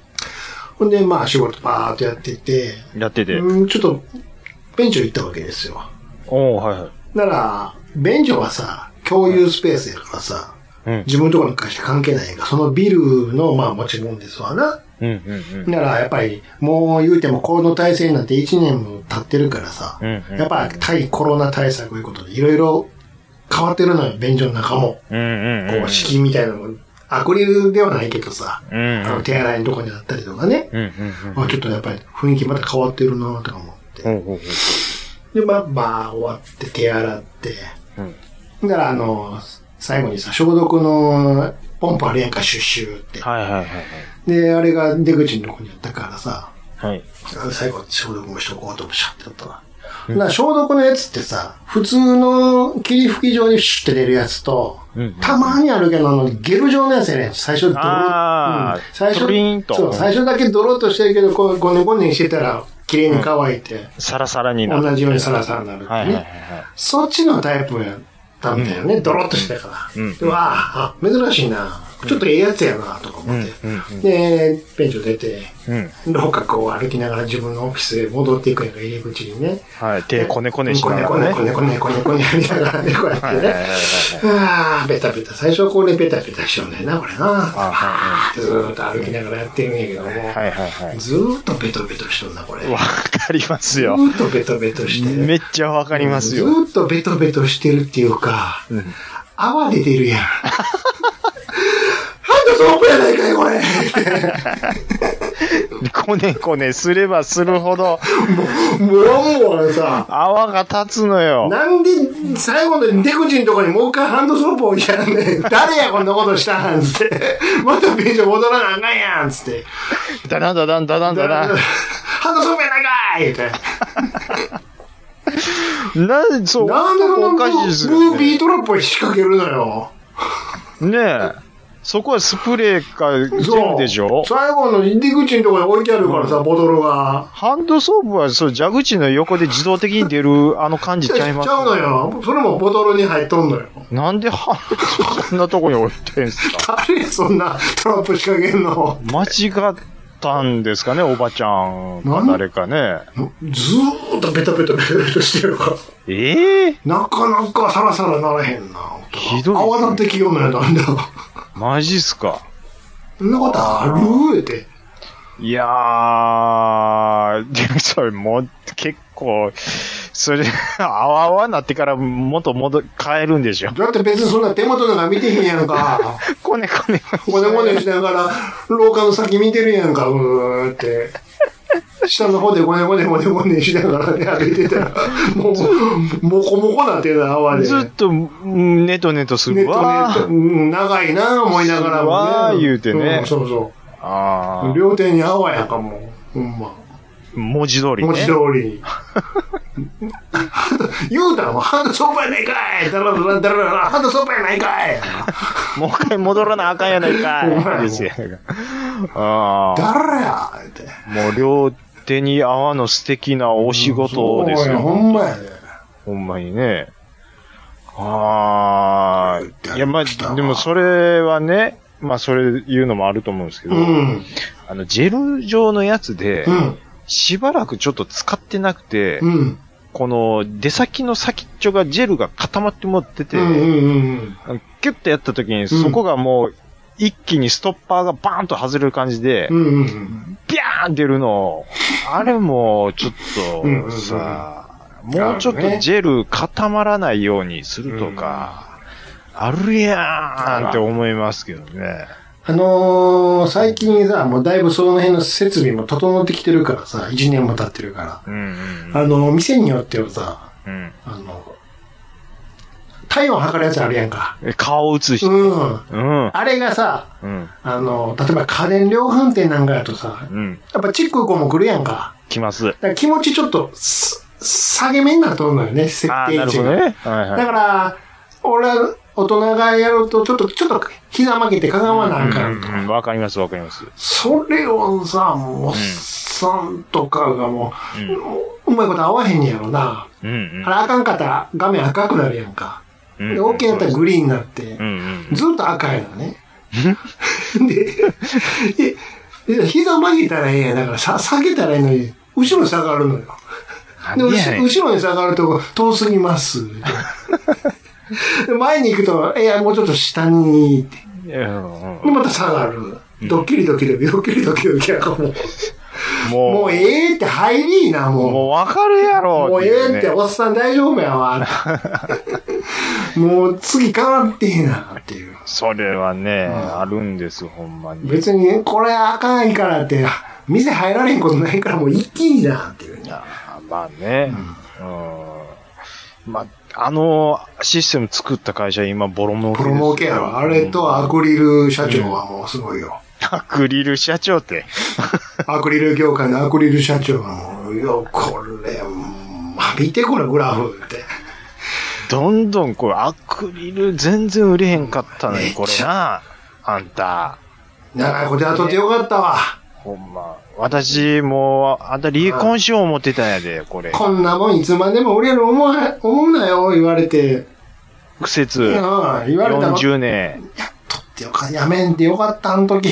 [SPEAKER 4] ほんで、まあ、仕事バーっとやってて、
[SPEAKER 3] やってて。
[SPEAKER 4] うん、ちょっと、便所行ったわけですよ。
[SPEAKER 3] おおはいはい。
[SPEAKER 4] なら、便所はさ、共有スペースやからさ、
[SPEAKER 3] うん。
[SPEAKER 4] 自分とこに会社関係ないやんか、そのビルの、まあもちろんですわな。
[SPEAKER 3] うんうん
[SPEAKER 4] なら、やっぱり、もう言うても、この体制になって1年も経ってるからさ、
[SPEAKER 3] うん。うんうん。
[SPEAKER 4] やっぱ対コロナ対策いうことで、いろいろ変わってるのよ、便所の中も。
[SPEAKER 3] うんうんうん。
[SPEAKER 4] こう、敷居みたいなのも、アクリルではないけどさ、
[SPEAKER 3] うんう
[SPEAKER 4] あの
[SPEAKER 3] ん。
[SPEAKER 4] 手洗いのとこにあったりとかね。
[SPEAKER 3] うんうんうん。
[SPEAKER 4] あちょっとやっぱり雰囲気また変わってるなとか思って。
[SPEAKER 3] ほうほうほ
[SPEAKER 4] で、まあ、まあ、終わって、手洗って。だから、あの、最後にさ、消毒のポンプあるやんか、シュッシュって。
[SPEAKER 3] うはいはいはいはい。
[SPEAKER 4] で、あれが出口のとこにあったからさ、
[SPEAKER 3] はい。
[SPEAKER 4] 最後消毒もしとこうと思ってシャッてやったわ。だから消毒のやつってさ、普通の霧吹き状にシュッて出るやつと、
[SPEAKER 3] うん
[SPEAKER 4] たまにあるけど、あの、ゲル状のやつやねん。最初、ドロ
[SPEAKER 3] あー
[SPEAKER 4] うん最
[SPEAKER 3] トゥルイーンと
[SPEAKER 4] 初、そう、最初だけドロッとしてるけど、こう、ゴネゴネしてたら、綺麗に乾いて、
[SPEAKER 3] サラサラになる。
[SPEAKER 4] 同じようにサラサラになるってね。
[SPEAKER 3] はいはいはいは
[SPEAKER 4] そっちのタイプやったんだよね、ドロッとしてから。
[SPEAKER 3] うん
[SPEAKER 4] でわあ、あ珍しいな。ちょっとええやつやな、とか思って。
[SPEAKER 3] うんうん
[SPEAKER 4] で、ペンチを出て、
[SPEAKER 3] い。うん。
[SPEAKER 4] 廊下こう歩きながら自分のオフィスへ戻っていくやんか、入り口にね。
[SPEAKER 3] はい。手こねこねしなが
[SPEAKER 4] こ
[SPEAKER 3] ら
[SPEAKER 4] ね
[SPEAKER 3] ね。
[SPEAKER 4] こねこねこねこねこねやりながらね、こうやって
[SPEAKER 3] はいはいはいはい
[SPEAKER 4] ね。。ああ、ベタベタ。最初はこれベタベタしようねんな、これな。
[SPEAKER 3] は
[SPEAKER 4] あーずーっと歩きながらやってるんやけども。
[SPEAKER 3] はいはいはい。
[SPEAKER 4] ずーっとベトベトしとんな、これ。ず
[SPEAKER 3] わかりますよ。
[SPEAKER 4] ーっとベトベトして。
[SPEAKER 3] めっちゃわかります
[SPEAKER 4] ず
[SPEAKER 3] よ。
[SPEAKER 4] ーっとベトベトしてるっていうか、
[SPEAKER 3] うん
[SPEAKER 4] 泡出てるやん。 ハンドソープやないかい、これ。
[SPEAKER 3] こねこねすればするほど
[SPEAKER 4] もう、もうさ、
[SPEAKER 3] 泡が立つのよ。
[SPEAKER 4] なんで最後の出口のとこにもう一回ハンドソープ置いちゃうんで、誰やこんなことしたんつって、 またページ戻らなあかんやんつって、
[SPEAKER 3] だなんだだんだなんだな。
[SPEAKER 4] ハンドソープやないかいって。
[SPEAKER 3] なん、そう、
[SPEAKER 4] なんでこ
[SPEAKER 3] お
[SPEAKER 4] んな
[SPEAKER 3] か
[SPEAKER 4] ム
[SPEAKER 3] しいですよ
[SPEAKER 4] ービ
[SPEAKER 3] ね
[SPEAKER 4] ー。トラップを仕掛けるのよ。
[SPEAKER 3] ねえ。そこはスプレーか、ジェルでしょ
[SPEAKER 4] 最後の入り口のとこに置いてあるからさ、ボトルが。
[SPEAKER 3] ハンドソープは、そう、蛇口の横で自動的に出る、あの感じ
[SPEAKER 4] ち
[SPEAKER 3] ちゃい
[SPEAKER 4] ゃ
[SPEAKER 3] ます。
[SPEAKER 4] うのよ。それもボトルに入っとんのよ。
[SPEAKER 3] なんでハンドソープそんなと こに置いてんすか
[SPEAKER 4] 誰やそんなトラップ仕掛けんの。
[SPEAKER 3] 間違ったんですかね、おばちゃんか誰かね。
[SPEAKER 4] ずーっとベタベタベタベタしてるから。
[SPEAKER 3] ええ
[SPEAKER 4] なかなかサラサラならへんな。
[SPEAKER 3] ひどい
[SPEAKER 4] 泡立ってきようのやなんだ。
[SPEAKER 3] マジっすか。
[SPEAKER 4] そんなことある言うて。
[SPEAKER 3] いやー、 でもそれもう結構、それ、 あわあわなってから元戻、変えるんでしょ。
[SPEAKER 4] だって別にそんな手元なんか見てへんやん か。
[SPEAKER 3] こねこね。
[SPEAKER 4] こねこねしながら、廊下の先見てるやんか、うーって。下の方でごねごねごねごねしながらね、歩いてたら、もう、もこもこなってた泡で。
[SPEAKER 3] ずっと、うんネトネトす
[SPEAKER 4] ネッ
[SPEAKER 3] る
[SPEAKER 4] トネ
[SPEAKER 3] わ
[SPEAKER 4] ット、。うん長いなぁ思いながらもね。
[SPEAKER 3] わあ言うてね
[SPEAKER 4] んそうそ
[SPEAKER 3] あ
[SPEAKER 4] う。
[SPEAKER 3] ー
[SPEAKER 4] 両手に泡やかも。ほんま。
[SPEAKER 3] 文字通り
[SPEAKER 4] 文字
[SPEAKER 3] ね
[SPEAKER 4] 通。り に。言うたらもうハンドソープやないかいだらだらだらだらハンドソープやないかい
[SPEAKER 3] もう一回戻らなあかんやない
[SPEAKER 4] ほんま
[SPEAKER 3] か
[SPEAKER 4] や
[SPEAKER 3] い。ですよ。ああ。
[SPEAKER 4] だらやって。
[SPEAKER 3] もう両手に泡の素敵なお仕事です
[SPEAKER 4] そうや
[SPEAKER 3] よ。
[SPEAKER 4] ほんまやで。
[SPEAKER 3] ほんまにね。はーい。いや、まあ、でもそれはね、まあ、それ言うのもあると思うんですけど、
[SPEAKER 4] うん。
[SPEAKER 3] あの、ジェル状のやつで
[SPEAKER 4] う、ん。
[SPEAKER 3] しばらくちょっと使ってなくて、
[SPEAKER 4] うん。
[SPEAKER 3] この出先の先っちょがジェルが固まって持ってて、
[SPEAKER 4] うんうんうん
[SPEAKER 3] あのキュッとやった時にそこがもう、一気にストッパーがバーンと外れる感じで、
[SPEAKER 4] うん。うんうん
[SPEAKER 3] ビャーン出るの。あれも、ちょっ
[SPEAKER 4] うんうんうん
[SPEAKER 3] と、さ、もうちょっとジェル固まらないようにするとか、あるやーんって思いますけどね。
[SPEAKER 4] あのー、最近さ、もうだいぶその辺の設備も整ってきてるからさ、1年も経ってるか
[SPEAKER 3] うんうん
[SPEAKER 4] ら。あのー、店によってはさ、
[SPEAKER 3] うん。
[SPEAKER 4] あの、体温測るやつあるやんか。
[SPEAKER 3] え顔映し
[SPEAKER 4] う
[SPEAKER 3] て。
[SPEAKER 4] ん。
[SPEAKER 3] うん。
[SPEAKER 4] あれがさ、
[SPEAKER 3] うん。
[SPEAKER 4] あの、例えば家電量販店なんかやとさ、
[SPEAKER 3] うん。
[SPEAKER 4] やっぱチック子も来るやんか。
[SPEAKER 3] きます
[SPEAKER 4] だ。から気持ちちょっとす、下げ目になっとんのよね、設
[SPEAKER 3] ああ、
[SPEAKER 4] 定
[SPEAKER 3] なる
[SPEAKER 4] 値
[SPEAKER 3] ほ
[SPEAKER 4] が。
[SPEAKER 3] どね。はい
[SPEAKER 4] だ
[SPEAKER 3] は
[SPEAKER 4] から、俺は大人がやると、ちょっと、ちょっと膝曲げてかがまなあかんと
[SPEAKER 3] い。うん、わかります、わかります。
[SPEAKER 4] それをさ、もうおっさんとかがも
[SPEAKER 3] うん
[SPEAKER 4] う、もううまいこと合わへんねやろな。
[SPEAKER 3] うんうん
[SPEAKER 4] あれあかんかったら画面赤くなるやんか。
[SPEAKER 3] う
[SPEAKER 4] で、
[SPEAKER 3] ん。
[SPEAKER 4] OK やったらグリーンになって
[SPEAKER 3] う、んうん。
[SPEAKER 4] ずっと赤やのね。 で、で膝曲げたらええやん。だからさ、下げたらええのに、後ろに下がるのよ。で、
[SPEAKER 3] 何
[SPEAKER 4] うし
[SPEAKER 3] やねん
[SPEAKER 4] 後ろに下がると遠すぎ ます。で前に行くと、いや、もうちょっと下にって。
[SPEAKER 3] うんうん
[SPEAKER 4] で、また下がる。ドッキリドキドキ、ドッキリドキドキやからもう。
[SPEAKER 3] もう、
[SPEAKER 4] もうええって入りいな、も
[SPEAKER 3] もうわかるや
[SPEAKER 4] う。
[SPEAKER 3] ろ
[SPEAKER 4] もうえ
[SPEAKER 3] いう
[SPEAKER 4] え
[SPEAKER 3] ね
[SPEAKER 4] って、おっさん大丈夫やわ。 もう次変わってええな、っていう。
[SPEAKER 3] それはね、あるんです、ほんまに。
[SPEAKER 4] 別に、これあかんいからって、店入られんことないからもう一気にな、っていうね。
[SPEAKER 3] あまあね。うん。まあ、あのシステム作った会社、今、ボロ儲け
[SPEAKER 4] プ
[SPEAKER 3] です
[SPEAKER 4] ロ
[SPEAKER 3] よ
[SPEAKER 4] モーケやろ。あれとアクリル社長はもうすごいよ。
[SPEAKER 3] アクリル社長って。
[SPEAKER 4] アクリル業界のアクリル社長はもう、よ、これ、うんまあ、見てこれグラフって。
[SPEAKER 3] どんどん、これ、アクリル全然売れへんかったのに、これな。あんた。
[SPEAKER 4] 長いことやっとってよかったわ。
[SPEAKER 3] ほんま。私、もう、あんた離婚しよう思ってたんやで、これ。
[SPEAKER 4] こんなもんいつまでも売れる思わ、思うなよ、言われて。
[SPEAKER 3] 苦
[SPEAKER 4] うん、
[SPEAKER 3] 節
[SPEAKER 4] 言。われたの。
[SPEAKER 3] 40年。
[SPEAKER 4] とってよかやめんでよかった、あの時。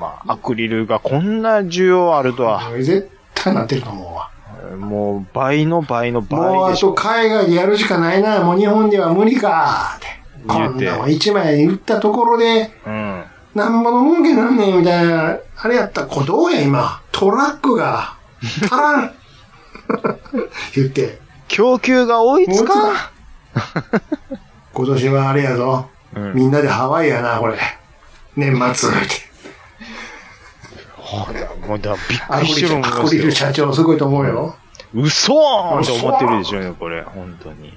[SPEAKER 3] まあ、アクリルがこんな需要あるとは。
[SPEAKER 4] 絶対なってると思うわ。
[SPEAKER 3] もう倍の倍の
[SPEAKER 4] もうあ
[SPEAKER 3] 倍でしょ。
[SPEAKER 4] と海外でやるしかないな、もう日本では無理か、って。こ
[SPEAKER 3] 言うんて
[SPEAKER 4] なもん一枚売ったところで、
[SPEAKER 3] うん。
[SPEAKER 4] なんぼのもんけなんねん、みたいな。あれやったら、これどうや、今。トラックが、足らん。 言って。
[SPEAKER 3] 供給が追い
[SPEAKER 4] もう
[SPEAKER 3] つ
[SPEAKER 4] いつ
[SPEAKER 3] かん。
[SPEAKER 4] だ今年はあれやぞ。
[SPEAKER 3] うん
[SPEAKER 4] みんなでハワイやな、これ。年末。
[SPEAKER 3] ほら、もうだ、びっ
[SPEAKER 4] ア
[SPEAKER 3] く
[SPEAKER 4] ク
[SPEAKER 3] りして
[SPEAKER 4] リ
[SPEAKER 3] る
[SPEAKER 4] ル
[SPEAKER 3] もん
[SPEAKER 4] アクリル社長、すごいと思うよ。
[SPEAKER 3] 嘘ーって思ってるでしょうね、これ。本当に。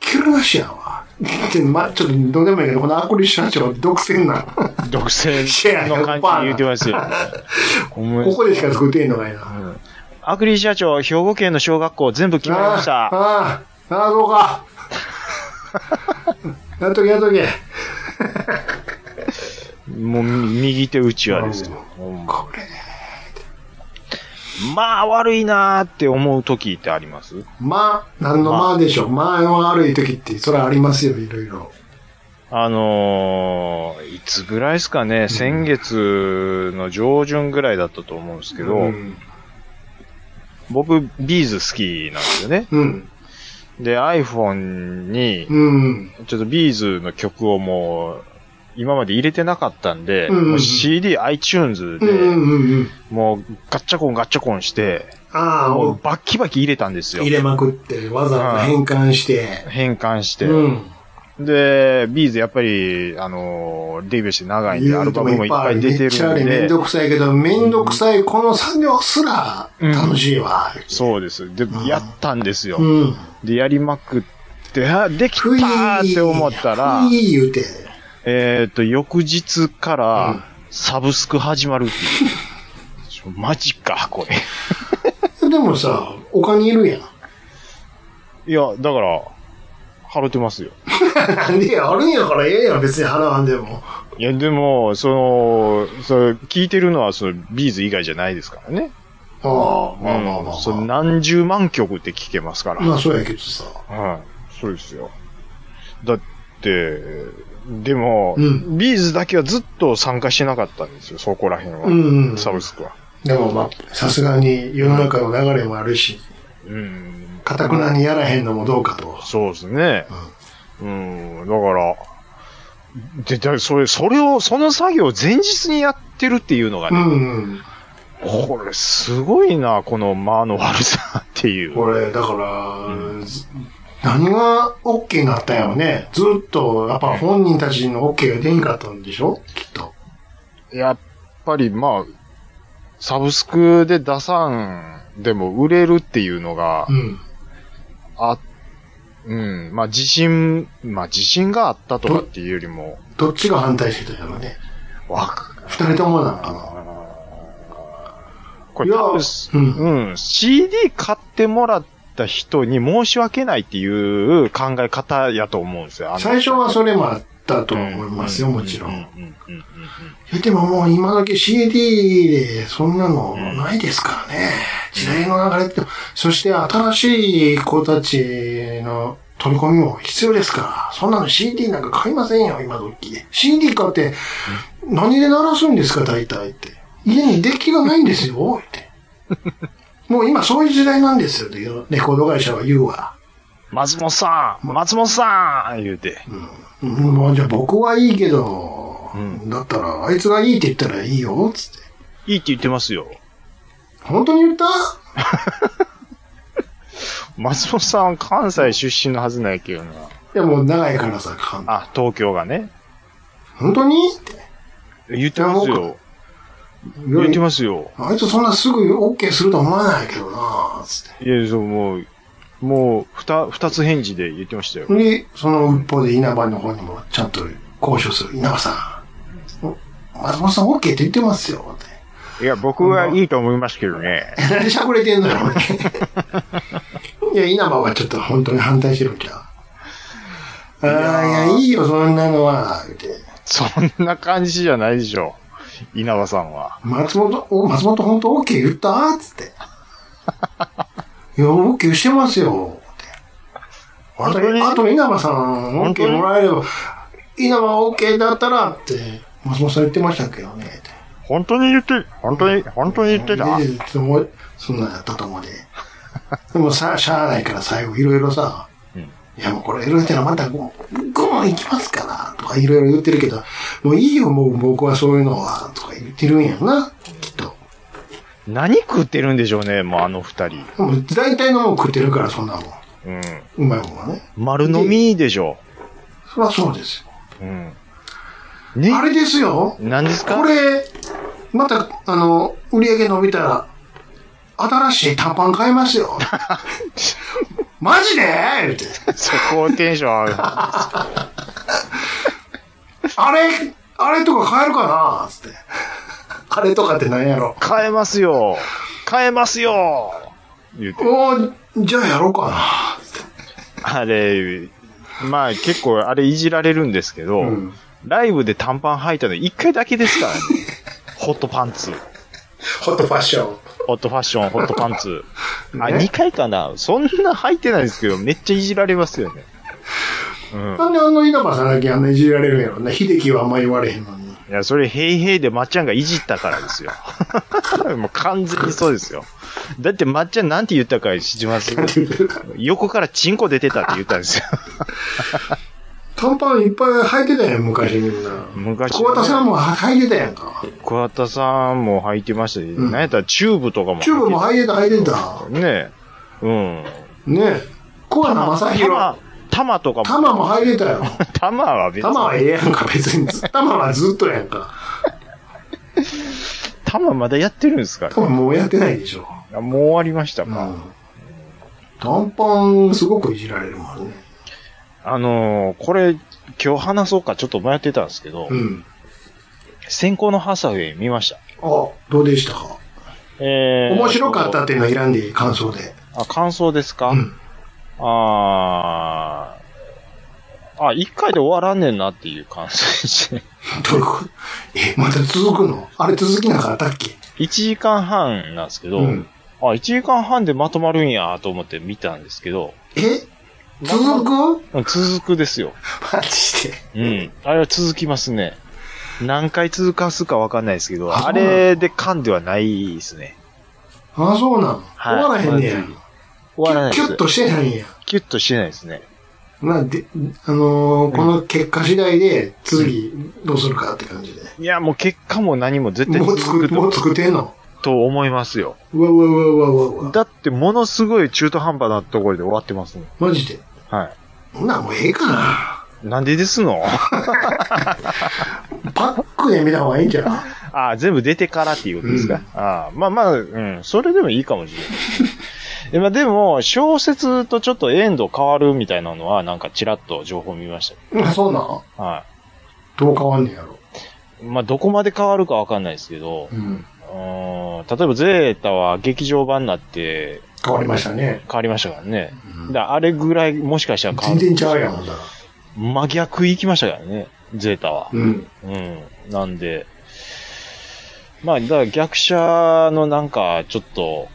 [SPEAKER 4] キュルなしやわ。で、ま、ちょっとどうでもいいけど、このアクリル社長、独占な。
[SPEAKER 3] 独占の感じ言うてますよ、ね。お前
[SPEAKER 4] ここでしか作ってんのかいな。
[SPEAKER 3] アクリル社長、兵庫県の小学校全部決まりまし
[SPEAKER 4] あ
[SPEAKER 3] た。
[SPEAKER 4] あ、ああ、そう か。やっとけ、やっとけ。
[SPEAKER 3] もう、右手打ちはですよ。ほんま
[SPEAKER 4] これ、
[SPEAKER 3] まあ、悪いなーって思う時ってあります
[SPEAKER 4] まあ、何のまあでしょう。まあ悪い時って、それはありますよ、いろいろ。
[SPEAKER 3] あのー、いつぐらいですかね、先月の上旬ぐらいだったと思うんですけど、
[SPEAKER 4] うん。
[SPEAKER 3] 僕、ビーズ好きなんですよね。
[SPEAKER 4] うん。
[SPEAKER 3] で、iPhone に、
[SPEAKER 4] うん。
[SPEAKER 3] ちょっとビーズの曲をもう、今まで入れてなかったんで、
[SPEAKER 4] うんうん
[SPEAKER 3] もう CD、iTunes
[SPEAKER 4] うん。う
[SPEAKER 3] で、
[SPEAKER 4] ん。うん。
[SPEAKER 3] もうガッチャコンガッチャコンして、
[SPEAKER 4] ああ、
[SPEAKER 3] もうバッキバキ入れたんですよ
[SPEAKER 4] 入。れまくって、わざわざ変換して。
[SPEAKER 3] 変換して、
[SPEAKER 4] うん。
[SPEAKER 3] で、ビーズやっぱり、あのーデビューして長いんで、アルバムもいっぱい出て
[SPEAKER 4] めっちゃあ
[SPEAKER 3] る
[SPEAKER 4] れ
[SPEAKER 3] ん
[SPEAKER 4] めん
[SPEAKER 3] で、
[SPEAKER 4] どくさいけど、めんどくさいこの作業すら楽しいわ。
[SPEAKER 3] そうです。で、
[SPEAKER 4] ん
[SPEAKER 3] やったんですよ。
[SPEAKER 4] うん。
[SPEAKER 3] で、やりまくって、あ、できた
[SPEAKER 4] ふいー
[SPEAKER 3] ーって思ったら
[SPEAKER 4] ふ、いー言うて。
[SPEAKER 3] えっ、と、翌日か
[SPEAKER 4] うん
[SPEAKER 3] ら、サブスク始まるっていう。ち ょマジか、これ。
[SPEAKER 4] でもさ、お金いるやん。
[SPEAKER 3] いや、だから、払ってますよ。
[SPEAKER 4] なんでや、あるんやからええやん、別に払わんでも。
[SPEAKER 3] いや、でも、その、それ聞いてるのは、その、ビーズ以外じゃないですからね。
[SPEAKER 4] ああ、まあまあまあ、ま
[SPEAKER 3] う
[SPEAKER 4] あ
[SPEAKER 3] んその何十万曲って聞けますから。
[SPEAKER 4] まあそうやけどさ。
[SPEAKER 3] はい。そうですよ。だって、でも、
[SPEAKER 4] うん
[SPEAKER 3] ビーズだけはずっと参加しなかったんですよ、そこら辺は。
[SPEAKER 4] うんうん
[SPEAKER 3] サブスクは。
[SPEAKER 4] でもまあ、さすがに世の中の流れもあるし、
[SPEAKER 3] うん。
[SPEAKER 4] かたくなにやらへんのもどうかと。
[SPEAKER 3] そうですね。うん、だから、で、だそれ、それを、その作業を前日にやってるっていうのが
[SPEAKER 4] う
[SPEAKER 3] ね、
[SPEAKER 4] んうん。
[SPEAKER 3] これすごいな、この間の悪さっていう。
[SPEAKER 4] これ、だから、ず何が OK になったんやろね。ずっと、やっぱ本人たちの OK が出んかったんでしょきっと。
[SPEAKER 3] やっぱり、まあ、サブスクで出さんでも売れるっていうのが
[SPEAKER 4] う、ん。
[SPEAKER 3] あ、うん、まあ自信、まあ自信があったとかっていうよりも、
[SPEAKER 4] どっちが反対してたんやろね。
[SPEAKER 3] わか
[SPEAKER 4] 二人ともなのかな。
[SPEAKER 3] こ
[SPEAKER 4] い
[SPEAKER 3] れ
[SPEAKER 4] や
[SPEAKER 3] 多分、
[SPEAKER 4] うん
[SPEAKER 3] うん、CD 買ってもらった人に申し訳ないっていう考え方やと思うんですよ。あの
[SPEAKER 4] 最初はそれもあったと思いますよ、
[SPEAKER 3] う
[SPEAKER 4] もちろん。
[SPEAKER 3] う
[SPEAKER 4] い
[SPEAKER 3] んうんうんうん
[SPEAKER 4] や、でももう今だけ CD でそんなのないですからね。時代の流れって、そして新しい子たちの取り込みも必要ですから、そんなの CD なんか買いませんよ、今時。CD 買って、何で鳴らすんですか、大体って。家にデッキがないんですよ、って。 もう今そういう時代なんですよ、ってレコード会社は言うわ。
[SPEAKER 3] 松本さん松本さん言うて。
[SPEAKER 4] うん、まあじゃあ僕はいいけど、
[SPEAKER 3] うん
[SPEAKER 4] だったら、あいつがいいって言ったらいいよ、つって。
[SPEAKER 3] いいって言ってますよ。
[SPEAKER 4] 本当に言った
[SPEAKER 3] 松本さんは関西出身のはずないけどな。
[SPEAKER 4] いやもう長いからさ、かん
[SPEAKER 3] あ、東京がね。
[SPEAKER 4] 本当にって。
[SPEAKER 3] 言ってますよ。言ってますよ。
[SPEAKER 4] あいつそんなすぐ OK すると思わないけどな、つっ
[SPEAKER 3] いや、そう、もう、もう、ふた、二つ返事で言ってましたよ
[SPEAKER 4] て。。で、その一方で稲葉の方にもちゃんと交渉する。稲葉さん、お松本さん OK って言ってますよ、って。
[SPEAKER 3] いや、僕はいいと思いますけどね。
[SPEAKER 4] なんでしゃくれてんのよ、俺いや、稲葉はちょっと本当に反対してるんちゃうああ、いや、いいよ、そんなのは、言うて。
[SPEAKER 3] そんな感じじゃないでしょ。稲葉さんは。
[SPEAKER 4] 松本、お、松本本当 OK 言ったつって。 いや、OK してますよ。ってあ
[SPEAKER 3] 本当に
[SPEAKER 4] と、あと稲葉さん、
[SPEAKER 3] 本当
[SPEAKER 4] OK
[SPEAKER 3] に
[SPEAKER 4] もらえれば、稲葉 OK だったらって、松本さん言ってましたけどね。って
[SPEAKER 3] 本当に言って、本当に、本当に言ってた
[SPEAKER 4] ででもうそんなんやったと思うで。でもさ、 しゃあないから最後いろいろさ、
[SPEAKER 3] うん
[SPEAKER 4] いやもうこれいろいろたらまたゴン、ゴン行きますから、とかいろいろ言ってるけど、もういいよ、もう僕はそういうのは、とか言ってるんやろな、きっと。
[SPEAKER 3] 何食ってるんでしょうね、もうあの二人。
[SPEAKER 4] でも大体のもん食ってるから、そんなもん。
[SPEAKER 3] うん。
[SPEAKER 4] うまいもんはね。
[SPEAKER 3] 丸飲みでしょ
[SPEAKER 4] そりゃそうですよ。
[SPEAKER 3] う。うん。ね
[SPEAKER 4] あれですよ。
[SPEAKER 3] 何ですか
[SPEAKER 4] これ、また、あの、売り上げ伸びたら、新しい短パン買います よ。マジで言うて。
[SPEAKER 3] そこテンション上が
[SPEAKER 4] あれ、あれとか買えるかなつって。あれとかって何やろ
[SPEAKER 3] る。。買えますよ買えますよ言うて。
[SPEAKER 4] おーじゃあやろうかなつって。
[SPEAKER 3] あれ、まあ結構あれいじられるんですけど、
[SPEAKER 4] うん
[SPEAKER 3] ライブで短パン履いたの一回だけです からね。ホットパンツ。
[SPEAKER 4] ホットファッション。
[SPEAKER 3] ホットファッション、ホットパンツ。あ、
[SPEAKER 4] ね
[SPEAKER 3] 2回かな。そんな履いてないですけど、めっちゃいじられますよね。うん。
[SPEAKER 4] なんであの稲葉さんだけあんないじられるんやろね。秀樹はあんま言われへんの に。
[SPEAKER 3] いや、それ、ヘイヘイでまっちゃんがいじったからですよ。 もう完全にそうですよ。だってまっちゃんなんて言ったか知ります
[SPEAKER 4] なんて言うてるか。
[SPEAKER 3] 横からチンコ出てたって言ったんです よ。
[SPEAKER 4] 短パンいっぱい履いてたやん、昔みんな。
[SPEAKER 3] 昔、
[SPEAKER 4] 小畑さんも履いてたやんか。
[SPEAKER 3] 桑田さんも履いてましたし、
[SPEAKER 4] ん
[SPEAKER 3] なんやったらチューブとかも
[SPEAKER 4] チューブも
[SPEAKER 3] 履い
[SPEAKER 4] 履いてた、履いてた。
[SPEAKER 3] てねえ。うん。
[SPEAKER 4] ねえ。小畑正
[SPEAKER 3] 玉
[SPEAKER 4] 宏。
[SPEAKER 3] 玉とかも。
[SPEAKER 4] 玉も入れたよ。
[SPEAKER 3] 玉は別に。
[SPEAKER 4] 玉はええやんか、別に。玉はずっとやんか。
[SPEAKER 3] 玉まだやってるんですか
[SPEAKER 4] 玉もうやってないでしょ。
[SPEAKER 3] あもう終わりました
[SPEAKER 4] うん
[SPEAKER 3] か。。
[SPEAKER 4] 短パンすごくいじられるもんね。
[SPEAKER 3] あのーこれ、今日話そうかちょっと迷ってたんですけど、
[SPEAKER 4] うん。
[SPEAKER 3] 先行のハサウェイ見ました。
[SPEAKER 4] あ、どうでしたか
[SPEAKER 3] えー、
[SPEAKER 4] 面白かったっていうのはいらんでいい感想で。
[SPEAKER 3] あ、感想ですか、
[SPEAKER 4] うん。
[SPEAKER 3] あー。あ、一回で終わらんねんなっていう感想でして
[SPEAKER 4] どういうことえ、また続くのあれ続きなかったっけ
[SPEAKER 3] 一時間半なんですけど、
[SPEAKER 4] うん。
[SPEAKER 3] あ、一時間半でまとまるんやと思って見たんですけど、
[SPEAKER 4] え続く
[SPEAKER 3] うん続くですよ。
[SPEAKER 4] マジして。
[SPEAKER 3] うん。あれは続きますね。何回続かすかわかんないですけど、
[SPEAKER 4] あ
[SPEAKER 3] あれで勘ではないですね。
[SPEAKER 4] あ、そうなの、
[SPEAKER 3] はい
[SPEAKER 4] 終わらへんねや。
[SPEAKER 3] 終わらない
[SPEAKER 4] キ
[SPEAKER 3] で
[SPEAKER 4] ュッキュッ。
[SPEAKER 3] す
[SPEAKER 4] としてないんや。
[SPEAKER 3] キュッとしてないですね。
[SPEAKER 4] まあ、で、あのーこの結果次第で、次、どうするかって感じで。
[SPEAKER 3] いや、もう結果も何も絶対
[SPEAKER 4] もう
[SPEAKER 3] 続
[SPEAKER 4] 作
[SPEAKER 3] く
[SPEAKER 4] も
[SPEAKER 3] と
[SPEAKER 4] う作ってんの
[SPEAKER 3] と思いますよ。
[SPEAKER 4] うわうわうわうわうわうわ。
[SPEAKER 3] だって、ものすごい中途半端なところで終わってますもん。
[SPEAKER 4] マジで。
[SPEAKER 3] は
[SPEAKER 4] ほんならもうええかな。
[SPEAKER 3] い。なんでです の
[SPEAKER 4] パックで見た方がいいんじゃない
[SPEAKER 3] ああ、全部出てからっていうことですか、
[SPEAKER 4] うん
[SPEAKER 3] ああ、まあまあ、うん、それでもいいかもしれない。 えまあでも、小説とちょっとエンド変わるみたいなのは、なんかちらっと情報見まし
[SPEAKER 4] うんそうなん
[SPEAKER 3] た。は
[SPEAKER 4] どう変わんねやろ。
[SPEAKER 3] い。まあどこまで変わるかわかんないですけど、
[SPEAKER 4] うん。
[SPEAKER 3] うーん例えばゼータは劇場版になって
[SPEAKER 4] 変わりましたね。
[SPEAKER 3] 変わりましたからね。
[SPEAKER 4] うん
[SPEAKER 3] だからあれぐらいもしかしたら
[SPEAKER 4] 全
[SPEAKER 3] 変わる。
[SPEAKER 4] 然ちゃうやん、ほんだら。
[SPEAKER 3] 真逆行きましたからね、ゼータは。
[SPEAKER 4] うん。
[SPEAKER 3] うん。なんで、まあ、だから逆者のなんか、ちょっと、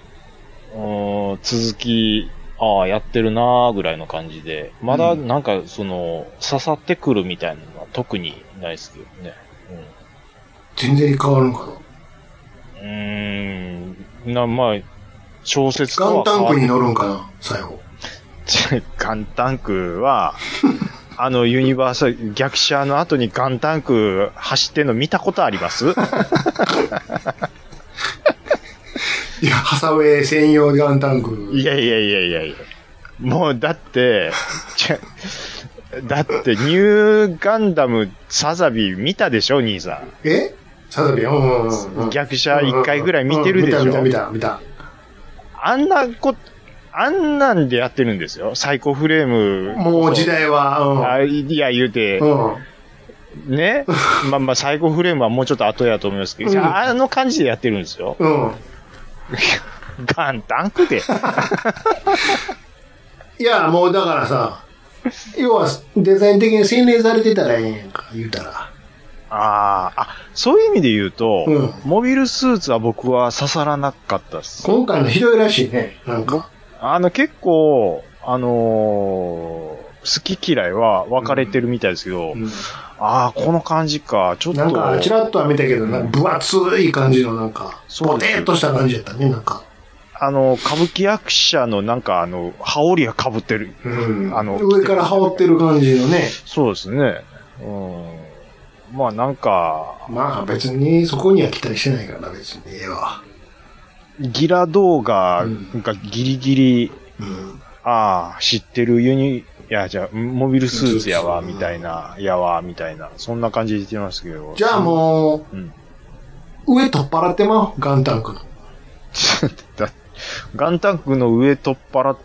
[SPEAKER 3] うーん、続き、ああ、やってるなーぐらいの感じで、まだ
[SPEAKER 4] うん
[SPEAKER 3] なんか、その、刺さってくるみたいなのは特にないですけどね。
[SPEAKER 4] 全然変わるんかな。
[SPEAKER 3] うん。うーん、な、まあ、小説とは
[SPEAKER 4] ガンタンクに
[SPEAKER 3] 変わ
[SPEAKER 4] 乗るんかな、最後。
[SPEAKER 3] っ ガンタンクは、 あの、ユニバーサル、逆者の後にガンタンク走ってんの見たことあります
[SPEAKER 4] いや、ハサウェイ専用ガンタンク。
[SPEAKER 3] いやいやいやいやいや。もうだって、ちゃだってニューガンダムサザビ見たでしょ、兄さ
[SPEAKER 4] えサザビ、うんうんうん。
[SPEAKER 3] 逆者一回ぐらい見てるでしょ
[SPEAKER 4] うんうんうん見た見た見た
[SPEAKER 3] ん。あんなこ、あんなんでやってるんですよ。サイコフレーム。
[SPEAKER 4] 見た。もう時代は、
[SPEAKER 3] あいや、言うて
[SPEAKER 4] う、ん。うん。
[SPEAKER 3] ね。まあまあ、サイコフレームはもうちょっと後やと思いますけど、
[SPEAKER 4] うん
[SPEAKER 3] あの感じでやってるんですよ。
[SPEAKER 4] うん。
[SPEAKER 3] ガンタン クで。
[SPEAKER 4] いや、もうだからさ、要はデザイン的に洗練されてたらええんやんか、言うたら。
[SPEAKER 3] あーあ、そういう意味で言うと、
[SPEAKER 4] うん
[SPEAKER 3] モビルスーツは僕は刺さらなかったです。
[SPEAKER 4] 今回のひどいらしいね、なんか。
[SPEAKER 3] あの、結構、あのー好き嫌いは分かれてるみたいですけど、
[SPEAKER 4] うん
[SPEAKER 3] ああ、この感じか、ちょっと。
[SPEAKER 4] なんか、ちらっとは見たけど、なんか分厚い感じの、なんか、
[SPEAKER 3] そう
[SPEAKER 4] ボ
[SPEAKER 3] です
[SPEAKER 4] テーっとした感じやったね、なんか。
[SPEAKER 3] あの、歌舞伎役者のなんか、あの、羽織が被ってる。
[SPEAKER 4] うん。
[SPEAKER 3] あの
[SPEAKER 4] 上から羽織ってる感じのね。
[SPEAKER 3] そうですね。うん。まあなんか、
[SPEAKER 4] まあ別に、そこには期待してないからな、別に。ええわ。
[SPEAKER 3] ギラ動画
[SPEAKER 4] うん
[SPEAKER 3] がギリギリ、
[SPEAKER 4] うん。
[SPEAKER 3] ああ、知ってるユニ、いや、じゃあ、モビルスーツやわ、
[SPEAKER 4] うん
[SPEAKER 3] みたいな、やわ、みたいな、そんな感じで言ってましたけど。
[SPEAKER 4] じゃあもう、
[SPEAKER 3] うん
[SPEAKER 4] 上取っ払ってまう、ガンタンクの。
[SPEAKER 3] だガンタンクの上取っ払っ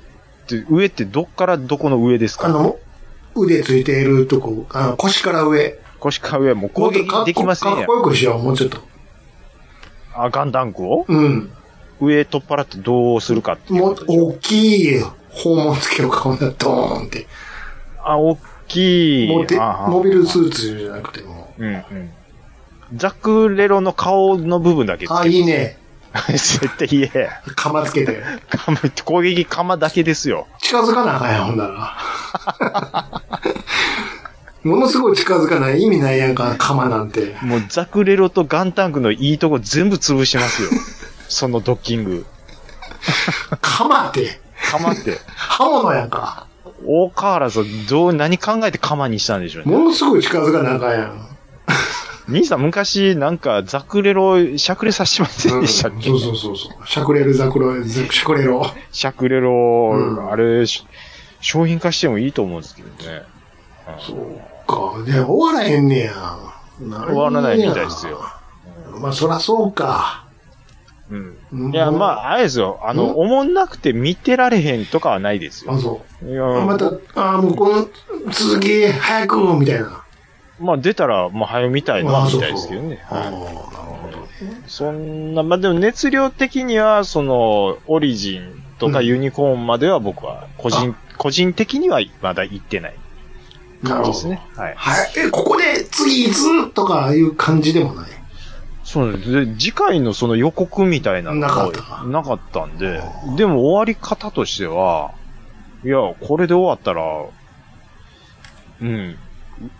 [SPEAKER 3] て、上ってどっからどこの上です
[SPEAKER 4] あ
[SPEAKER 3] か
[SPEAKER 4] の、腕ついているとこ、あの腰から上。
[SPEAKER 3] 腰から上はもう攻撃できません
[SPEAKER 4] もっとかっこか
[SPEAKER 3] や
[SPEAKER 4] っこよくしよう、もうちょっと。
[SPEAKER 3] あ、ガンタンクを
[SPEAKER 4] うん。
[SPEAKER 3] 上取っ払ってどうするかっていう
[SPEAKER 4] も
[SPEAKER 3] こ
[SPEAKER 4] う
[SPEAKER 3] と、でしょ
[SPEAKER 4] 大きい訪問つけようか、ほんならドーンって。
[SPEAKER 3] あ、大きい。
[SPEAKER 4] もうで
[SPEAKER 3] ああ
[SPEAKER 4] モビルスーツじゃなくても。
[SPEAKER 3] うんうん。ザクレロの顔の部分だけ。
[SPEAKER 4] あ、いいね。
[SPEAKER 3] 絶対言え。
[SPEAKER 4] 鎌つけて。
[SPEAKER 3] 鎌 攻撃鎌だけですよ。
[SPEAKER 4] 近づかなあかんやん、ほんなら。 ものすごい近づかない。意味ないやんか、鎌なんて。
[SPEAKER 3] もうザクレロとガンタンクのいいとこ全部潰してますよ。 そのドッキング。
[SPEAKER 4] 鎌って、
[SPEAKER 3] 鎌って。
[SPEAKER 4] 刃物やんか。
[SPEAKER 3] 大河原さん、どう、何考えて鎌にしたんでしょうね。
[SPEAKER 4] ものすごい近づかなあかんやん。
[SPEAKER 3] 兄さん、昔、なんか、ザクレロ、シャクレさしてませんでしたっけ、
[SPEAKER 4] そうそうそうそう。しゃくれるざくろ、しゃくれろ。
[SPEAKER 3] シャクレロ、
[SPEAKER 4] うん
[SPEAKER 3] あれ、し商品化してもいいと思うんですけどね。
[SPEAKER 4] そうか。で、終わらへんねや。なる
[SPEAKER 3] 終
[SPEAKER 4] ほ
[SPEAKER 3] わ
[SPEAKER 4] どね
[SPEAKER 3] らないみたいですよ。。
[SPEAKER 4] まあ、そらそうか。
[SPEAKER 3] うん。いや、まあ、あれですよ。あ
[SPEAKER 4] うん
[SPEAKER 3] の、おもんなくて見てられへんとかはないです
[SPEAKER 4] あ、
[SPEAKER 3] よ。
[SPEAKER 4] そ
[SPEAKER 3] いや、
[SPEAKER 4] う。また、あーもうこの続き、早く、みたいな。
[SPEAKER 3] まあ、出たら、まあ、早みたい
[SPEAKER 4] あ
[SPEAKER 3] な、
[SPEAKER 4] ーそ
[SPEAKER 3] み
[SPEAKER 4] うそ
[SPEAKER 3] た
[SPEAKER 4] う
[SPEAKER 3] いですけどね。
[SPEAKER 4] あー
[SPEAKER 3] は
[SPEAKER 4] な
[SPEAKER 3] い
[SPEAKER 4] るほどね。
[SPEAKER 3] そんな、まあ、でも熱量的には、その、オリジンとか
[SPEAKER 4] うん
[SPEAKER 3] ユニコーンまでは僕は、個人、個人的にはまだ行ってない
[SPEAKER 4] なる
[SPEAKER 3] 感
[SPEAKER 4] ほ
[SPEAKER 3] じ
[SPEAKER 4] ど
[SPEAKER 3] ですね。はい。
[SPEAKER 4] はい。え、ここで、次、いつとかいう感じでもない。
[SPEAKER 3] そうなんです。で、次回のその予告みたいなのが
[SPEAKER 4] なかった
[SPEAKER 3] なかったんで、でも終わり方としては、いや、これで終わったら、うん、う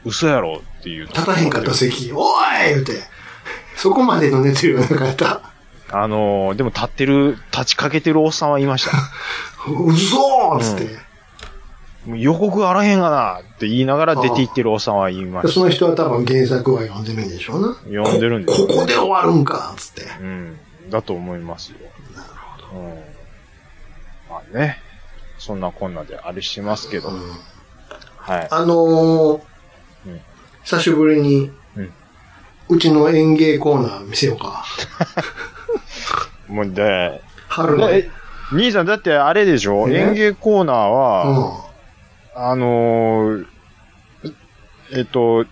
[SPEAKER 3] 嘘やろっていう。
[SPEAKER 4] 立たへんかった席、おい言うて。そこまでの熱量なかった。
[SPEAKER 3] あのーでも立ってる、立ちかけてるおっさんはいま した。
[SPEAKER 4] 嘘ーつって。
[SPEAKER 3] もう予告あらへんがなって言いながら出て行ってるおっさんは言いまし
[SPEAKER 4] その人は多分原作は読んでるんでしょうな。
[SPEAKER 3] た。呼んでるんです
[SPEAKER 4] こ
[SPEAKER 3] よ。
[SPEAKER 4] こで終わるんかつって。
[SPEAKER 3] うん。だと思いますよ。
[SPEAKER 4] なるほ
[SPEAKER 3] うん。まあね。そんなこんなであれしてますけど。
[SPEAKER 4] うん
[SPEAKER 3] はい。
[SPEAKER 4] あのー
[SPEAKER 3] うん
[SPEAKER 4] 久しぶりに、う
[SPEAKER 3] うん
[SPEAKER 4] ちの園芸コーナー見せようか。
[SPEAKER 3] もうで、
[SPEAKER 4] 春の。
[SPEAKER 3] え兄さん、だってあれでしょ
[SPEAKER 4] え
[SPEAKER 3] 園芸コーナー
[SPEAKER 4] う
[SPEAKER 3] は、
[SPEAKER 4] ん。
[SPEAKER 3] あのーえっと、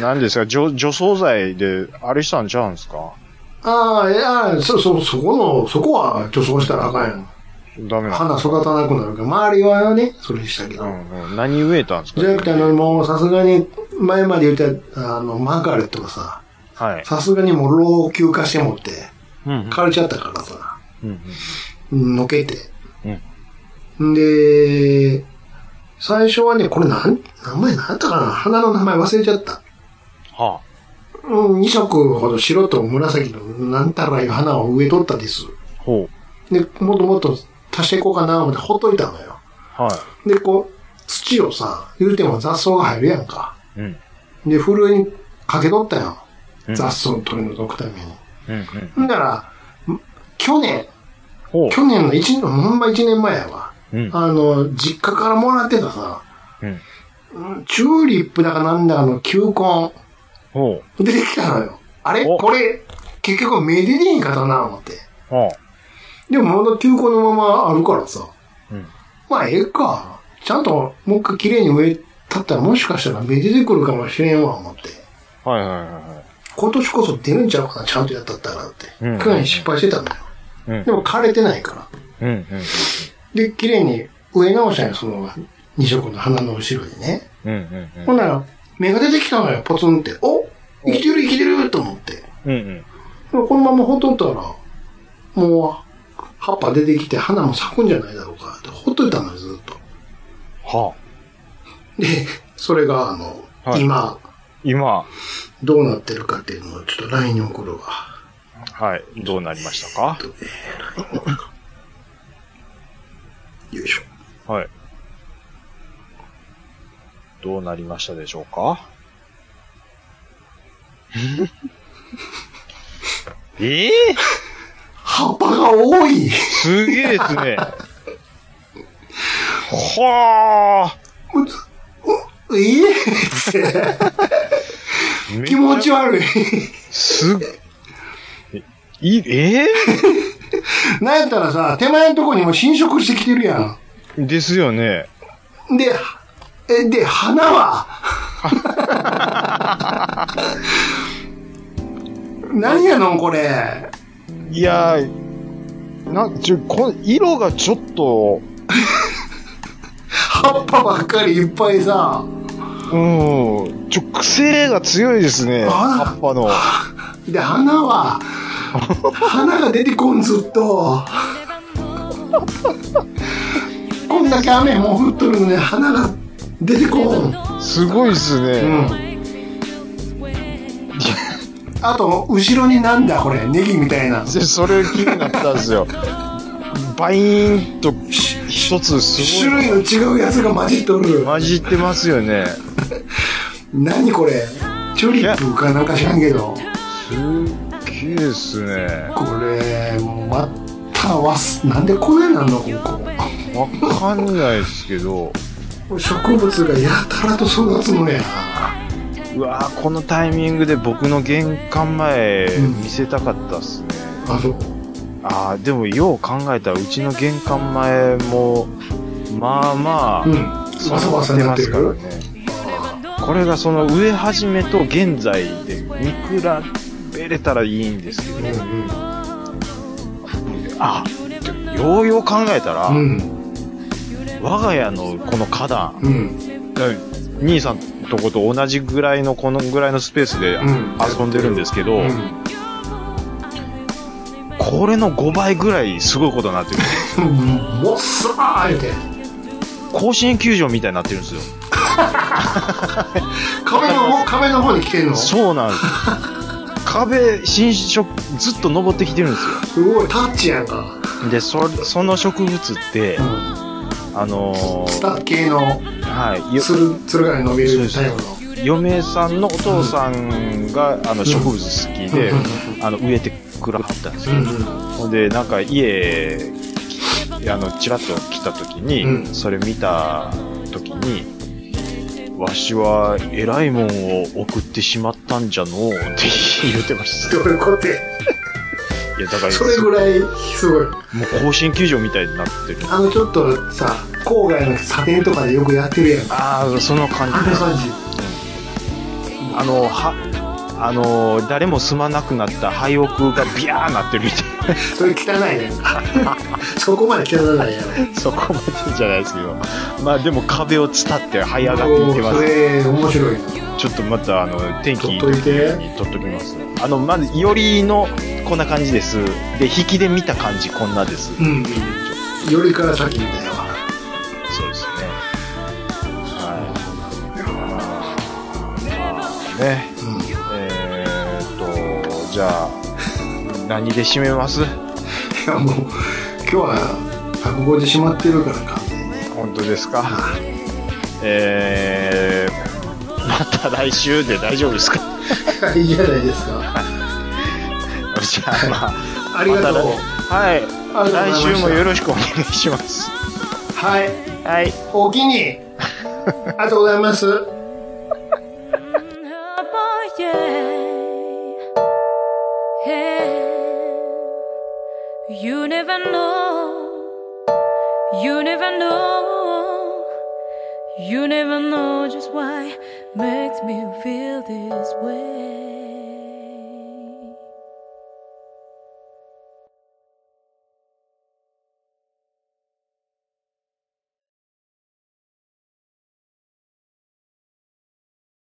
[SPEAKER 3] 何ですか、除除草剤で、あれしたんちゃうんですか
[SPEAKER 4] ああ、いや、そ、そ、そこの、そこは女装したらあかんやん。
[SPEAKER 3] ダメな
[SPEAKER 4] 花育たなくなるから、周りはね、それにしたけど。
[SPEAKER 3] の、うんうん、何植えたんですか
[SPEAKER 4] じゃなくて、あの、もうさすがに、前まで言った、あの、マーガレットがさ、
[SPEAKER 3] はい。
[SPEAKER 4] さすがにもう老朽化してもって、
[SPEAKER 3] うんうん
[SPEAKER 4] 枯れちゃったからさ、
[SPEAKER 3] うんうん
[SPEAKER 4] のけて。んで、最初はね、これなん、名前なんやったかな花の名前忘れちゃった。
[SPEAKER 3] は
[SPEAKER 4] うん、2色ほど白と紫のなんたらいう花を植えとったです。
[SPEAKER 3] あ、ほう。
[SPEAKER 4] で、もっともっと足していこうかな思ってほっといたのよ。
[SPEAKER 3] は
[SPEAKER 4] で、こう、土をさ、言うても雑草が入るやんか。
[SPEAKER 3] い。うん。
[SPEAKER 4] で、ふるいにかけとったよ。
[SPEAKER 3] うん
[SPEAKER 4] 雑草を取り除くために。
[SPEAKER 3] うんうん。
[SPEAKER 4] んだから、ん去年、
[SPEAKER 3] ほ
[SPEAKER 4] 去年の一年、ほんま一年前やわ。
[SPEAKER 3] う。うん。
[SPEAKER 4] あの、実家からもらってたさ、
[SPEAKER 3] うん。
[SPEAKER 4] うんチューリップだかなんだかの球根、
[SPEAKER 3] ほ
[SPEAKER 4] 出てきたのよ。あれ
[SPEAKER 3] お
[SPEAKER 4] これ、結局めでりんかったな、思って。
[SPEAKER 3] う。は
[SPEAKER 4] でもまだ球根のままあるからさ、
[SPEAKER 3] あ。うん。
[SPEAKER 4] まあええか。ちゃんともう一回綺麗に植えたったらもしかしたら芽出てくるかもしれんわ、思って。
[SPEAKER 3] はいはいはいはい。
[SPEAKER 4] 今年こそ出るんちゃうかな、ちゃんとやったったらって。
[SPEAKER 3] うん
[SPEAKER 4] 去年失敗してたんだよ。
[SPEAKER 3] うん。
[SPEAKER 4] でも枯れてないから。
[SPEAKER 3] うんうん
[SPEAKER 4] で、綺麗に植え直したんよ、その二色の花の後ろにね。
[SPEAKER 3] うん。うんうんうん。
[SPEAKER 4] ほんなら、芽が出てきたのよ、ポツンって。お生きてる生きてると思って。で
[SPEAKER 3] うんうん。
[SPEAKER 4] もこのままほっとったら、もう、葉っぱ出てきて花も咲くんじゃないだろうかって、ほっといたのよ、ずっと。
[SPEAKER 3] はあ。
[SPEAKER 4] で、それが、あの、
[SPEAKER 3] はい
[SPEAKER 4] 今、
[SPEAKER 3] 今、
[SPEAKER 4] どうなってるかっていうのをちょっと LINE に送るわ。
[SPEAKER 3] はい、どうなりましたか
[SPEAKER 4] よいしょ。
[SPEAKER 3] はい。どうなりましたでしょうか ええ
[SPEAKER 4] 葉っぱが多い
[SPEAKER 3] すげえですね。はあ
[SPEAKER 4] お ええって気持ち
[SPEAKER 3] は
[SPEAKER 4] 悪い。
[SPEAKER 3] すっ、い、ええ
[SPEAKER 4] なんやったらさ、手前のとこにも侵食してきてるや
[SPEAKER 3] ですよね。
[SPEAKER 4] ん。で、え、で、花は 何やのこれ。
[SPEAKER 3] いやー、な、ちょ、こ色がちょっと、
[SPEAKER 4] 葉っぱばっかりいっぱいさ。
[SPEAKER 3] うん、ちょ、癖が強いですね。
[SPEAKER 4] あ
[SPEAKER 3] 葉っぱの。
[SPEAKER 4] で、花は、花が出てこんずっと。こんだけ雨も降っとるのに花が出てこん。
[SPEAKER 3] すごいですね。
[SPEAKER 4] うん。あと、後ろになんだこれ、ネギみたいな。
[SPEAKER 3] で、それ気になったんですよ。 バイーンと、一つす
[SPEAKER 4] 種
[SPEAKER 3] ごい。
[SPEAKER 4] 類の違うやつが混じっとる。
[SPEAKER 3] 混じってますよね。
[SPEAKER 4] 何これチューリップかなんか知らんけど。
[SPEAKER 3] すっげえですね。
[SPEAKER 4] これ、もうまたわす。なんでこないなんのここ。
[SPEAKER 3] わかんないですけど、
[SPEAKER 4] 植物がやたらと育つのや。
[SPEAKER 3] うわーこのタイミングで僕の玄関前
[SPEAKER 4] うん
[SPEAKER 3] 見せたかったっすね。
[SPEAKER 4] あの、
[SPEAKER 3] ああ、でもよう考えたらうちの玄関前も、まあま
[SPEAKER 4] うん。
[SPEAKER 3] あ、
[SPEAKER 4] わさ
[SPEAKER 3] そう
[SPEAKER 4] わさになってる。
[SPEAKER 3] ね。これがその植え始めと現在で見比べれたらいいんですけど、
[SPEAKER 4] うんうん。
[SPEAKER 3] あ、でもようよう考えたら、
[SPEAKER 4] うん。
[SPEAKER 3] 我が家のこの花壇、
[SPEAKER 4] うん。
[SPEAKER 3] 兄さんとこと同じぐらいのこのぐらいのスペースで
[SPEAKER 4] うん
[SPEAKER 3] 遊んでるんですけど、
[SPEAKER 4] うん
[SPEAKER 3] これの5倍ぐらいすごいことになってる。
[SPEAKER 4] もっすらーって。
[SPEAKER 3] 甲子園球場みたいになってるんですよ。
[SPEAKER 4] 壁の方、壁の方に来てんのす
[SPEAKER 3] そうなんですよ。 壁、新色、ずっと登ってきてるんです
[SPEAKER 4] ごい、タッチやんか。
[SPEAKER 3] よ。で、そ、その植物って
[SPEAKER 4] う、ん。
[SPEAKER 3] あの
[SPEAKER 4] ス
[SPEAKER 3] ー
[SPEAKER 4] タッ系の、
[SPEAKER 3] はい、よ
[SPEAKER 4] つる、つるがい伸びるタイプの。
[SPEAKER 3] 嫁さんのお父さんが、あの、植物好きで、
[SPEAKER 4] う
[SPEAKER 3] あの、植えてくらはったんです
[SPEAKER 4] う
[SPEAKER 3] よ。
[SPEAKER 4] んうん。
[SPEAKER 3] ほんで、なんか家、あの、ちらっと来た時に、
[SPEAKER 4] うん
[SPEAKER 3] それ見た時に、わしは偉いもんを送ってしまったんじゃのうって言ってました。
[SPEAKER 4] どういうことや
[SPEAKER 3] いや、だから、
[SPEAKER 4] それぐらい、すごい。
[SPEAKER 3] もう甲子園球場みたいになってる。
[SPEAKER 4] あの、ちょっとさ、郊外の査定とかでよくやってるやん。
[SPEAKER 3] ああ、その感
[SPEAKER 4] あん
[SPEAKER 3] じで
[SPEAKER 4] な
[SPEAKER 3] す。
[SPEAKER 4] 感じ。
[SPEAKER 3] あの、は、あの、誰も住まなくなった廃屋がビャーなってるみたい
[SPEAKER 4] それ汚いね。 そこまで汚ないやろ。
[SPEAKER 3] な。 そこまでじゃないですけど。まあでも壁を伝って這い上がっていってま
[SPEAKER 4] そ
[SPEAKER 3] す。
[SPEAKER 4] れ、面白いな。
[SPEAKER 3] ちょっとまた、あの、天気いい
[SPEAKER 4] 撮っといて
[SPEAKER 3] 時に撮っときます。あの、まず、よりの、こんな感じです。で、引きで見た感じ、こんなです。
[SPEAKER 4] うん。よりから先みたいな。
[SPEAKER 3] そうですね。はい。まあ、ね。
[SPEAKER 4] う
[SPEAKER 3] えーっと、じゃあ、何で締めます
[SPEAKER 4] ん。いや、もう、今日は、落語でしまってるからか。
[SPEAKER 3] 本当ですかえー、また来週で大丈夫ですか
[SPEAKER 4] いいじゃないですか。
[SPEAKER 3] じゃあ、まあ、
[SPEAKER 4] ありがとう。
[SPEAKER 3] ま
[SPEAKER 4] ありが
[SPEAKER 3] た来
[SPEAKER 4] とうございま
[SPEAKER 3] はい。
[SPEAKER 4] した
[SPEAKER 3] 来週もよろしくお願いします。
[SPEAKER 4] はい。
[SPEAKER 3] はい。
[SPEAKER 4] おおき に。ありがとうございます。
[SPEAKER 6] You never know, you never know, you never know just why makes me feel this way.